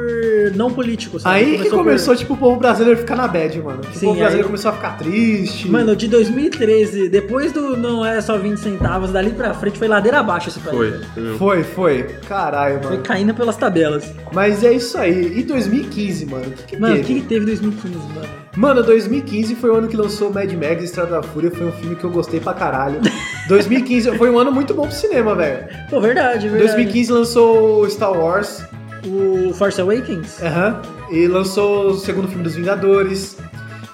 Speaker 4: não político, sabe?
Speaker 2: Aí que
Speaker 4: por-
Speaker 2: começou, tipo, o povo brasileiro ficar na bad, mano. Tipo,
Speaker 4: Sim,
Speaker 2: o povo brasileiro
Speaker 4: aí-
Speaker 2: começou a ficar triste.
Speaker 4: Mano, de 2013, depois do não é só 20 centavos, dali pra frente foi ladeira abaixo esse país.
Speaker 3: Foi.
Speaker 4: velho.
Speaker 2: Foi, foi. Caralho,
Speaker 4: Foi
Speaker 2: mano.
Speaker 4: caindo pelas tabelas.
Speaker 2: Mas é isso aí. E 2015, mano? O que que
Speaker 4: Mano, o
Speaker 2: teve?
Speaker 4: que que teve em 2015, mano?
Speaker 2: Mano, 2015 foi o ano que lançou Mad Max Estrada da Fúria, foi um filme que eu gostei pra
Speaker 4: (laughs)
Speaker 2: caralho. 2015 foi um ano muito bom pro cinema, velho.
Speaker 4: Pô, verdade, verdade.
Speaker 2: 2015 lançou o Star Wars,
Speaker 4: O Force Awakens?
Speaker 2: aham, e lançou o segundo filme dos Vingadores.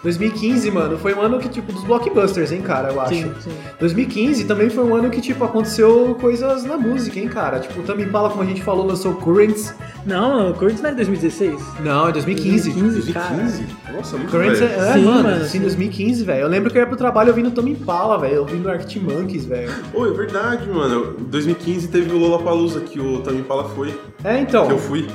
Speaker 2: 2015, mano, foi um ano que, tipo, dos blockbusters, hein, cara, eu acho.
Speaker 4: sim, sim.
Speaker 2: 2015 também foi um ano que, tipo, aconteceu coisas na música, hein, cara. Tipo, o Tame Impala, como a gente falou, lançou Currents.
Speaker 4: Não, o Corinthians não era 2016.
Speaker 2: Não, é 2015.
Speaker 4: 2015, cara.
Speaker 3: 15? Nossa, muito
Speaker 2: Corinthians
Speaker 3: velho.
Speaker 2: é, é,
Speaker 4: Sim,
Speaker 2: mano,
Speaker 4: mano,
Speaker 2: assim,
Speaker 4: sim.
Speaker 2: 2015, velho. Eu lembro que eu ia pro trabalho ouvindo Tommy Impala, velho. Ouvindo Arctimonkeys, velho.
Speaker 3: Ô, é verdade, mano. 2015 teve o Lollapalooza que o Tami Impala foi,
Speaker 2: É, então.
Speaker 3: que eu fui.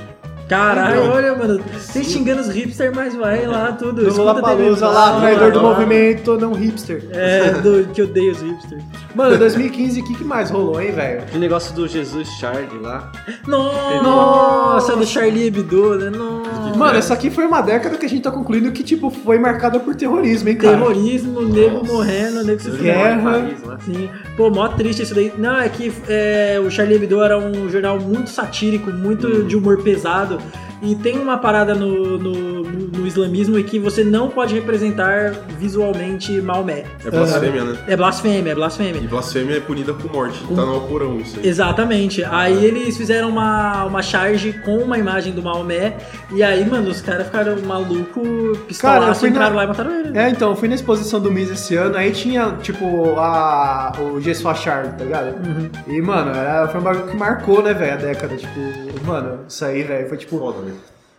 Speaker 4: Caralho,
Speaker 3: Então.
Speaker 4: olha, mano. Vocês xingando os hipster, mas vai lá tudo.
Speaker 2: Do
Speaker 4: escuta a
Speaker 2: Lollapalooza
Speaker 4: televisão,
Speaker 2: lá, traidor do
Speaker 4: mano.
Speaker 2: movimento, não hipster.
Speaker 4: É, do, que odeio os hipsters.
Speaker 2: Mano, 2015, o que, que mais rolou, hein, velho?
Speaker 6: Aquele negócio do Jesus Charlie lá.
Speaker 4: Nossa, do Charlie Hebdo, né? Nossa.
Speaker 2: Mano, essa aqui foi uma década que a gente tá concluindo que, tipo, foi marcada por terrorismo, hein, cara?
Speaker 4: Terrorismo, nego morrendo, nego se
Speaker 5: é um
Speaker 2: Guerra.
Speaker 4: fudendo. Sim. Pô, mó triste isso daí. Não, é que é, o Charlie Hebdo era um jornal muito satírico, muito
Speaker 2: Hum.
Speaker 4: de humor pesado. E tem uma parada no, no, no islamismo em que você não pode representar visualmente Maomé.
Speaker 3: É blasfêmia, né?
Speaker 4: É Um blasfêmia, é blasfêmia.
Speaker 3: E blasfêmia é punida com morte. Tá no Alcorão isso aí.
Speaker 4: Exatamente. Aí
Speaker 2: Ah.
Speaker 4: eles fizeram uma, uma charge com uma imagem do Maomé. E aí, mano, os caras ficaram malucos,
Speaker 2: Cara, eu
Speaker 4: pistolaço,
Speaker 2: fui
Speaker 4: entraram
Speaker 2: na-
Speaker 4: lá e mataram ele.
Speaker 2: É, então, eu fui na exposição do Miss esse ano, aí tinha, tipo, a, o Gesso Achar, tá ligado?
Speaker 4: Uhum.
Speaker 2: E, mano, era, foi um bagulho que marcou, né, velho, a década. Tipo, mano, isso aí, velho, foi tipo.
Speaker 3: Foda, né?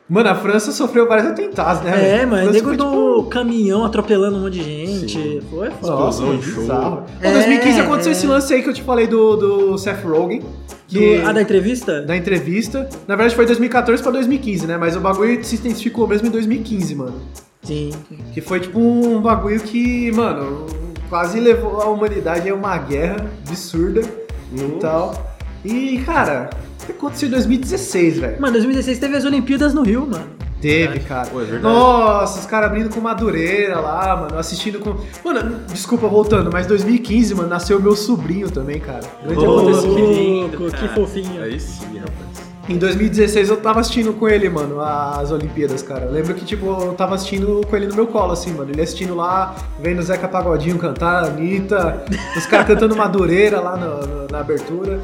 Speaker 2: Mano, a França sofreu vários atentados, né?
Speaker 4: É,
Speaker 2: velho? A
Speaker 4: mano,
Speaker 2: França
Speaker 4: nego
Speaker 2: foi, tipo,
Speaker 4: do caminhão atropelando um monte de gente.
Speaker 3: Sim.
Speaker 4: Foi foda.
Speaker 2: Nossa,
Speaker 3: Explosão em show.
Speaker 2: bizarro. Em
Speaker 4: É,
Speaker 2: 2015 aconteceu
Speaker 4: é.
Speaker 2: esse lance aí que eu te falei do, do Seth Rogen. Que,
Speaker 4: Do- Ah, da entrevista?
Speaker 2: da entrevista. Na verdade foi 2014 pra 2015, né? Mas o bagulho se intensificou mesmo em 2015, mano.
Speaker 4: Sim.
Speaker 2: Que foi tipo um bagulho que, mano, quase levou a humanidade a uma guerra absurda e tal. E, cara, o que aconteceu em 2016, velho?
Speaker 4: Mano, 2016 teve as Olimpíadas no Rio, mano.
Speaker 2: Teve, cara.
Speaker 3: Pô, é verdade.
Speaker 2: Nossa, os caras abrindo com Madureira lá, mano, assistindo com. Mano, desculpa, voltando, mas 2015, mano, nasceu meu sobrinho também, cara. Grande
Speaker 4: Ô,
Speaker 2: acontecimento.
Speaker 4: tipo, louco,
Speaker 6: lindo,
Speaker 4: que
Speaker 6: cara.
Speaker 4: fofinho.
Speaker 5: É
Speaker 3: Aí sim, rapaz.
Speaker 2: Em 2016 eu tava assistindo com ele, mano, as Olimpíadas, cara. Eu lembro que, tipo, eu tava assistindo com ele no meu colo, assim, mano. Ele assistindo lá, vendo o Zeca Pagodinho cantar, Anitta, os caras cantando Madureira lá no- no- na abertura.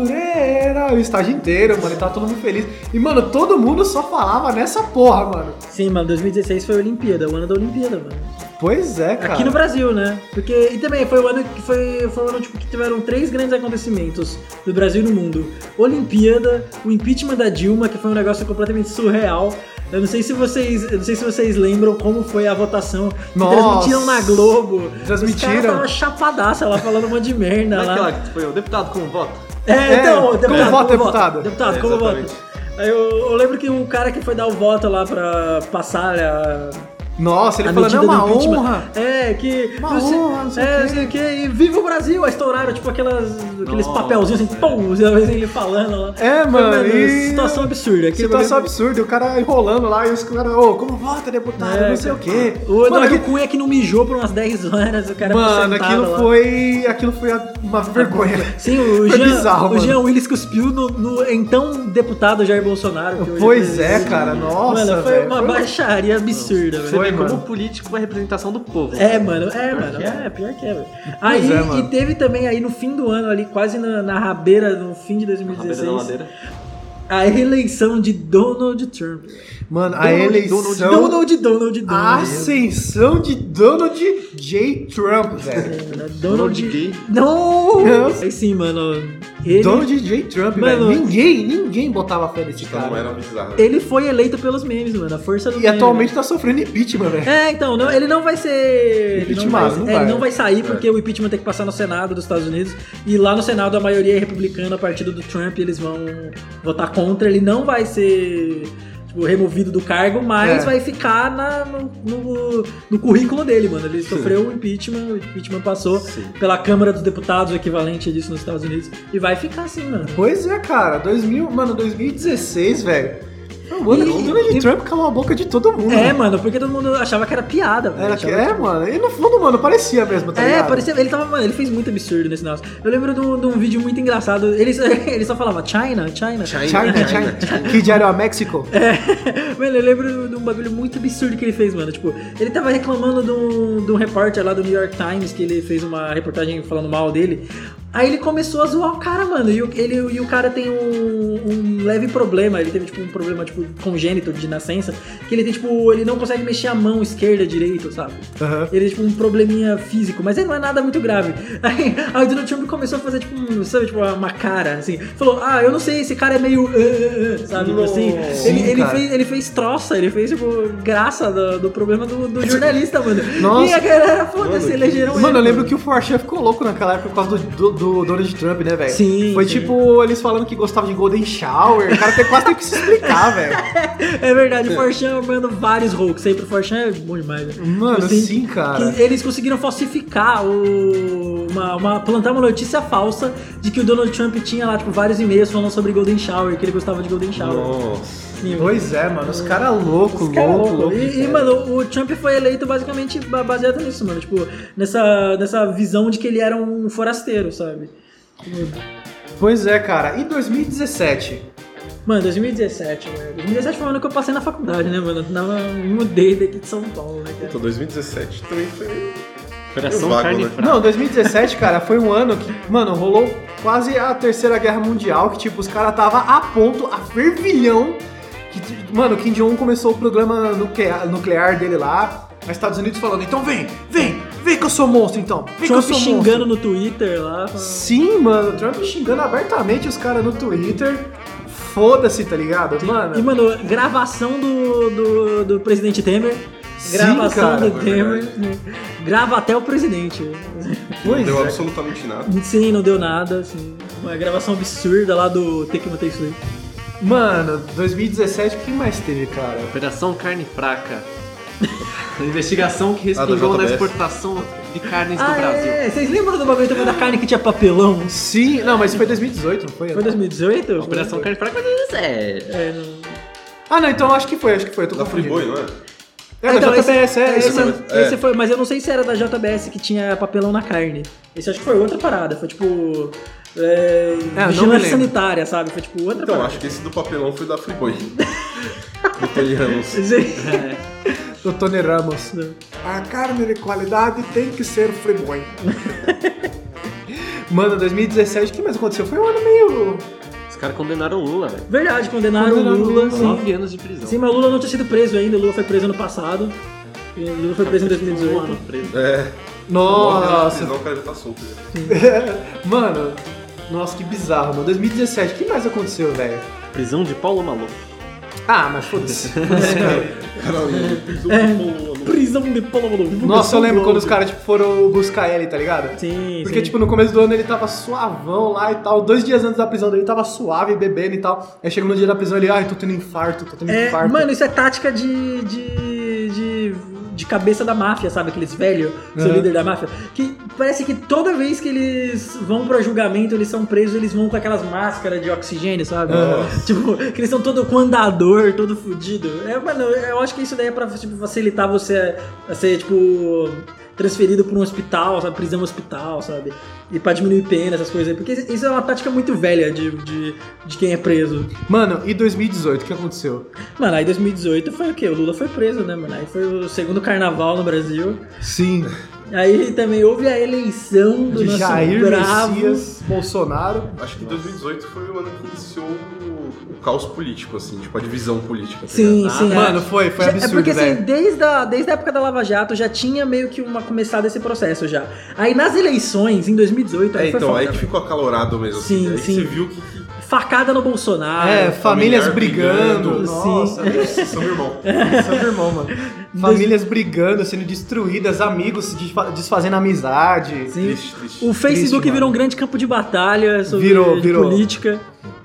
Speaker 2: Madureira, o estágio inteiro, mano, e tava todo mundo feliz. E, mano, todo mundo só falava nessa porra, mano.
Speaker 4: Sim, mano, 2016 foi a Olimpíada, o ano da Olimpíada, mano.
Speaker 2: Pois é, cara.
Speaker 4: Aqui no Brasil, né? Porque. E também foi o ano que foi, foi o ano tipo, que tiveram três grandes acontecimentos do Brasil e do mundo. Olimpíada, o impeachment da Dilma, que foi um negócio completamente surreal. Eu não sei se vocês. Eu não sei se vocês lembram como foi a votação que
Speaker 2: Nossa.
Speaker 4: transmitiram na Globo.
Speaker 2: Transmitiram.
Speaker 4: Os caras chapadaça lá falando um monte de merda
Speaker 6: Não é
Speaker 4: lá.
Speaker 6: aquela que foi o deputado com voto?
Speaker 4: É, então,
Speaker 2: como
Speaker 4: deputado,
Speaker 2: voto,
Speaker 4: como
Speaker 2: deputado?
Speaker 4: Deputado,
Speaker 3: É,
Speaker 4: como
Speaker 3: exatamente.
Speaker 4: voto? Aí eu, eu lembro que o cara que foi dar o voto lá pra passar a,
Speaker 2: Nossa, ele
Speaker 4: a
Speaker 2: falando, é
Speaker 4: medida
Speaker 2: uma
Speaker 4: do impeachment.
Speaker 2: honra.
Speaker 4: É, que.
Speaker 2: Uma
Speaker 4: não sei-
Speaker 2: honra, não sei o
Speaker 4: é,
Speaker 2: quê.
Speaker 4: não sei o que. E viva o Brasil! Aí estouraram, tipo, aquelas, aqueles
Speaker 6: Nossa,
Speaker 4: papelzinhos assim, pum, às vezes ele falando lá.
Speaker 2: É,
Speaker 4: Foi,
Speaker 2: mano, e-
Speaker 4: Situação absurda. Aquele
Speaker 2: Situação
Speaker 4: bagulho- é
Speaker 2: absurda, e o cara enrolando lá e os caras, ô, como vota, deputado,
Speaker 4: É,
Speaker 2: não sei o quê.
Speaker 4: O
Speaker 2: Mano,
Speaker 4: Eduardo
Speaker 2: aqui-
Speaker 4: Cunha que não mijou por umas 10 horas, o cara
Speaker 2: Mano,
Speaker 4: sentado
Speaker 2: aquilo
Speaker 4: lá.
Speaker 2: foi. Aquilo foi a- uma vergonha.
Speaker 4: Sim, o,
Speaker 2: Foi
Speaker 4: Jean,
Speaker 2: bizarro,
Speaker 4: o
Speaker 2: mano.
Speaker 4: Jean Willis cuspiu no, no então deputado Jair Bolsonaro. que hoje
Speaker 2: Pois
Speaker 4: presidente.
Speaker 2: é, cara, nossa.
Speaker 4: Mano, foi
Speaker 2: velho,
Speaker 4: uma baixaria absurda, velho.
Speaker 2: Foi,
Speaker 6: Você vê
Speaker 2: mano.
Speaker 6: como o político é a representação do povo.
Speaker 4: É, mano, é,
Speaker 6: Pior
Speaker 4: mano.
Speaker 6: que
Speaker 4: É, pior que é, velho.
Speaker 2: Pois
Speaker 4: Aí,
Speaker 2: é, mano.
Speaker 4: e teve também aí no fim do ano, ali, quase na, na rabeira, no fim de
Speaker 6: Na beira da
Speaker 4: 2016,
Speaker 6: ladeira.
Speaker 4: a reeleição de Donald Trump.
Speaker 2: Mano, a
Speaker 4: Donald-
Speaker 2: eleição.
Speaker 4: Donald, Donald,
Speaker 2: a
Speaker 4: Donald.
Speaker 2: ascensão de Donald J. Trump, velho.
Speaker 4: Donald,
Speaker 6: Donald
Speaker 4: Donald.
Speaker 6: Gay.
Speaker 4: Não!
Speaker 2: Não.
Speaker 4: Aí sim, mano. Ele,
Speaker 2: Donald J. Trump, velho.
Speaker 4: Mano.
Speaker 2: Ninguém, ninguém botava fé nesse
Speaker 3: Então não
Speaker 2: cara.
Speaker 3: era bizarro.
Speaker 4: ele foi eleito pelos memes, mano. A força do
Speaker 2: E
Speaker 4: meme.
Speaker 2: atualmente tá sofrendo impeachment, velho.
Speaker 4: É, então, não- ele não vai ser. ele não vai-
Speaker 2: Impeachmentado, não
Speaker 4: é, ele
Speaker 2: vai.
Speaker 4: não vai sair porque o impeachment tem que passar no Senado dos Estados Unidos. E lá no Senado a maioria é republicana, partido do Trump, eles vão votar contra. Ele não vai ser. tipo, Removido do cargo, mas
Speaker 2: É.
Speaker 4: vai ficar na- no, no- no currículo dele, mano. Ele sofreu o impeachment, o impeachment passou pela Câmara dos Deputados, o equivalente disso nos Estados Unidos, e vai ficar assim, mano.
Speaker 2: Pois é, cara. 2000, mano, 2016, velho. Foi um ano
Speaker 4: E-
Speaker 2: que o Donald
Speaker 4: e-
Speaker 2: Trump calou a boca de todo mundo.
Speaker 4: É,
Speaker 2: mano.
Speaker 4: mano, porque todo mundo achava que era piada, velho.
Speaker 2: Era que,
Speaker 4: Achava
Speaker 2: é, mano. E no fundo, mano, parecia mesmo, tá
Speaker 4: É,
Speaker 2: ligado?
Speaker 4: parecia. Ele tava. Mano, ele fez muito absurdo nesse negócio. Eu lembro de um, de um vídeo muito engraçado. Ele, só- (laughs) ele só falava China,
Speaker 2: China,
Speaker 4: China.
Speaker 2: China, China. Que diário a México.
Speaker 4: É, (laughs) mano, eu lembro de um bagulho muito absurdo que ele fez, mano. Tipo, ele tava reclamando de um, de um repórter lá do New York Times que ele fez uma reportagem falando mal dele. Aí ele começou a zoar o cara, mano. E o, ele, e o cara tem um, um leve problema. Ele teve, tipo, um problema, tipo, congênito de nascença. Que ele tem, tipo, ele não consegue mexer a mão esquerda direito, sabe? Ele, tipo, um probleminha físico, mas ele não é nada muito grave. (laughs) Aí, aí o Donald Trump começou a fazer, tipo, um, sabe, tipo, uma cara, assim. Falou, ah, eu não sei, esse cara é meio... ah, ah, ah", sabe, tipo assim. Ele, ele fez, ele fez troça, ele fez, tipo, graça do, do problema do, do jornalista, mano.
Speaker 2: Nossa.
Speaker 4: E a galera, foda-se, elegeram ele.
Speaker 2: Mano, eu lembro que o Forchan ficou louco naquela época por causa do, do, do Donald Trump, né, velho?
Speaker 4: Sim,
Speaker 2: Foi
Speaker 4: sim.
Speaker 2: tipo eles falando que gostava de Golden Shower. O cara até quase teve que se explicar, velho.
Speaker 4: É verdade, o Forchan manda vários hoax aí pro Forchan, é bom demais, né?
Speaker 2: Mano,
Speaker 4: Assim,
Speaker 2: sim, cara.
Speaker 4: Que eles conseguiram falsificar o. Uma, uma- plantar uma notícia falsa de que o Donald Trump tinha lá, tipo, vários e-mails falando sobre Golden Shower, que ele gostava de Golden Shower. Sim,
Speaker 2: Pois é, mano. Os caras louco,
Speaker 4: os caras
Speaker 2: louco,
Speaker 4: loucos.
Speaker 2: louco.
Speaker 4: é E, e, mano, o Trump foi eleito basicamente ba- baseado nisso, mano. Tipo, nessa, nessa visão de que ele era um forasteiro, sabe?
Speaker 2: Pois é, cara. E 2017?
Speaker 4: Mano, 2017, mano. 2017 foi o ano que eu passei na faculdade, né, mano? Eu tava, me mudei daqui de São Paulo, né, cara?
Speaker 3: Puta, 2017 também foi.
Speaker 5: Operação
Speaker 3: Vago,
Speaker 5: Carne
Speaker 3: né?
Speaker 5: Fraca.
Speaker 2: Não, 2017, cara, foi um ano que, mano, rolou quase a Terceira Guerra Mundial, que, tipo, os caras tava a ponto, a fervilhão, que, t- mano, o Kim Jong-un começou o programa nuclear, nuclear dele lá, os Estados Unidos falando, então vem, vem, vem que eu sou monstro, então, vem que eu
Speaker 4: Trump
Speaker 2: sou monstro.
Speaker 4: xingando no Twitter lá. falando-
Speaker 2: Sim, mano, o Trump xingando abertamente os caras no Twitter, foda-se, tá ligado, mano?
Speaker 4: E, mano, gravação do, do, do presidente Temer.
Speaker 2: Sim,
Speaker 4: Gravação
Speaker 2: cara,
Speaker 4: do
Speaker 3: é
Speaker 4: Temer.
Speaker 3: verdade.
Speaker 4: Grava até o presidente.
Speaker 3: Não
Speaker 2: Pois
Speaker 3: deu
Speaker 2: é.
Speaker 3: absolutamente nada.
Speaker 4: Sim, não deu nada, assim. Uma gravação absurda lá do Take Matei Sui.
Speaker 2: Mano, 2017, o que mais teve, cara?
Speaker 5: Operação Carne Fraca. A investigação que
Speaker 3: da
Speaker 5: respingou na
Speaker 3: JBS.
Speaker 5: exportação de carnes do
Speaker 4: Ah,
Speaker 5: Brasil.
Speaker 4: é. Vocês lembram do bagulho também da carne que tinha papelão?
Speaker 2: Sim, não, mas foi 2018, não foi?
Speaker 4: Foi 2018?
Speaker 5: Operação Carne Fraca, mas isso é.
Speaker 4: É, não.
Speaker 2: Ah, não, então acho que foi, acho que foi, eu tô
Speaker 3: Da
Speaker 2: confundindo.
Speaker 3: Friboi, não é?
Speaker 2: É, então,
Speaker 4: Ah, esse-
Speaker 2: JBS, é,
Speaker 4: esse,
Speaker 2: isso mesmo.
Speaker 3: é.
Speaker 4: esse foi, mas eu não sei se era da JBS que tinha papelão na carne. Esse acho que foi outra parada, foi tipo. É,
Speaker 2: É, eu não me
Speaker 4: vigilância
Speaker 2: lembro.
Speaker 4: sanitária, sabe? Foi tipo outra
Speaker 3: Então,
Speaker 4: parada.
Speaker 3: acho que esse do papelão foi da Friboi. do Tony Ramos.
Speaker 2: do Tony Ramos. né? A carne de qualidade tem que ser friboi. (laughs) Mano, 2017, o que mais aconteceu? Foi um ano meio.
Speaker 5: Os caras condenaram o Lula, velho.
Speaker 4: (laughs) Verdade, condenaram o
Speaker 2: Condenaram o
Speaker 4: Lula.
Speaker 2: Lula.
Speaker 4: Sim.
Speaker 5: Nove anos de prisão.
Speaker 4: Sim, mas o Lula não tinha sido preso ainda, o Lula foi preso ano passado. E O Lula foi preso em 2018.
Speaker 5: preso.
Speaker 3: É.
Speaker 2: Nossa!
Speaker 3: Não, cara, ele tá solto. já.
Speaker 4: né?
Speaker 2: Mano, nossa, que bizarro, mano. 2017, o que mais aconteceu, velho?
Speaker 5: Prisão de Paulo Maluf.
Speaker 2: Ah, mas foda-se.
Speaker 4: (laughs) É. Prisão de Paulo Lula.
Speaker 2: (laughs) Nossa, eu lembro quando os caras tipo, foram buscar ele, tá ligado?
Speaker 4: Sim,
Speaker 2: Porque,
Speaker 4: sim.
Speaker 2: tipo, no começo do ano ele tava suavão lá e tal. Dois dias antes da prisão dele ele tava suave, bebendo e tal. Aí chega no dia da prisão ele, ai, tô tendo infarto, tô tendo
Speaker 4: É,
Speaker 2: infarto.
Speaker 4: mano, isso é tática de. de. de, de cabeça da máfia, sabe? Aqueles velhos, seu
Speaker 2: Aham.
Speaker 4: líder da máfia. Que parece que toda vez que eles vão pra julgamento, eles são presos, eles vão com aquelas máscaras de oxigênio, sabe? Tipo, que eles são todo com andador, todo fudido. É, mano, eu acho que isso daí é pra tipo, facilitar você a ser, tipo. Transferido pra um hospital, sabe? Prisão hospital, sabe? E pra diminuir pena, essas coisas aí. Porque isso é uma tática muito velha de, de, de quem é preso.
Speaker 2: Mano, e 2018, o que aconteceu?
Speaker 4: Mano, aí 2018 foi o quê? O Lula foi preso, né, mano? Aí foi o segundo carnaval no Brasil.
Speaker 2: Sim,
Speaker 4: Aí também houve a eleição do
Speaker 2: de
Speaker 4: nosso
Speaker 2: Jair
Speaker 4: bravo.
Speaker 2: Messias Bolsonaro.
Speaker 3: Acho que 2018 foi o ano que iniciou o, o caos político, assim, tipo a divisão política. tá
Speaker 4: Sim,
Speaker 3: ligado?
Speaker 4: sim.
Speaker 2: Mano,
Speaker 4: é.
Speaker 2: foi, foi
Speaker 4: Já-
Speaker 2: absurdo,
Speaker 4: é porque
Speaker 2: velho.
Speaker 4: assim, desde a, desde a época da Lava Jato já tinha meio que uma começado esse processo já. Aí nas eleições, em 2018, aí
Speaker 3: É,
Speaker 4: foi
Speaker 3: então,
Speaker 4: foda,
Speaker 3: aí que
Speaker 4: velho.
Speaker 3: ficou acalorado mesmo. assim,
Speaker 4: Sim,
Speaker 3: aí que
Speaker 4: sim.
Speaker 3: Você viu que, que
Speaker 4: facada no Bolsonaro.
Speaker 2: é, famílias
Speaker 3: familiar
Speaker 2: brigando.
Speaker 3: brigando.
Speaker 2: Nossa,
Speaker 3: são irmão.
Speaker 2: isso é meu irmão, mano. Famílias brigando, sendo destruídas, amigos se desfa- desfazendo amizade.
Speaker 4: (laughs) Sim.
Speaker 3: Triste, triste.
Speaker 4: assim. O Facebook
Speaker 2: Triste,
Speaker 4: virou um grande campo de batalha sobre
Speaker 2: Virou, virou.
Speaker 4: política.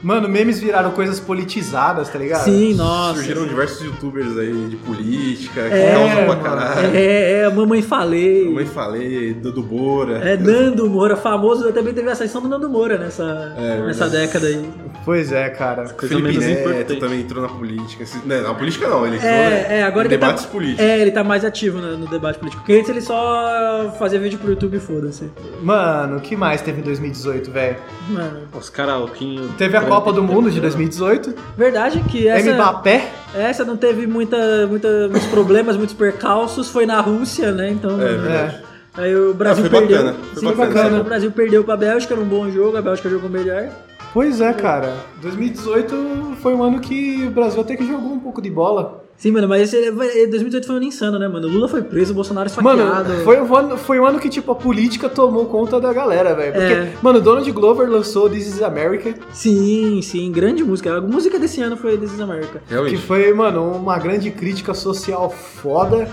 Speaker 2: Mano, memes viraram coisas politizadas, tá ligado?
Speaker 4: Sim, nossa.
Speaker 3: Surgiram diversos youtubers aí de política, que
Speaker 4: É,
Speaker 3: causam pra
Speaker 2: mano.
Speaker 3: caralho.
Speaker 4: É, é, mamãe falei.
Speaker 3: Também falei, Dudu Bora.
Speaker 4: É, Nando Moura, famoso, também teve a ascensão do Nando Moura
Speaker 3: É,
Speaker 4: nessa, nessa década aí.
Speaker 2: Pois é, cara.
Speaker 3: Coisa
Speaker 5: Felipe
Speaker 3: Felipe
Speaker 5: Neto
Speaker 3: Neto
Speaker 5: importante.
Speaker 3: também entrou na política. assim, né, na política não, ele entrou né,
Speaker 4: É, é, agora
Speaker 3: em
Speaker 4: ele
Speaker 3: debates
Speaker 4: tá,
Speaker 3: políticos.
Speaker 4: É, ele tá mais ativo no, no debate político. Porque antes ele só fazia vídeo pro YouTube e foda-se.
Speaker 2: Mano, o que mais teve em 2018, velho?
Speaker 4: Mano,
Speaker 5: Os caras, o Kim-
Speaker 2: Teve a Copa do Mundo de 2018,
Speaker 4: verdade que
Speaker 3: É,
Speaker 4: essa,
Speaker 2: Mbappé.
Speaker 4: essa não teve muita, muita, muitos problemas, muitos percalços, foi na Rússia, né? Então.
Speaker 3: É,
Speaker 2: É.
Speaker 4: Aí o Brasil
Speaker 3: foi
Speaker 4: perdeu.
Speaker 3: bacana, foi
Speaker 4: Sim,
Speaker 3: bacana.
Speaker 4: O Brasil perdeu pra Bélgica num bom jogo, a Bélgica jogou melhor.
Speaker 2: Pois é, cara. 2018 foi um ano que o Brasil até que jogou um pouco de bola.
Speaker 4: Sim, mano, mas esse, 2018 foi um ano insano, né, mano? O Lula foi preso, o Bolsonaro esfaqueado.
Speaker 2: Mano, foi um, ano, foi um ano que, tipo, a política tomou conta da galera, velho. Porque,
Speaker 4: É.
Speaker 2: mano, Donald Glover lançou This is America,
Speaker 4: Sim, sim, grande música. A música desse ano foi This is America.
Speaker 2: que
Speaker 3: Realmente.
Speaker 2: foi, mano, uma grande crítica social foda.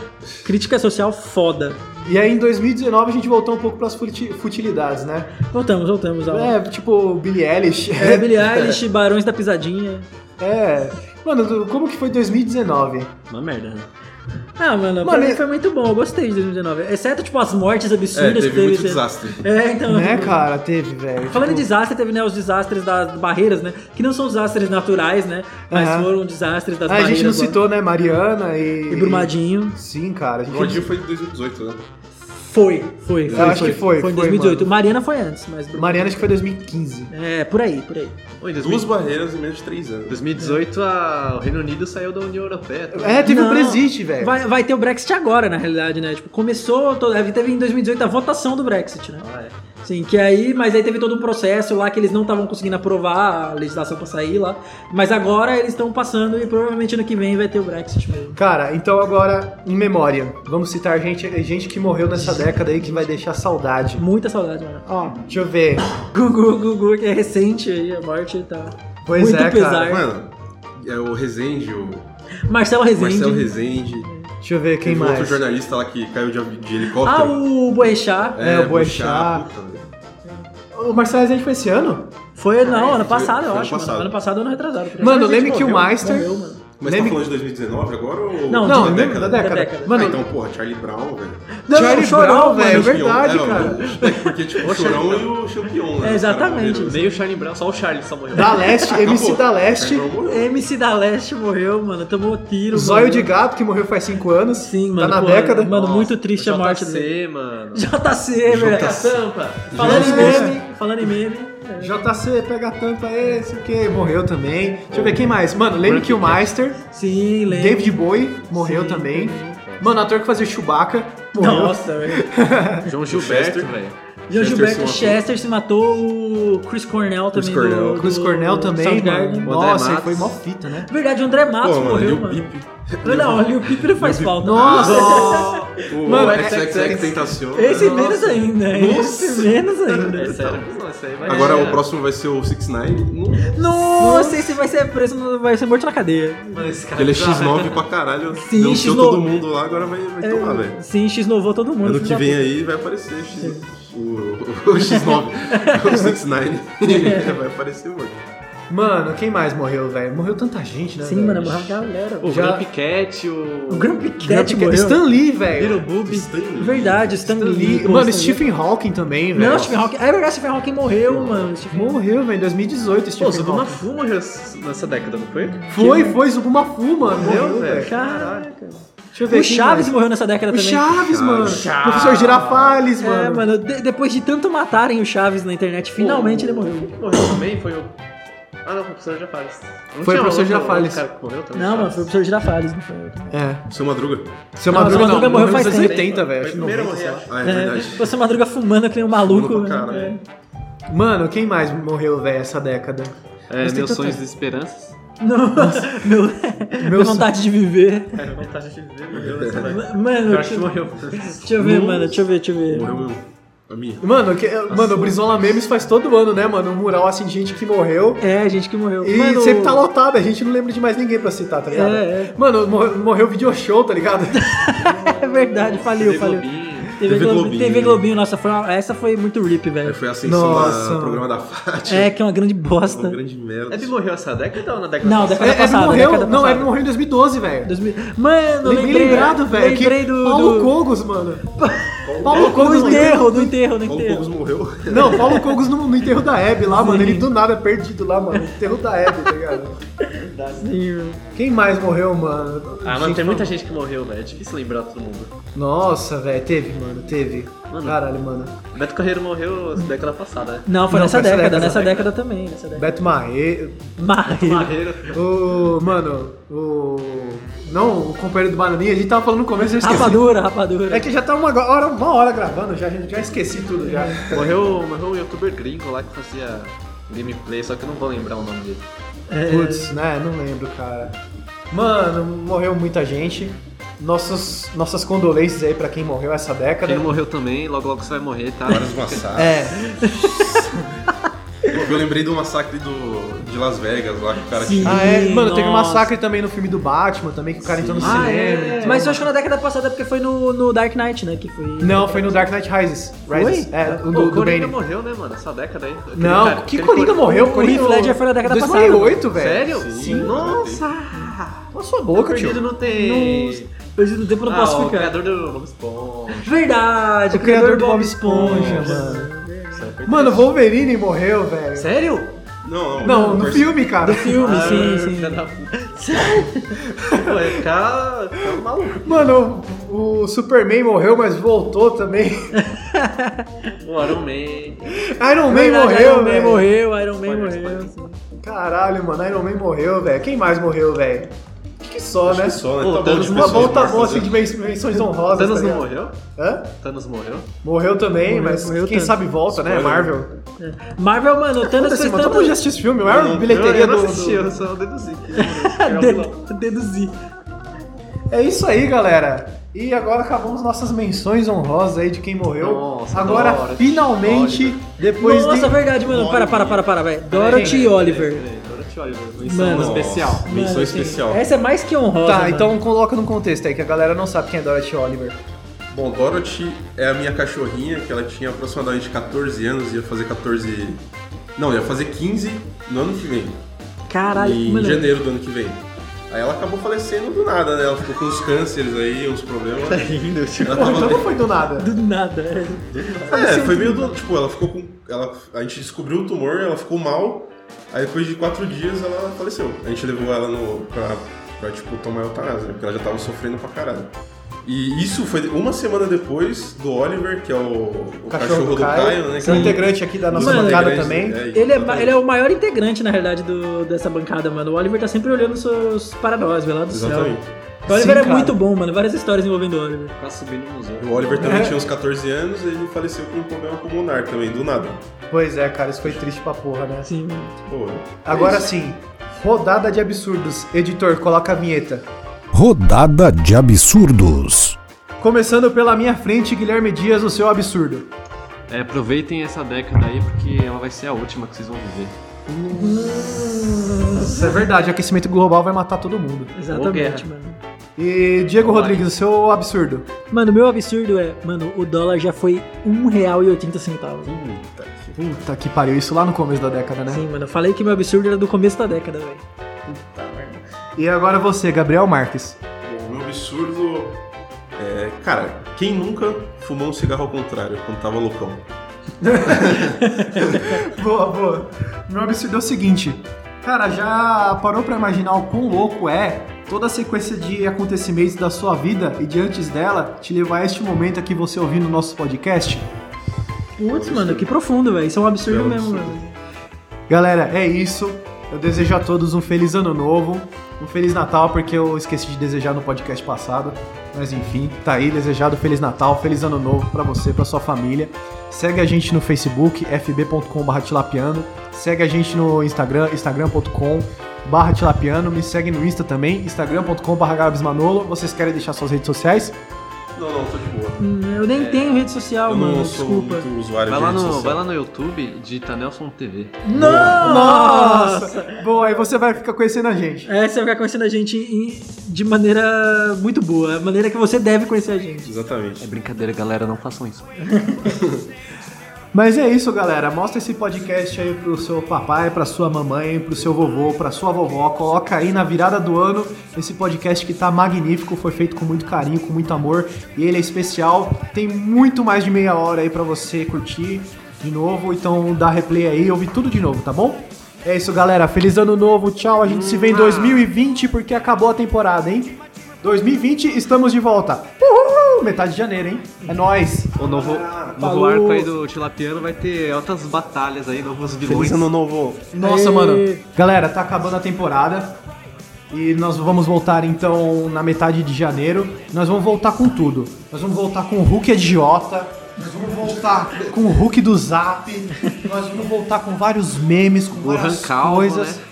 Speaker 4: Crítica social foda.
Speaker 2: E aí, em 2019, a gente voltou um pouco pras futi- futilidades, né?
Speaker 4: Voltamos, voltamos. Ao... É,
Speaker 2: É, tipo, Billie Eilish. (laughs)
Speaker 4: Billie Eilish, Barões da Pisadinha.
Speaker 2: É. Mano, do- como que foi 2019?
Speaker 5: Uma merda, né?
Speaker 4: Ah, mano, pra
Speaker 2: Mano,
Speaker 4: mim
Speaker 2: e-
Speaker 4: foi muito bom, eu gostei de 2019. Exceto, tipo, as mortes
Speaker 3: É,
Speaker 4: absurdas que
Speaker 3: teve muito
Speaker 4: esse-
Speaker 3: desastre.
Speaker 4: É, então.
Speaker 2: Né,
Speaker 4: tipo,
Speaker 2: cara? Teve, velho.
Speaker 4: Falando em
Speaker 2: tipo,
Speaker 4: desastre, teve né, os desastres das barreiras, né? Que não são desastres naturais, né? Mas
Speaker 2: Aham.
Speaker 4: foram desastres das
Speaker 2: ah, a
Speaker 4: barreiras.
Speaker 2: gente não
Speaker 4: lá.
Speaker 2: citou, né? Mariana e.
Speaker 4: E Brumadinho.
Speaker 2: Sim, cara. A gente...
Speaker 3: Rodinho foi em 2018, né?
Speaker 4: Foi, foi, foi.
Speaker 2: Eu acho
Speaker 4: foi.
Speaker 2: que foi,
Speaker 4: Foi em
Speaker 2: foi,
Speaker 4: 2018. Mariana foi antes, mas. Brumadinho-
Speaker 2: Mariana acho que foi 2015.
Speaker 4: É, por aí, por aí.
Speaker 5: Oi,
Speaker 3: Duas
Speaker 5: 2000,
Speaker 3: barreiras em menos de três anos.
Speaker 5: 2018 a- o Reino Unido saiu da União Europeia. tá?
Speaker 2: É, teve
Speaker 4: Não.
Speaker 2: um Brexit, velho.
Speaker 4: Vai, vai ter o Brexit agora, na realidade, né? Tipo, começou, to- teve em 2018 a votação do Brexit, né?
Speaker 5: Ah, é.
Speaker 4: Sim, que aí, mas aí teve todo um processo lá que eles não estavam conseguindo aprovar a legislação pra sair lá. Mas agora eles estão passando e provavelmente ano que vem vai ter o Brexit mesmo.
Speaker 2: Cara, então agora, em memória, vamos citar gente, gente que morreu nessa década aí que vai deixar saudade.
Speaker 4: Muita saudade, mano. (laughs)
Speaker 2: Ó, deixa eu ver.
Speaker 4: Gugu, Gugu, que é recente aí, a morte tá.
Speaker 2: Pois
Speaker 4: muito
Speaker 2: é, cara.
Speaker 4: pesar.
Speaker 3: Mano, é o Rezende, o
Speaker 4: Marcelo Rezende.
Speaker 3: Marcelo Rezende.
Speaker 2: Deixa eu ver quem
Speaker 3: Teve
Speaker 2: mais.
Speaker 3: outro jornalista lá que caiu de, avi- de
Speaker 4: Ah,
Speaker 3: helicóptero.
Speaker 4: o Boechat.
Speaker 2: É, o
Speaker 3: Boixá,
Speaker 2: Boixá.
Speaker 3: puta, velho.
Speaker 2: O Marcelo Rezende foi esse ano?
Speaker 4: Foi, não, ano
Speaker 3: foi-
Speaker 4: passado,
Speaker 3: foi
Speaker 4: eu
Speaker 3: ano
Speaker 4: acho.
Speaker 3: passado.
Speaker 4: Mano. Ano passado, ano retrasado.
Speaker 2: Mano,
Speaker 4: Gente,
Speaker 2: lembre que o
Speaker 4: morreu,
Speaker 2: Meister-
Speaker 4: morreu, mano.
Speaker 3: Mas
Speaker 2: Lembra-
Speaker 3: tá falando de 2019 agora ou...
Speaker 4: Não,
Speaker 2: Não,
Speaker 3: da
Speaker 2: lembra da década.
Speaker 4: Da década.
Speaker 2: Mano,
Speaker 3: Ah, então, porra, Charlie Brown, velho.
Speaker 2: não,
Speaker 4: Charlie
Speaker 2: não, Chorão,
Speaker 4: Brown,
Speaker 2: velho, é
Speaker 4: mano,
Speaker 2: verdade,
Speaker 3: É,
Speaker 2: cara.
Speaker 3: o- Porque, tipo, o Chorão e o Champion, né?
Speaker 4: É, exatamente.
Speaker 3: Os caras morreram.
Speaker 5: Nem o Charlie Brown, só o Charlie só morreu.
Speaker 2: Da Leste, MC
Speaker 3: Acabou.
Speaker 2: da Leste,
Speaker 3: Charlie Brown morreu.
Speaker 4: MC da Leste morreu, mano. Tomou tiro.
Speaker 2: Zóio
Speaker 4: morreu.
Speaker 2: de Gato, que morreu faz 5 anos.
Speaker 4: Sim,
Speaker 2: Tá
Speaker 4: mano.
Speaker 2: na
Speaker 4: pô,
Speaker 2: década.
Speaker 4: Mano,
Speaker 5: Nossa,
Speaker 4: muito triste
Speaker 5: o
Speaker 4: a morte
Speaker 5: JC,
Speaker 4: dele.
Speaker 5: mano.
Speaker 4: JC, velho.
Speaker 5: Sampa.
Speaker 4: Falando em meme, falando em meme. é.
Speaker 2: JC, pega a tampa aí, sei o que, morreu também. Deixa eu ver quem mais. Mano, Lenny Killmeister,
Speaker 4: Sim, lembro.
Speaker 2: David Bowie morreu
Speaker 4: Sim,
Speaker 2: também. Mano, ator que fazia Chewbacca morreu.
Speaker 4: Nossa, velho.
Speaker 5: João Gilberto, velho.
Speaker 3: Chester
Speaker 4: João Gilberto
Speaker 3: se matou.
Speaker 4: Chester se matou. O Chris Cornell também.
Speaker 3: Chris Cornell.
Speaker 4: do-
Speaker 2: Chris
Speaker 4: do
Speaker 2: Cornell também,
Speaker 4: Soundgarden.
Speaker 2: mano.
Speaker 5: O André
Speaker 2: Nossa, ele
Speaker 5: Matos.
Speaker 2: foi mó fita, né?
Speaker 4: Verdade, o André Matos
Speaker 3: Pô, mano, e
Speaker 4: morreu,
Speaker 3: o
Speaker 4: mano.
Speaker 3: Pipe?
Speaker 4: Não, o Lil Peep não faz falta.
Speaker 2: Nossa!
Speaker 3: O
Speaker 2: Mano,
Speaker 3: XXX Tentacion.
Speaker 4: Esse
Speaker 3: né?
Speaker 4: menos ainda. Esse menos ainda.
Speaker 5: É sério. Não, isso aí vai
Speaker 3: Agora
Speaker 5: é.
Speaker 3: o próximo vai ser o 6ix9ine. Não,
Speaker 4: Hum. Nossa, esse vai ser preso, vai ser morto na cadeia.
Speaker 5: Mano, esse cara tá-
Speaker 3: Ele é
Speaker 5: bizarro.
Speaker 3: X9 pra caralho.
Speaker 4: Sim, É.
Speaker 3: Deu um
Speaker 4: X9.
Speaker 3: todo mundo lá, agora vai, vai tomar, velho.
Speaker 4: Sim, X-novou todo mundo.
Speaker 3: Ano
Speaker 4: filho
Speaker 3: que
Speaker 4: da
Speaker 3: vem
Speaker 4: puta.
Speaker 3: aí vai aparecer X... o, o- (laughs) o X9. o 6ix9ine. Ele vai aparecer muito.
Speaker 2: Mano, quem mais morreu, velho? Morreu tanta gente, né?
Speaker 4: Sim,
Speaker 2: velho?
Speaker 4: mano, morreu a galera.
Speaker 5: O
Speaker 2: Já-
Speaker 5: Grand Piquet, o...
Speaker 4: O Grand
Speaker 2: Graham
Speaker 4: Piquet
Speaker 2: Pickett-
Speaker 4: morreu.
Speaker 2: Stan Lee, velho.
Speaker 4: Boob.
Speaker 3: Stan Lee.
Speaker 4: Verdade, Stan
Speaker 2: Stan
Speaker 4: Lee.
Speaker 2: Lee. né?
Speaker 4: pô,
Speaker 2: Mano,
Speaker 4: Stan Lee.
Speaker 2: Stephen Hawking também, velho.
Speaker 4: Não, Stephen Hawking. É verdade, Stephen Hawking morreu, mano. Stephen Hawking.
Speaker 2: Morreu, velho, em 2018,
Speaker 5: Pô, o
Speaker 2: Stephen Hawking.
Speaker 5: Zubumafu morreu nessa década, não foi?
Speaker 2: Foi, foi, Zubumafu, mano. Morreu, velho.
Speaker 4: Caraca.
Speaker 2: Deixa eu ver
Speaker 4: O
Speaker 2: quem
Speaker 4: Chaves
Speaker 2: mais.
Speaker 4: morreu nessa década
Speaker 2: O
Speaker 4: também.
Speaker 2: Chaves, mano.
Speaker 4: Chaves.
Speaker 2: Professor Girafales, mano.
Speaker 4: É, mano, de- depois de tanto matarem o Chaves na internet, finalmente ele morreu.
Speaker 5: Morreu também, foi o... Ah, não, foi o professor Jafales. Não
Speaker 2: Foi o
Speaker 5: tinha
Speaker 2: professor
Speaker 5: outro-
Speaker 2: Jafales.
Speaker 5: outro cara que morreu também,
Speaker 4: Não, mano,
Speaker 5: Jafales?
Speaker 4: foi o professor Girafales, não foi outro.
Speaker 2: É.
Speaker 3: Seu Madruga.
Speaker 2: Seu
Speaker 4: Não,
Speaker 2: Madruga
Speaker 4: Seu
Speaker 2: não,
Speaker 4: Madruga morreu
Speaker 2: nos
Speaker 4: faz
Speaker 2: anos
Speaker 4: tempo.
Speaker 2: 80, velho.
Speaker 5: Foi
Speaker 2: acho
Speaker 5: o
Speaker 2: que
Speaker 5: primeiro a morrer, né?
Speaker 2: 90, sei lá.
Speaker 5: acho.
Speaker 3: Ah, é
Speaker 4: É,
Speaker 3: verdade.
Speaker 4: você madruga fumando que nem um maluco.
Speaker 3: Fumando pra caralho.
Speaker 4: né?
Speaker 2: Mano, quem mais morreu, velho, essa década?
Speaker 5: É,
Speaker 2: Mas tem
Speaker 5: meus
Speaker 2: tanta-
Speaker 5: sonhos e esperanças.
Speaker 4: É. Não, (laughs) meu, minha vontade de viver.
Speaker 5: É, vontade de viver, morreu nessa
Speaker 6: É.
Speaker 5: década.
Speaker 4: Mano,
Speaker 5: Eu acho que
Speaker 4: deixa,
Speaker 5: morreu.
Speaker 4: deixa eu ver, mano, deixa eu ver, deixa eu ver.
Speaker 3: Morreu eu. A minha.
Speaker 2: Mano, que- mano, o Brizola Memes faz todo ano, né, mano? Um mural assim de gente que morreu.
Speaker 4: É, gente que morreu.
Speaker 2: E
Speaker 4: Mano,
Speaker 2: sempre tá lotado, a gente não lembra de mais ninguém pra citar, tá ligado?
Speaker 4: É, é.
Speaker 2: Mano, mor- morreu o video show, tá ligado?
Speaker 4: É verdade, faliu, faliu. TV
Speaker 3: TV
Speaker 4: Globinho.
Speaker 3: Globinho.
Speaker 4: TV Globinho, nossa, foi uma- essa foi muito rip,
Speaker 3: Aí
Speaker 4: velho.
Speaker 3: Foi a ascensão
Speaker 2: Nossa,
Speaker 3: do
Speaker 2: mano.
Speaker 3: programa da Fátima.
Speaker 4: É, que é uma grande bosta.
Speaker 3: Uma grande merda.
Speaker 6: É
Speaker 5: Ele morreu essa década ou na década
Speaker 4: Não,
Speaker 5: passada?
Speaker 4: década
Speaker 2: Hebe
Speaker 4: passada.
Speaker 2: É, morreu.
Speaker 4: década
Speaker 2: não,
Speaker 4: passada.
Speaker 2: Hebe morreu em 2012, velho.
Speaker 4: 2000. Mano,
Speaker 2: Bem
Speaker 4: lembrei.
Speaker 2: lembrado, velho. que
Speaker 4: Lembrei do.
Speaker 2: Paulo
Speaker 4: do...
Speaker 2: Cogos, mano. Paulo
Speaker 4: Do
Speaker 2: Cogos no enterro.
Speaker 4: enterro, do enterro, do
Speaker 3: Paulo Cogos
Speaker 4: enterro.
Speaker 3: morreu.
Speaker 2: Não, Paulo Cogos no, no enterro da Hebe lá, mano.
Speaker 4: Sim.
Speaker 2: Ele do nada é perdido lá, mano. Enterro da Hebe, tá ligado?
Speaker 4: Sim, mano.
Speaker 2: Quem mais morreu, mano?
Speaker 5: Ah, mano,
Speaker 2: Gente,
Speaker 5: tem muita gente que morreu, velho. É difícil lembrar todo mundo.
Speaker 2: Nossa, velho, teve, mano, teve.
Speaker 6: Mano,
Speaker 2: Caralho, mano.
Speaker 6: Beto Carreiro morreu década passada, né?
Speaker 4: Não, foi
Speaker 2: Não,
Speaker 4: nessa
Speaker 2: foi essa
Speaker 4: década,
Speaker 2: década,
Speaker 4: nessa
Speaker 2: essa
Speaker 4: década, também,
Speaker 2: (laughs)
Speaker 4: nessa década.
Speaker 2: Beto Marreiro.
Speaker 4: Marreiro.
Speaker 6: Carreiro.
Speaker 2: O. Mano, o. Não, o companheiro do Bananinha, a gente tava falando no começo, eu esqueci.
Speaker 4: Rapadura, rapadura.
Speaker 2: É que já tá uma hora, uma hora gravando, já, a gente já esqueci tudo já.
Speaker 6: Morreu, morreu um youtuber gringo lá que fazia gameplay, só que eu não vou lembrar o nome dele.
Speaker 2: Putz, né? Não lembro, cara. Mano, morreu muita gente. Nossos, nossas condolências aí pra quem morreu essa década.
Speaker 6: Quem não morreu também, logo logo você vai morrer, tá?
Speaker 3: Vários massacres.
Speaker 2: É,
Speaker 3: (laughs) Eu lembrei do massacre do, de Las Vegas lá, que o cara
Speaker 4: Sim.
Speaker 3: tinha.
Speaker 2: ah, é. Mano, teve um
Speaker 4: Nossa.
Speaker 2: massacre também no filme do Batman, também que o cara entrou no
Speaker 4: Ah,
Speaker 2: cinema.
Speaker 4: é. Mas eu acho que na década passada porque foi no, no Dark Knight, né? Que foi.
Speaker 2: Não, foi no Dark Knight Rises. Rises.
Speaker 4: Foi?
Speaker 2: É, o
Speaker 6: Pô,
Speaker 2: do,
Speaker 6: o
Speaker 2: do
Speaker 6: Coringa
Speaker 2: Bane.
Speaker 6: morreu, né, mano? Essa década aí. Aquele
Speaker 2: Não,
Speaker 6: cara-
Speaker 2: que
Speaker 6: aquele
Speaker 2: Coringa
Speaker 6: Coringa-
Speaker 2: morreu?
Speaker 4: o Heath Ledger foi na década passada.
Speaker 2: 2008, velho.
Speaker 6: Sério?
Speaker 3: Sim.
Speaker 6: Nossa!
Speaker 2: Cala sua boca, tio.
Speaker 6: Tá Perdido não tem.
Speaker 4: Perdido no tempo eu não
Speaker 6: Ah,
Speaker 4: posso
Speaker 6: O
Speaker 4: ficar.
Speaker 6: criador do é Bob Esponja.
Speaker 4: Verdade,
Speaker 2: é O criador do Bob Esponja, mano. Mano, o Wolverine morreu, velho.
Speaker 4: Sério?
Speaker 3: Não,
Speaker 2: Não, no
Speaker 3: perce-
Speaker 2: filme, cara.
Speaker 4: Do filme,
Speaker 6: Ah,
Speaker 4: sim, sim.
Speaker 6: filha da puta. (laughs) Pô, é cara, é um maluco.
Speaker 2: Mano, o, o Superman morreu, mas voltou também. (laughs)
Speaker 6: O Iron Man.
Speaker 2: Iron Man
Speaker 4: Verdade,
Speaker 2: morreu,
Speaker 4: Iron Man
Speaker 2: velho.
Speaker 4: morreu, Iron Man
Speaker 6: Pode, pode,
Speaker 4: morreu.
Speaker 2: Caralho, mano, Iron Man morreu, velho. Quem mais morreu, velho? Acho que só,
Speaker 3: Acho
Speaker 2: né?
Speaker 3: que só, né?
Speaker 6: Pô,
Speaker 3: Tá bom
Speaker 6: Thanos
Speaker 3: de
Speaker 2: Uma
Speaker 3: pessoas
Speaker 2: volta boa
Speaker 3: mortas,
Speaker 2: assim
Speaker 3: né?
Speaker 2: de men- menções honrosas.
Speaker 6: Thanos
Speaker 2: tá
Speaker 6: não
Speaker 2: ligado?
Speaker 6: morreu?
Speaker 2: Hã?
Speaker 6: Thanos morreu?
Speaker 2: Morreu também,
Speaker 4: Morreu,
Speaker 2: mas
Speaker 4: morreu
Speaker 2: quem
Speaker 4: tanto.
Speaker 2: sabe volta, né?
Speaker 3: Spoiler.
Speaker 2: Marvel.
Speaker 4: Marvel, mano, o Thanos
Speaker 2: Foda-se,
Speaker 4: fez
Speaker 2: mano, todo mundo já
Speaker 4: (laughs) tanto.
Speaker 2: assistiu esse filme. é Maior bilheteria
Speaker 6: eu não
Speaker 2: do-
Speaker 6: assisti,
Speaker 2: do...
Speaker 6: eu só deduzi. que era um vilão.
Speaker 4: Dedu- Deduzir.
Speaker 2: É isso aí, galera. E agora acabamos nossas menções honrosas aí de quem morreu.
Speaker 6: Nossa,
Speaker 2: agora,
Speaker 6: Dora,
Speaker 2: finalmente, depois
Speaker 4: Nossa,
Speaker 2: de...
Speaker 4: verdade, mano. Para, para, para, para, velho. Dorothy Oliver.
Speaker 6: Peraí, Dorothy Oliver,
Speaker 4: Mano.
Speaker 6: menção especial.
Speaker 4: Mano,
Speaker 3: Menção
Speaker 4: assim,
Speaker 3: especial.
Speaker 4: Essa é mais que honrosa.
Speaker 2: Tá,
Speaker 4: mano.
Speaker 2: então coloca num contexto aí, que a galera não sabe quem é Dorothy Oliver.
Speaker 3: Bom, Dorothy é a minha cachorrinha, que ela tinha aproximadamente 14 anos, ia fazer 14. Não, ia fazer 15 no ano que vem.
Speaker 4: Caralho,
Speaker 3: em
Speaker 4: mano.
Speaker 3: janeiro do ano que vem. Aí ela acabou falecendo do nada, né? Ela ficou com uns cânceres aí,
Speaker 2: (laughs)
Speaker 3: uns problemas. (laughs)
Speaker 2: Pô,
Speaker 3: Ela
Speaker 2: Tá então não
Speaker 3: tava...
Speaker 2: foi do nada.
Speaker 4: Do nada. é.
Speaker 3: É, foi meio do. Tipo, ela ficou com. Ela... A gente descobriu o tumor, ela ficou mal. Aí depois de quatro dias ela faleceu. A gente levou ela no. pra, pra tipo, tomar eutanásia, né? Porque ela já tava sofrendo pra caralho. E isso foi uma semana depois do Oliver, que é o, o cachorro, do Caio, né?
Speaker 2: Você é um integrante aqui da nossa
Speaker 4: Mano,
Speaker 2: bancada também.
Speaker 4: Ele
Speaker 3: tá
Speaker 4: é, ma- ele é o maior integrante, na realidade, do, dessa bancada, mano. O Oliver tá sempre olhando seus para nós, velho, lá do
Speaker 3: Exatamente.
Speaker 4: céu. O Oliver
Speaker 2: Sim,
Speaker 4: é
Speaker 2: cara.
Speaker 4: muito bom, mano. Várias histórias envolvendo o Oliver.
Speaker 6: Tá subindo no museu.
Speaker 3: O Oliver também tinha uns 14 anos e ele faleceu com um problema pulmonar também, do nada.
Speaker 2: Pois é, cara, isso foi triste pra porra, né?
Speaker 4: Sim.
Speaker 3: Pô,
Speaker 2: Agora sim, rodada de absurdos. Editor, coloca a vinheta.
Speaker 1: Rodada de absurdos.
Speaker 2: Começando pela minha frente, Guilherme Dias, o seu absurdo.
Speaker 9: É, aproveitem essa década aí, porque ela vai ser a última que vocês vão viver.
Speaker 2: Isso é verdade, aquecimento global vai matar todo mundo.
Speaker 4: Exatamente, mano.
Speaker 2: E Diego Rodrigues, o seu absurdo.
Speaker 4: Mano, meu absurdo é, mano, o dólar já foi R$1,80.
Speaker 2: Puta que pariu, isso lá no começo da década, né?
Speaker 4: Sim, mano, eu falei que meu absurdo era do começo da década, velho.
Speaker 2: E agora você, Gabriel Marques.
Speaker 3: o meu absurdo. É, cara, quem nunca fumou um cigarro ao contrário quando tava loucão?
Speaker 2: Boa, boa. Meu absurdo é o seguinte. Cara, já parou pra imaginar o quão louco é toda a sequência de acontecimentos da sua vida e de antes dela te levar a este momento aqui você ouvindo o nosso podcast?
Speaker 4: Putz, mano, que profundo, velho. Isso é um absurdo
Speaker 3: É um
Speaker 4: mesmo,
Speaker 3: absurdo.
Speaker 4: mano.
Speaker 2: Galera, é isso. Eu desejo a todos um feliz ano novo, um feliz Natal, porque eu esqueci de desejar no podcast passado. Mas enfim, tá aí desejado feliz Natal, feliz ano novo pra você, pra sua família. Segue a gente no Facebook fb.com/tilapiano, segue a gente no Instagram instagram.com/tilapiano, me segue no Insta também instagram.com/gabsmanolo. Vocês querem deixar suas redes sociais?
Speaker 3: Não, não, tô de boa.
Speaker 4: Hum, Eu nem tenho rede social,
Speaker 3: É, Eu
Speaker 4: mano.
Speaker 3: não sou
Speaker 4: desculpa.
Speaker 3: muito usuário
Speaker 9: Vai
Speaker 3: de
Speaker 9: lá,
Speaker 3: rede
Speaker 9: no,
Speaker 3: social.
Speaker 9: vai lá no YouTube e digita Nelson TV.
Speaker 4: Nossa!
Speaker 2: Boa, aí você vai ficar conhecendo a gente.
Speaker 4: É, você vai conhecendo a gente em- de maneira muito boa, a maneira que você deve conhecer a gente. (laughs)
Speaker 3: Exatamente.
Speaker 9: É brincadeira, galera, não façam isso.
Speaker 2: Mas é isso, galera. Mostra esse podcast aí pro seu papai, pra sua mamãe, pro seu vovô, pra sua vovó. Coloca aí na virada do ano esse podcast que tá magnífico, foi feito com muito carinho, com muito amor, e ele é especial. Tem muito mais de meia hora aí pra você curtir de novo, então dá replay aí, ouve tudo de novo, tá bom? É isso, galera. Feliz ano novo. Tchau. A gente se vê em 2020 porque acabou a temporada, hein? 2020 estamos de volta. Uhul! Uhul, metade de janeiro, hein? É nóis.
Speaker 6: O novo, novo
Speaker 2: falou.
Speaker 6: arco aí do Tilapiano vai ter altas batalhas aí, novos vilões.
Speaker 3: Feliz
Speaker 6: (laughs)
Speaker 3: ano novo.
Speaker 2: Nossa,
Speaker 4: Aê.
Speaker 2: mano. Galera, tá acabando a temporada. E nós vamos voltar então na metade de janeiro. Nós vamos voltar com tudo. Nós vamos voltar com o Hulk idiota. Nós vamos voltar com o Hulk do Zap. Nós vamos voltar com vários memes, com várias
Speaker 6: Calvo,
Speaker 2: coisas.
Speaker 6: né?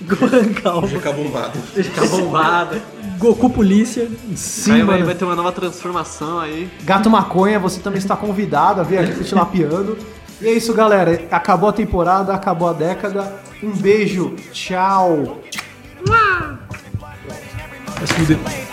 Speaker 4: Gohan Calvo,
Speaker 3: Fica bombado.
Speaker 4: tá bombado. Goku Polícia.
Speaker 2: Sim,
Speaker 6: aí vai,
Speaker 2: mano.
Speaker 6: vai ter uma nova transformação aí.
Speaker 2: Gato Maconha, você também está convidado a vir aqui te lapiando. E é isso, galera. Acabou a temporada, acabou a década. Um beijo. Tchau.
Speaker 10: Vai se fuder.